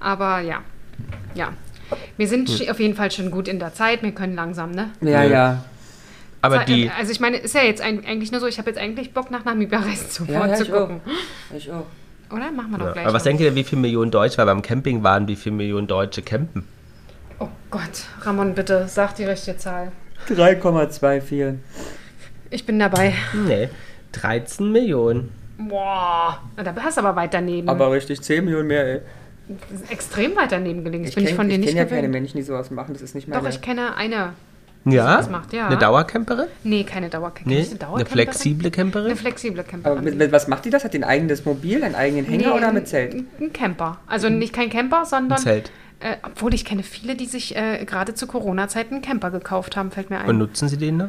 [SPEAKER 1] aber ja, ja. Wir sind schi- auf jeden Fall schon gut in der Zeit. Wir können langsam, ne?
[SPEAKER 2] Ja,
[SPEAKER 3] Nö.
[SPEAKER 2] ja.
[SPEAKER 3] Aber
[SPEAKER 1] Zeit-
[SPEAKER 3] die,
[SPEAKER 1] also ich meine, ist ja jetzt ein, eigentlich nur so, ich habe jetzt eigentlich Bock nach Namibia reisen zu,
[SPEAKER 2] Ja, ja,
[SPEAKER 1] zu
[SPEAKER 2] ich auch.
[SPEAKER 1] gucken.
[SPEAKER 2] Ich auch.
[SPEAKER 1] Oder? Machen wir doch
[SPEAKER 3] ja.
[SPEAKER 1] gleich.
[SPEAKER 3] aber was
[SPEAKER 1] noch.
[SPEAKER 3] denkt ihr, wie viele Millionen Deutsche, weil wir am Camping waren, wie viele Millionen Deutsche campen?
[SPEAKER 1] oh Gott, Ramon, bitte, sag die richtige Zahl.
[SPEAKER 2] 3,24.
[SPEAKER 1] Ich bin dabei.
[SPEAKER 3] Nee, 13 Millionen.
[SPEAKER 1] Boah, da hast du aber weit daneben.
[SPEAKER 2] Aber richtig 10 Millionen mehr, äh, ey.
[SPEAKER 1] Extrem weit daneben gelegen. Das
[SPEAKER 2] Ich
[SPEAKER 1] bin
[SPEAKER 2] kenne
[SPEAKER 1] ich von dir nicht
[SPEAKER 2] kenn ja keine
[SPEAKER 1] gewöhnt.
[SPEAKER 2] Menschen, die sowas machen. Das ist nicht meine.
[SPEAKER 1] Doch, ich kenne eine.
[SPEAKER 3] Ja?
[SPEAKER 1] das macht, ja.
[SPEAKER 3] Eine Dauercamperin?
[SPEAKER 1] Nee, keine Dauercamperin.
[SPEAKER 3] Nee,
[SPEAKER 1] Ist
[SPEAKER 3] eine,
[SPEAKER 1] Dauercamperin?
[SPEAKER 3] flexible Camperin?
[SPEAKER 1] Eine flexible Camperin.
[SPEAKER 2] aber mit, mit, was macht die das? Hat die ein eigenes Mobil, einen eigenen Hänger
[SPEAKER 1] Nee,
[SPEAKER 2] oder
[SPEAKER 1] ein-
[SPEAKER 2] mit Zelt?
[SPEAKER 1] Ein Camper. Also nicht kein Camper, sondern.
[SPEAKER 3] Ein Zelt.
[SPEAKER 1] Äh, obwohl ich kenne viele, die sich äh, gerade zu Corona-Zeiten einen Camper gekauft haben, fällt mir ein.
[SPEAKER 3] Und nutzen sie den noch?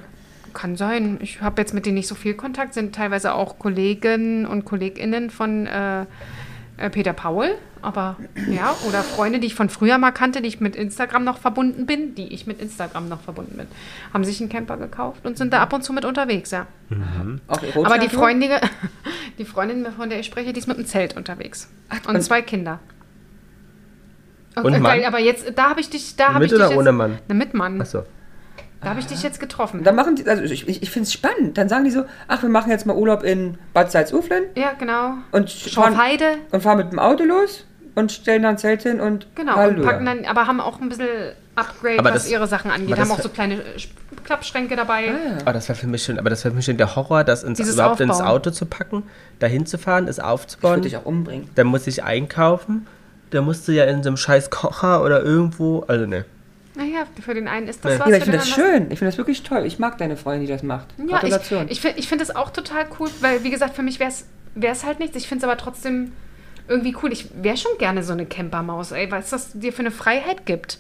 [SPEAKER 1] Kann sein. Ich habe jetzt mit denen nicht so viel Kontakt, sind teilweise auch Kollegen und KollegInnen von äh, äh, Peter Paul, aber ja, oder Freunde, die ich von früher mal kannte, die ich mit Instagram noch verbunden bin, die ich mit Instagram noch verbunden bin, haben sich einen Camper gekauft und sind da ab und zu mit unterwegs, ja.
[SPEAKER 2] Auch
[SPEAKER 1] Aber die
[SPEAKER 2] Rotschaften?
[SPEAKER 1] Freundin, die Freundin, von der ich spreche, die ist mit einem Zelt unterwegs. Und
[SPEAKER 2] und-
[SPEAKER 1] zwei Kinder.
[SPEAKER 3] Und Mann?
[SPEAKER 1] geil, aber jetzt, da habe ich dich, da habe ich
[SPEAKER 3] Mit
[SPEAKER 1] dich
[SPEAKER 3] oder
[SPEAKER 1] jetzt,
[SPEAKER 3] ohne Mann?
[SPEAKER 1] Na, mit Mann.
[SPEAKER 3] Achso.
[SPEAKER 1] Da habe ich dich jetzt getroffen.
[SPEAKER 2] Dann machen die, also ich, ich, ich finde es spannend. Dann sagen die so, ach, wir machen jetzt mal Urlaub in Bad Salzuflen
[SPEAKER 1] ja, genau.
[SPEAKER 2] und sch- fahren,
[SPEAKER 1] Schorfheide,
[SPEAKER 2] und fahren mit dem Auto los und stellen dann Zelt hin und
[SPEAKER 1] genau. Und
[SPEAKER 2] Halleluja.
[SPEAKER 1] packen dann, aber haben auch ein bisschen Upgrade,
[SPEAKER 3] Aber
[SPEAKER 1] was
[SPEAKER 3] das-
[SPEAKER 1] ihre Sachen angeht.
[SPEAKER 3] aber das-
[SPEAKER 1] Haben auch so kleine äh, Sch- Klappschränke
[SPEAKER 2] Ah,
[SPEAKER 1] dabei.
[SPEAKER 3] Oh, das war für mich schon, aber das war für mich schon der Horror, das ins,
[SPEAKER 1] Dieses
[SPEAKER 3] überhaupt ins
[SPEAKER 1] Aufbauen.
[SPEAKER 3] Auto zu packen, dahin zu fahren, es
[SPEAKER 2] ich würde
[SPEAKER 3] aufzubauen.
[SPEAKER 2] dich auch umbringen.
[SPEAKER 3] Dann muss ich einkaufen. Dann musst du ja in so einem scheiß Kocher oder irgendwo. Also ne.
[SPEAKER 1] Naja, für den einen ist das was.
[SPEAKER 3] Nee.
[SPEAKER 2] Ja, aber ich
[SPEAKER 1] für
[SPEAKER 2] finde
[SPEAKER 1] den
[SPEAKER 2] das
[SPEAKER 1] anderen-
[SPEAKER 2] schön. Ich finde das wirklich toll. Ich mag deine Freundin, die das macht.
[SPEAKER 1] Ja,
[SPEAKER 2] Gratulation.
[SPEAKER 1] ich, ich finde ich find das auch total cool, weil, wie gesagt, für mich wäre es halt nichts. Ich finde es aber trotzdem irgendwie cool. Ich wäre schon gerne so eine Campermaus, ey, weil es das dir für eine Freiheit gibt.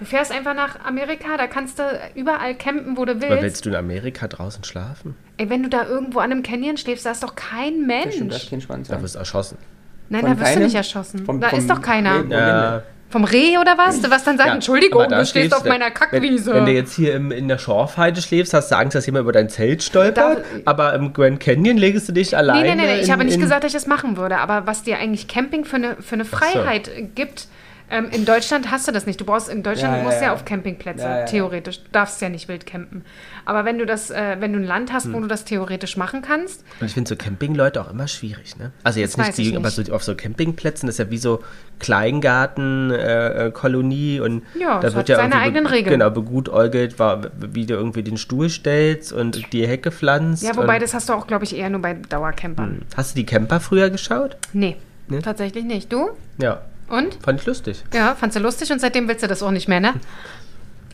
[SPEAKER 1] Du fährst einfach nach Amerika, da kannst du überall campen, wo du
[SPEAKER 3] Aber
[SPEAKER 1] willst.
[SPEAKER 3] willst du in Amerika draußen schlafen?
[SPEAKER 1] Ey, wenn du da irgendwo an einem Canyon schläfst, da ist doch kein
[SPEAKER 2] Das stimmt, das
[SPEAKER 1] Mensch.
[SPEAKER 2] Kind Schwanz.
[SPEAKER 3] Da wirst du erschossen.
[SPEAKER 1] Nein,
[SPEAKER 2] Von
[SPEAKER 1] da wirst du
[SPEAKER 2] keinem?
[SPEAKER 1] nicht erschossen.
[SPEAKER 2] Vom-
[SPEAKER 1] da
[SPEAKER 2] vom-
[SPEAKER 1] ist doch keiner.
[SPEAKER 2] Nee. Ja.
[SPEAKER 1] Vom Reh oder was? Du was dann sagen,
[SPEAKER 3] Ja,
[SPEAKER 1] Entschuldigung,
[SPEAKER 3] aber da
[SPEAKER 1] du stehst
[SPEAKER 3] schläfst
[SPEAKER 1] auf
[SPEAKER 3] du-
[SPEAKER 1] meiner Kackwiese.
[SPEAKER 3] Wenn, wenn du jetzt hier im, in der Schorfheide schläfst, hast du Angst, dass jemand über dein Zelt stolpert.
[SPEAKER 1] Darf-
[SPEAKER 3] aber im Grand Canyon legst du dich alleine.
[SPEAKER 1] Nee, nee, nee, nee. ich
[SPEAKER 3] in-
[SPEAKER 1] habe nicht
[SPEAKER 3] in-
[SPEAKER 1] gesagt, dass ich das machen würde, aber was dir eigentlich Camping für eine, für eine Freiheit gibt, ähm, in Deutschland hast du das nicht. Du brauchst in Deutschland
[SPEAKER 2] Ja, ja,
[SPEAKER 1] musst ja,
[SPEAKER 2] ja.
[SPEAKER 1] auf Campingplätze,
[SPEAKER 2] Ja, ja, ja.
[SPEAKER 1] theoretisch. Du darfst ja nicht wild campen. Aber wenn du das, äh, wenn du ein Land hast,
[SPEAKER 3] Hm.
[SPEAKER 1] wo du das theoretisch machen kannst,
[SPEAKER 3] Und ich finde so Campingleute auch immer schwierig, ne? Also jetzt
[SPEAKER 1] Das
[SPEAKER 3] nicht
[SPEAKER 1] weiß ich
[SPEAKER 3] die, aber
[SPEAKER 1] nicht.
[SPEAKER 3] so auf so Campingplätzen, das ist ja wie so Kleingarten, äh, äh, Kolonie und
[SPEAKER 1] Ja, es hat seine
[SPEAKER 3] irgendwie
[SPEAKER 1] eigenen
[SPEAKER 3] be-
[SPEAKER 1] Regeln.
[SPEAKER 3] Genau, begutäugelt war, wie du irgendwie den Stuhl stellst und die Hecke pflanzt.
[SPEAKER 1] ja, wobei
[SPEAKER 3] und,
[SPEAKER 1] das hast du auch, glaube ich, eher nur bei Dauercampern.
[SPEAKER 3] Hast du die Camper früher geschaut?
[SPEAKER 1] Nee,
[SPEAKER 3] Hm. Nee?
[SPEAKER 1] tatsächlich nicht. Du?
[SPEAKER 3] Ja,
[SPEAKER 1] Und?
[SPEAKER 3] fand ich lustig.
[SPEAKER 1] Ja, fandst du lustig und seitdem willst du das auch nicht mehr, ne?
[SPEAKER 3] Hm.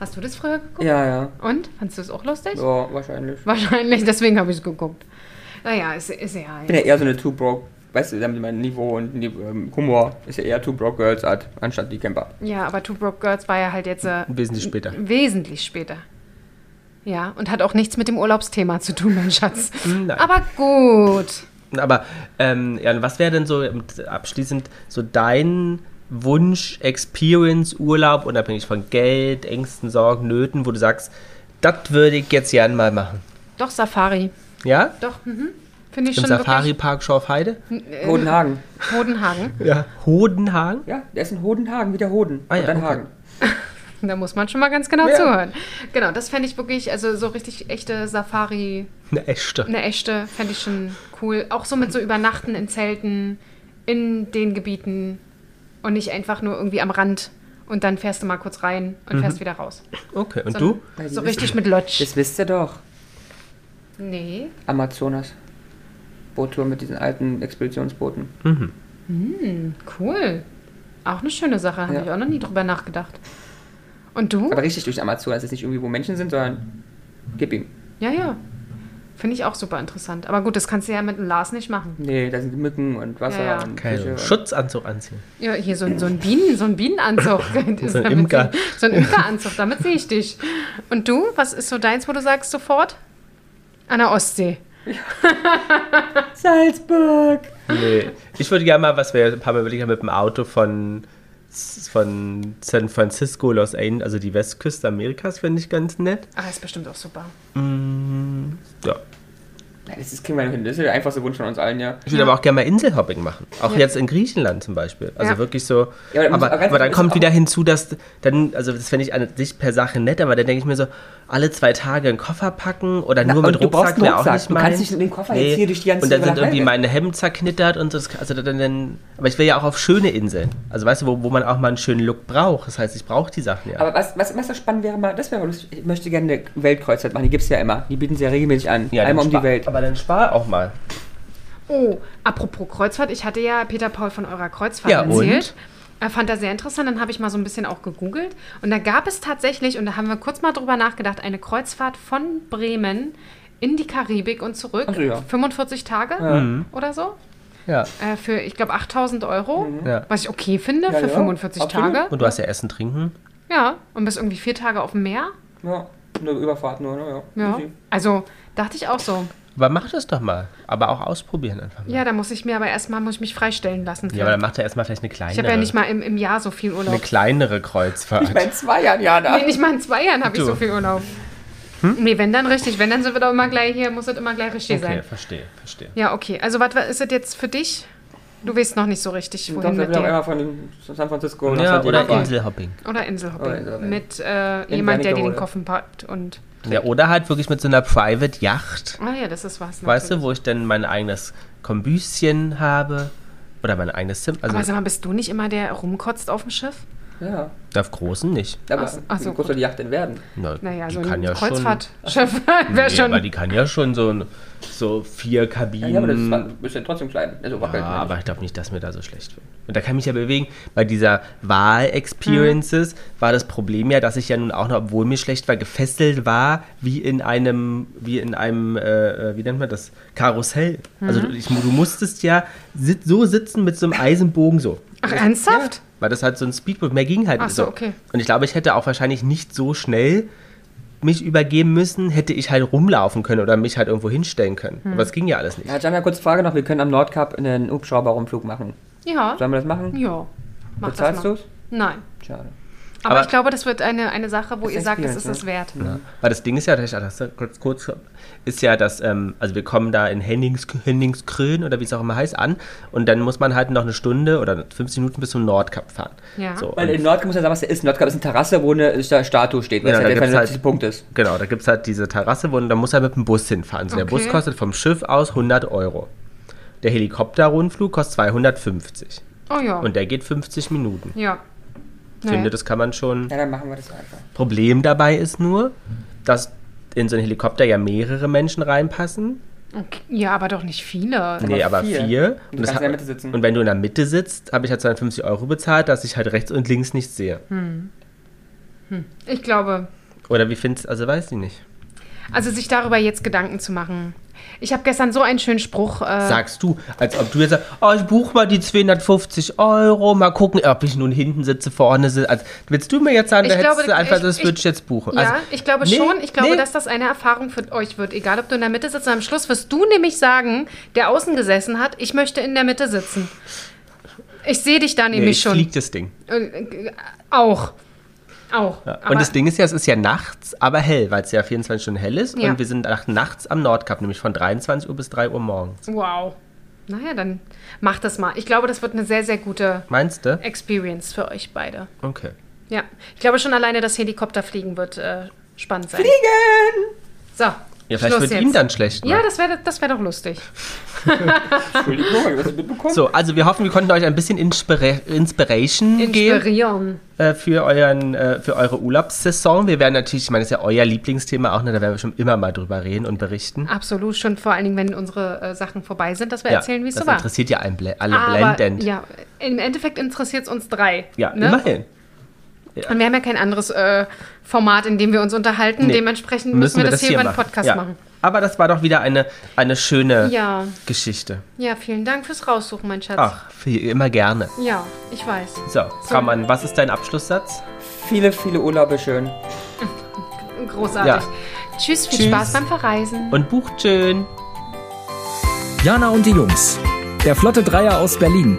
[SPEAKER 1] Hast du das früher geguckt?
[SPEAKER 2] Ja, ja.
[SPEAKER 1] Und? Fandst du es auch lustig?
[SPEAKER 2] Ja, wahrscheinlich.
[SPEAKER 1] Wahrscheinlich, deswegen habe ich es geguckt. Mhm. Naja, ist, ist ja.
[SPEAKER 2] Ich bin ja eher so eine Two Broke, weißt du, damit mein Niveau und Ni- ähm, Humor ist ja eher Two Broke Girls Art, anstatt die Camper.
[SPEAKER 1] Ja, aber Two Broke Girls war ja halt jetzt äh,
[SPEAKER 3] Wesentlich später.
[SPEAKER 1] wesentlich später. Ja, und hat auch nichts mit dem Urlaubsthema zu tun, mein Schatz.
[SPEAKER 3] Nein.
[SPEAKER 1] Aber gut.
[SPEAKER 3] Aber ähm, Jan, was wäre denn so ähm, abschließend so dein Wunsch, Experience, Urlaub, unabhängig von Geld, Ängsten, Sorgen, Nöten, wo du sagst, das würde ich jetzt gern mal machen.
[SPEAKER 1] Doch, Safari.
[SPEAKER 3] Ja?
[SPEAKER 1] Doch, mhm. finde ich
[SPEAKER 3] Im
[SPEAKER 1] schon wirklich.
[SPEAKER 3] Safari-Park Schorfheide?
[SPEAKER 1] Äh.
[SPEAKER 2] Hodenhagen.
[SPEAKER 1] Hodenhagen.
[SPEAKER 3] Ja. Hodenhagen?
[SPEAKER 2] Ja, der ist in Hodenhagen, wieder Hoden.
[SPEAKER 3] Ah ja,
[SPEAKER 2] und dann
[SPEAKER 3] okay.
[SPEAKER 2] Hagen.
[SPEAKER 1] Da muss man schon mal ganz genau
[SPEAKER 2] Ja.
[SPEAKER 1] zuhören. Genau, das fände ich wirklich, also so richtig echte Safari,
[SPEAKER 3] Eine echte.
[SPEAKER 1] eine echte, fände ich schon cool. Auch so mit so Übernachten in Zelten, in den Gebieten und nicht einfach nur irgendwie am Rand und dann fährst du mal kurz rein und fährst wieder raus.
[SPEAKER 3] Okay, Mhm. und
[SPEAKER 1] Sondern
[SPEAKER 3] du?
[SPEAKER 1] So richtig mit Lodge.
[SPEAKER 2] Das wisst ihr doch.
[SPEAKER 1] Nee.
[SPEAKER 2] Amazonas. Boottour mit diesen alten Expeditionsbooten.
[SPEAKER 1] Oh. Cool. Auch eine schöne Sache. Habe
[SPEAKER 2] Ja.
[SPEAKER 1] ich auch noch nie drüber nachgedacht. Und du?
[SPEAKER 2] Aber richtig durch Amazonas. Das ist nicht irgendwie, wo Menschen sind, sondern gib ihm.
[SPEAKER 1] ja, ja. Finde ich auch super interessant. Aber gut, das kannst du ja mit dem Lars nicht machen.
[SPEAKER 2] Nee, da sind Mücken und
[SPEAKER 1] Ja,
[SPEAKER 2] Wasser
[SPEAKER 1] ja.
[SPEAKER 2] und Fische
[SPEAKER 3] Keinen
[SPEAKER 2] und-
[SPEAKER 3] Schutzanzug anziehen.
[SPEAKER 1] Ja, hier so, ein- so ein Bienen, so ein Bienenanzug.
[SPEAKER 3] So ein
[SPEAKER 1] Damit
[SPEAKER 3] Imker.
[SPEAKER 1] seh- So ein Imkeranzug, damit sehe ich dich. Und du, was ist so deins, wo du sagst sofort? An der Ostsee.
[SPEAKER 2] Salzburg!
[SPEAKER 3] Nee. Ich würde gerne mal, was wir ein paar Mal überlegt haben, mit dem Auto von, von San Francisco, Los Angeles, also die Westküste Amerikas, finde ich ganz nett.
[SPEAKER 1] Ah, ist bestimmt auch super.
[SPEAKER 3] Ja.
[SPEAKER 2] Nein, das ist, kriegen wir noch hin. Das ist der einfachste Wunsch von uns allen, ja.
[SPEAKER 3] Ich würde aber auch gerne mal Inselhopping machen. Auch jetzt in Griechenland zum Beispiel. Also
[SPEAKER 1] Ja.
[SPEAKER 3] wirklich so.
[SPEAKER 2] Ja, aber dann
[SPEAKER 3] aber,
[SPEAKER 2] muss auch ganz-
[SPEAKER 3] aber dann
[SPEAKER 2] ist
[SPEAKER 3] kommt
[SPEAKER 2] auch-
[SPEAKER 3] wieder hinzu, dass dann, also das fände ich an sich per Sache nett, aber dann denke ich mir so, alle zwei Tage einen Koffer packen oder
[SPEAKER 2] Na,
[SPEAKER 3] nur mit
[SPEAKER 2] und du brauchst
[SPEAKER 3] Rucksack
[SPEAKER 2] einen
[SPEAKER 3] wäre auch
[SPEAKER 2] Rucksack.
[SPEAKER 3] nicht
[SPEAKER 2] Du
[SPEAKER 3] mein.
[SPEAKER 2] kannst nicht mit dem Koffer jetzt hier durch die ganze
[SPEAKER 3] Und dann sind
[SPEAKER 2] Welt
[SPEAKER 3] irgendwie
[SPEAKER 2] reisen.
[SPEAKER 3] meine Hemden zerknittert und so. Das, also dann, dann, aber ich will ja auch auf schöne Inseln. Also weißt du, wo, wo man auch mal einen schönen Look braucht. Das heißt, ich brauche die Sachen ja.
[SPEAKER 2] Aber was, was, was das spannend wäre mal, das wäre mal lustig. Ich möchte gerne eine Weltkreuzfahrt machen. Die gibt es ja immer. Die bieten sie ja regelmäßig an.
[SPEAKER 3] ja, dann
[SPEAKER 2] Einmal um die
[SPEAKER 3] spar-
[SPEAKER 2] Welt.
[SPEAKER 3] Aber dann spar auch mal.
[SPEAKER 1] Oh, apropos Kreuzfahrt, ich hatte ja Peter Paul von eurer Kreuzfahrt
[SPEAKER 3] Ja,
[SPEAKER 1] erzählt. Er fand das sehr interessant, dann habe ich mal so ein bisschen auch gegoogelt. Und da gab es tatsächlich, und da haben wir kurz mal drüber nachgedacht, eine Kreuzfahrt von Bremen in die Karibik und zurück.
[SPEAKER 2] Ach so, ja.
[SPEAKER 1] 45 Tage
[SPEAKER 3] Mhm.
[SPEAKER 1] oder so.
[SPEAKER 3] Ja.
[SPEAKER 1] Äh, für, ich glaube, 8000 Euro.
[SPEAKER 3] Ja.
[SPEAKER 1] Was ich okay finde
[SPEAKER 2] Mhm. Ja,
[SPEAKER 1] für
[SPEAKER 2] ja,
[SPEAKER 1] 45
[SPEAKER 2] absolut.
[SPEAKER 1] Tage.
[SPEAKER 3] Und du hast ja Essen, Trinken.
[SPEAKER 1] Ja, und bist irgendwie vier Tage auf dem Meer.
[SPEAKER 2] Ja, eine Überfahrt nur, ne? Ja.
[SPEAKER 1] Ja. Also dachte ich auch so.
[SPEAKER 3] Aber mach das doch mal. Aber auch ausprobieren einfach mal.
[SPEAKER 1] Ja, da muss ich mir aber erstmal, muss ich mich freistellen lassen.
[SPEAKER 3] Ja, aber dann macht er erstmal vielleicht eine kleinere.
[SPEAKER 1] ich habe ja nicht mal im, im Jahr so viel Urlaub.
[SPEAKER 3] eine kleinere Kreuzfahrt.
[SPEAKER 2] Ich meine, zwei Jahren, Jana.
[SPEAKER 1] Nee, nicht mal in zwei Jahren habe ich
[SPEAKER 3] Du. Hm?
[SPEAKER 1] so viel Urlaub. Nee, wenn dann richtig. Wenn dann sind wir doch immer gleich hier, muss das immer gleich richtig
[SPEAKER 3] okay,
[SPEAKER 1] sein.
[SPEAKER 3] verstehe, verstehe.
[SPEAKER 1] Ja, okay. Also, was ist das jetzt für dich? Du weißt noch nicht so richtig,
[SPEAKER 2] Doch,
[SPEAKER 1] wohin
[SPEAKER 2] da
[SPEAKER 1] mit
[SPEAKER 2] wird auch
[SPEAKER 1] dir.
[SPEAKER 2] einmal von San Francisco nach
[SPEAKER 3] Ja,
[SPEAKER 2] San Diego
[SPEAKER 3] oder halt-
[SPEAKER 2] fahren.
[SPEAKER 3] Inselhopping.
[SPEAKER 1] Oder
[SPEAKER 2] Oder
[SPEAKER 1] Inselhopping.
[SPEAKER 2] Inselhopping.
[SPEAKER 1] mit äh, jemand, der dir den
[SPEAKER 2] Wernigerode.
[SPEAKER 1] Koffer packt. Und,
[SPEAKER 3] Ja, oder halt wirklich mit so einer Private Yacht,
[SPEAKER 1] ah ja, das ist was.
[SPEAKER 3] weißt du, wo ich dann mein eigenes Kombüschen habe oder mein eigenes Zimmer.
[SPEAKER 1] Aber
[SPEAKER 3] Also
[SPEAKER 1] sag mal, bist du nicht immer der rumkotzt auf dem Schiff?
[SPEAKER 2] Ja,
[SPEAKER 3] auf großen nicht.
[SPEAKER 2] aber
[SPEAKER 1] Ach so, ach so,
[SPEAKER 2] wie groß soll die Yacht denn werden?
[SPEAKER 3] Na,
[SPEAKER 1] Naja,
[SPEAKER 3] die
[SPEAKER 1] so
[SPEAKER 3] kann
[SPEAKER 1] ein
[SPEAKER 3] ja
[SPEAKER 1] Kreuzfahrtschiff
[SPEAKER 3] schon.
[SPEAKER 1] wäre
[SPEAKER 3] nee,
[SPEAKER 1] schon.
[SPEAKER 3] Aber die kann ja schon so, ein, so vier Kabinen.
[SPEAKER 2] Ja, ja aber das ist, man ist ja trotzdem klein. Also wackelt
[SPEAKER 3] Mm. Ja,
[SPEAKER 2] man nicht.
[SPEAKER 3] Ah, aber ich glaube nicht, dass mir da so schlecht wird. Und da kann ich ja bewegen. Bei dieser
[SPEAKER 1] Mhm.
[SPEAKER 3] Wahl-Experiences war das Problem ja, dass ich ja nun auch noch, obwohl mir schlecht war, gefesselt war, wie in einem, wie in einem, äh, äh, wie nennt man das, Karussell.
[SPEAKER 1] Mhm.
[SPEAKER 3] Also ich, du musstest ja sit, so sitzen mit so einem Eisenbogen so.
[SPEAKER 1] Ach, ernsthaft?
[SPEAKER 3] War das halt so ein Speedboot, mehr ging halt
[SPEAKER 1] Ach
[SPEAKER 3] nicht
[SPEAKER 1] so, okay.
[SPEAKER 3] Und ich glaube, ich hätte auch wahrscheinlich nicht so schnell mich übergeben müssen, hätte ich halt rumlaufen können oder mich halt irgendwo hinstellen können.
[SPEAKER 1] Mhm.
[SPEAKER 3] Aber es ging ja alles nicht.
[SPEAKER 2] Ja, Jamia, kurz Frage noch. Wir können am Nordkap einen Hubschrauberumflug machen.
[SPEAKER 1] Ja.
[SPEAKER 2] Sollen wir das machen?
[SPEAKER 1] Ja. Mach
[SPEAKER 2] Bezahlst
[SPEAKER 1] das mal.
[SPEAKER 2] du's?
[SPEAKER 1] Nein.
[SPEAKER 2] Schade.
[SPEAKER 1] Aber,
[SPEAKER 3] Aber- ne?
[SPEAKER 1] ich glaube, das wird eine, eine Sache, wo ihr sagt, es ist
[SPEAKER 2] Experience,
[SPEAKER 1] es wert.
[SPEAKER 3] Ja. Weil das Ding ist ja, das, das kurz, kurz, ist ja, dass, ähm, also wir kommen da in Hennings, Henningskrön oder wie es auch immer heißt an und dann muss man halt noch eine Stunde oder 50 Minuten bis zum Nordkap fahren.
[SPEAKER 1] Ja.
[SPEAKER 3] So,
[SPEAKER 2] Weil
[SPEAKER 3] und-
[SPEAKER 2] in Nordkap muss ja sagen, was der ist. Nordkap ist eine Terrasse, wo eine Sta- Statue steht, weil
[SPEAKER 3] Genau,
[SPEAKER 2] es
[SPEAKER 3] da
[SPEAKER 2] ja der
[SPEAKER 3] gibt's
[SPEAKER 2] 94.
[SPEAKER 3] halt-
[SPEAKER 2] Punkt ist.
[SPEAKER 3] Genau, da gibt es halt diese Terrasse, wo da muss er mit dem Bus hinfahren. Also Der
[SPEAKER 1] Okay.
[SPEAKER 3] Bus kostet vom Schiff aus 100 Euro. Der Helikopterrundflug kostet 250.
[SPEAKER 1] Oh ja.
[SPEAKER 3] Und der geht 50 Minuten.
[SPEAKER 1] ja.
[SPEAKER 3] Ich
[SPEAKER 1] Naja.
[SPEAKER 3] finde, das kann man schon.
[SPEAKER 2] Ja, dann machen wir das einfach.
[SPEAKER 3] Problem dabei ist nur, dass in so einen Helikopter ja mehrere Menschen reinpassen.
[SPEAKER 1] Okay. ja, aber doch nicht viele.
[SPEAKER 3] Nee, aber
[SPEAKER 2] vier.
[SPEAKER 3] vier.
[SPEAKER 2] Und du
[SPEAKER 3] das
[SPEAKER 2] kannst in
[SPEAKER 3] hat-
[SPEAKER 2] der Mitte sitzen.
[SPEAKER 3] und wenn du in der Mitte sitzt, habe ich halt 250 Euro bezahlt, dass ich halt rechts und links nichts sehe.
[SPEAKER 1] Hm. Ich glaube,
[SPEAKER 3] Oder wie findest also weiß ich nicht.
[SPEAKER 1] also sich darüber jetzt Gedanken zu machen. Ich habe gestern so einen schönen Spruch. Äh,
[SPEAKER 3] Sagst du, als ob du jetzt sagst, oh, ich buche mal die 250 Euro, mal gucken, ob ich nun hinten sitze, vorne sitze. Also, willst du mir jetzt sagen,
[SPEAKER 1] Ich
[SPEAKER 3] da hättest
[SPEAKER 1] glaube,
[SPEAKER 3] du einfach,
[SPEAKER 1] ich-
[SPEAKER 3] das
[SPEAKER 1] ich-
[SPEAKER 3] würde ich jetzt buchen.
[SPEAKER 1] Ja,
[SPEAKER 3] also,
[SPEAKER 1] ich glaube
[SPEAKER 3] nee,
[SPEAKER 1] schon. Ich glaube,
[SPEAKER 3] nee.
[SPEAKER 1] dass das eine Erfahrung für euch wird. Egal, ob du in der Mitte sitzt oder am Schluss, wirst du nämlich sagen, der außen gesessen hat, ich möchte in der Mitte sitzen. Ich sehe dich da
[SPEAKER 3] nee,
[SPEAKER 1] nämlich
[SPEAKER 3] ich
[SPEAKER 1] schon.
[SPEAKER 3] fliegt das Ding.
[SPEAKER 1] Äh, Auch. Auch.
[SPEAKER 3] Ja.
[SPEAKER 1] Aber-
[SPEAKER 3] Und das Ding ist ja, es ist ja nachts, aber hell, weil es ja 24 Stunden hell ist.
[SPEAKER 1] Ja.
[SPEAKER 3] Und wir sind nach, nachts am Nordkap, nämlich von 23 Uhr bis 3 Uhr morgens.
[SPEAKER 1] Wow. Naja, dann mach das mal. Ich glaube, das wird eine sehr, sehr gute
[SPEAKER 3] Meinst
[SPEAKER 1] Äh,
[SPEAKER 3] du?
[SPEAKER 1] Experience für euch beide.
[SPEAKER 3] Okay.
[SPEAKER 1] Ja. Ich glaube schon alleine das Helikopterfliegen wird äh, spannend sein.
[SPEAKER 2] Fliegen!
[SPEAKER 1] So.
[SPEAKER 3] Ja, vielleicht wird ihm dann schlecht.
[SPEAKER 1] Ja,
[SPEAKER 3] ne?
[SPEAKER 1] das wäre das wär doch lustig.
[SPEAKER 2] Entschuldigung, ich habe das mitbekommen.
[SPEAKER 3] so, also wir hoffen, wir konnten euch ein bisschen Inspira Inspiration geben.
[SPEAKER 1] Inspirieren.
[SPEAKER 3] äh, für, euren, äh, für eure Urlaubssaison. Wir werden natürlich, ich meine, das ist ja euer Lieblingsthema auch, ne? da werden wir schon immer mal drüber reden und berichten.
[SPEAKER 1] Absolut, schon vor allen Dingen, wenn unsere äh, Sachen vorbei sind, dass wir erzählen, wie es
[SPEAKER 3] das
[SPEAKER 1] so war.
[SPEAKER 3] interessiert ja einen ble alle
[SPEAKER 1] Aber
[SPEAKER 3] blendend. Ja,
[SPEAKER 1] ja, im Endeffekt interessiert es uns drei. ne?
[SPEAKER 3] immerhin.
[SPEAKER 1] Und wir haben ja kein anderes äh, Format, in dem wir uns unterhalten.
[SPEAKER 3] Nee.
[SPEAKER 1] Dementsprechend müssen, wir das, hier über einen Podcast
[SPEAKER 3] ja.
[SPEAKER 1] machen.
[SPEAKER 3] Aber das war doch wieder eine, eine schöne
[SPEAKER 1] Ja.
[SPEAKER 3] Geschichte.
[SPEAKER 1] ja, vielen Dank fürs Raussuchen, mein Schatz.
[SPEAKER 3] Ach, wie immer gerne.
[SPEAKER 1] Ja, ich weiß.
[SPEAKER 3] So, Fraumann, was ist dein Abschlusssatz?
[SPEAKER 2] Viele, viele Urlaube schön.
[SPEAKER 1] Großartig. Tschüss, viel
[SPEAKER 3] Tschüss.
[SPEAKER 1] Spaß beim Verreisen.
[SPEAKER 3] Und bucht schön.
[SPEAKER 4] Jana und die Jungs. Der Flotte Dreier aus Berlin.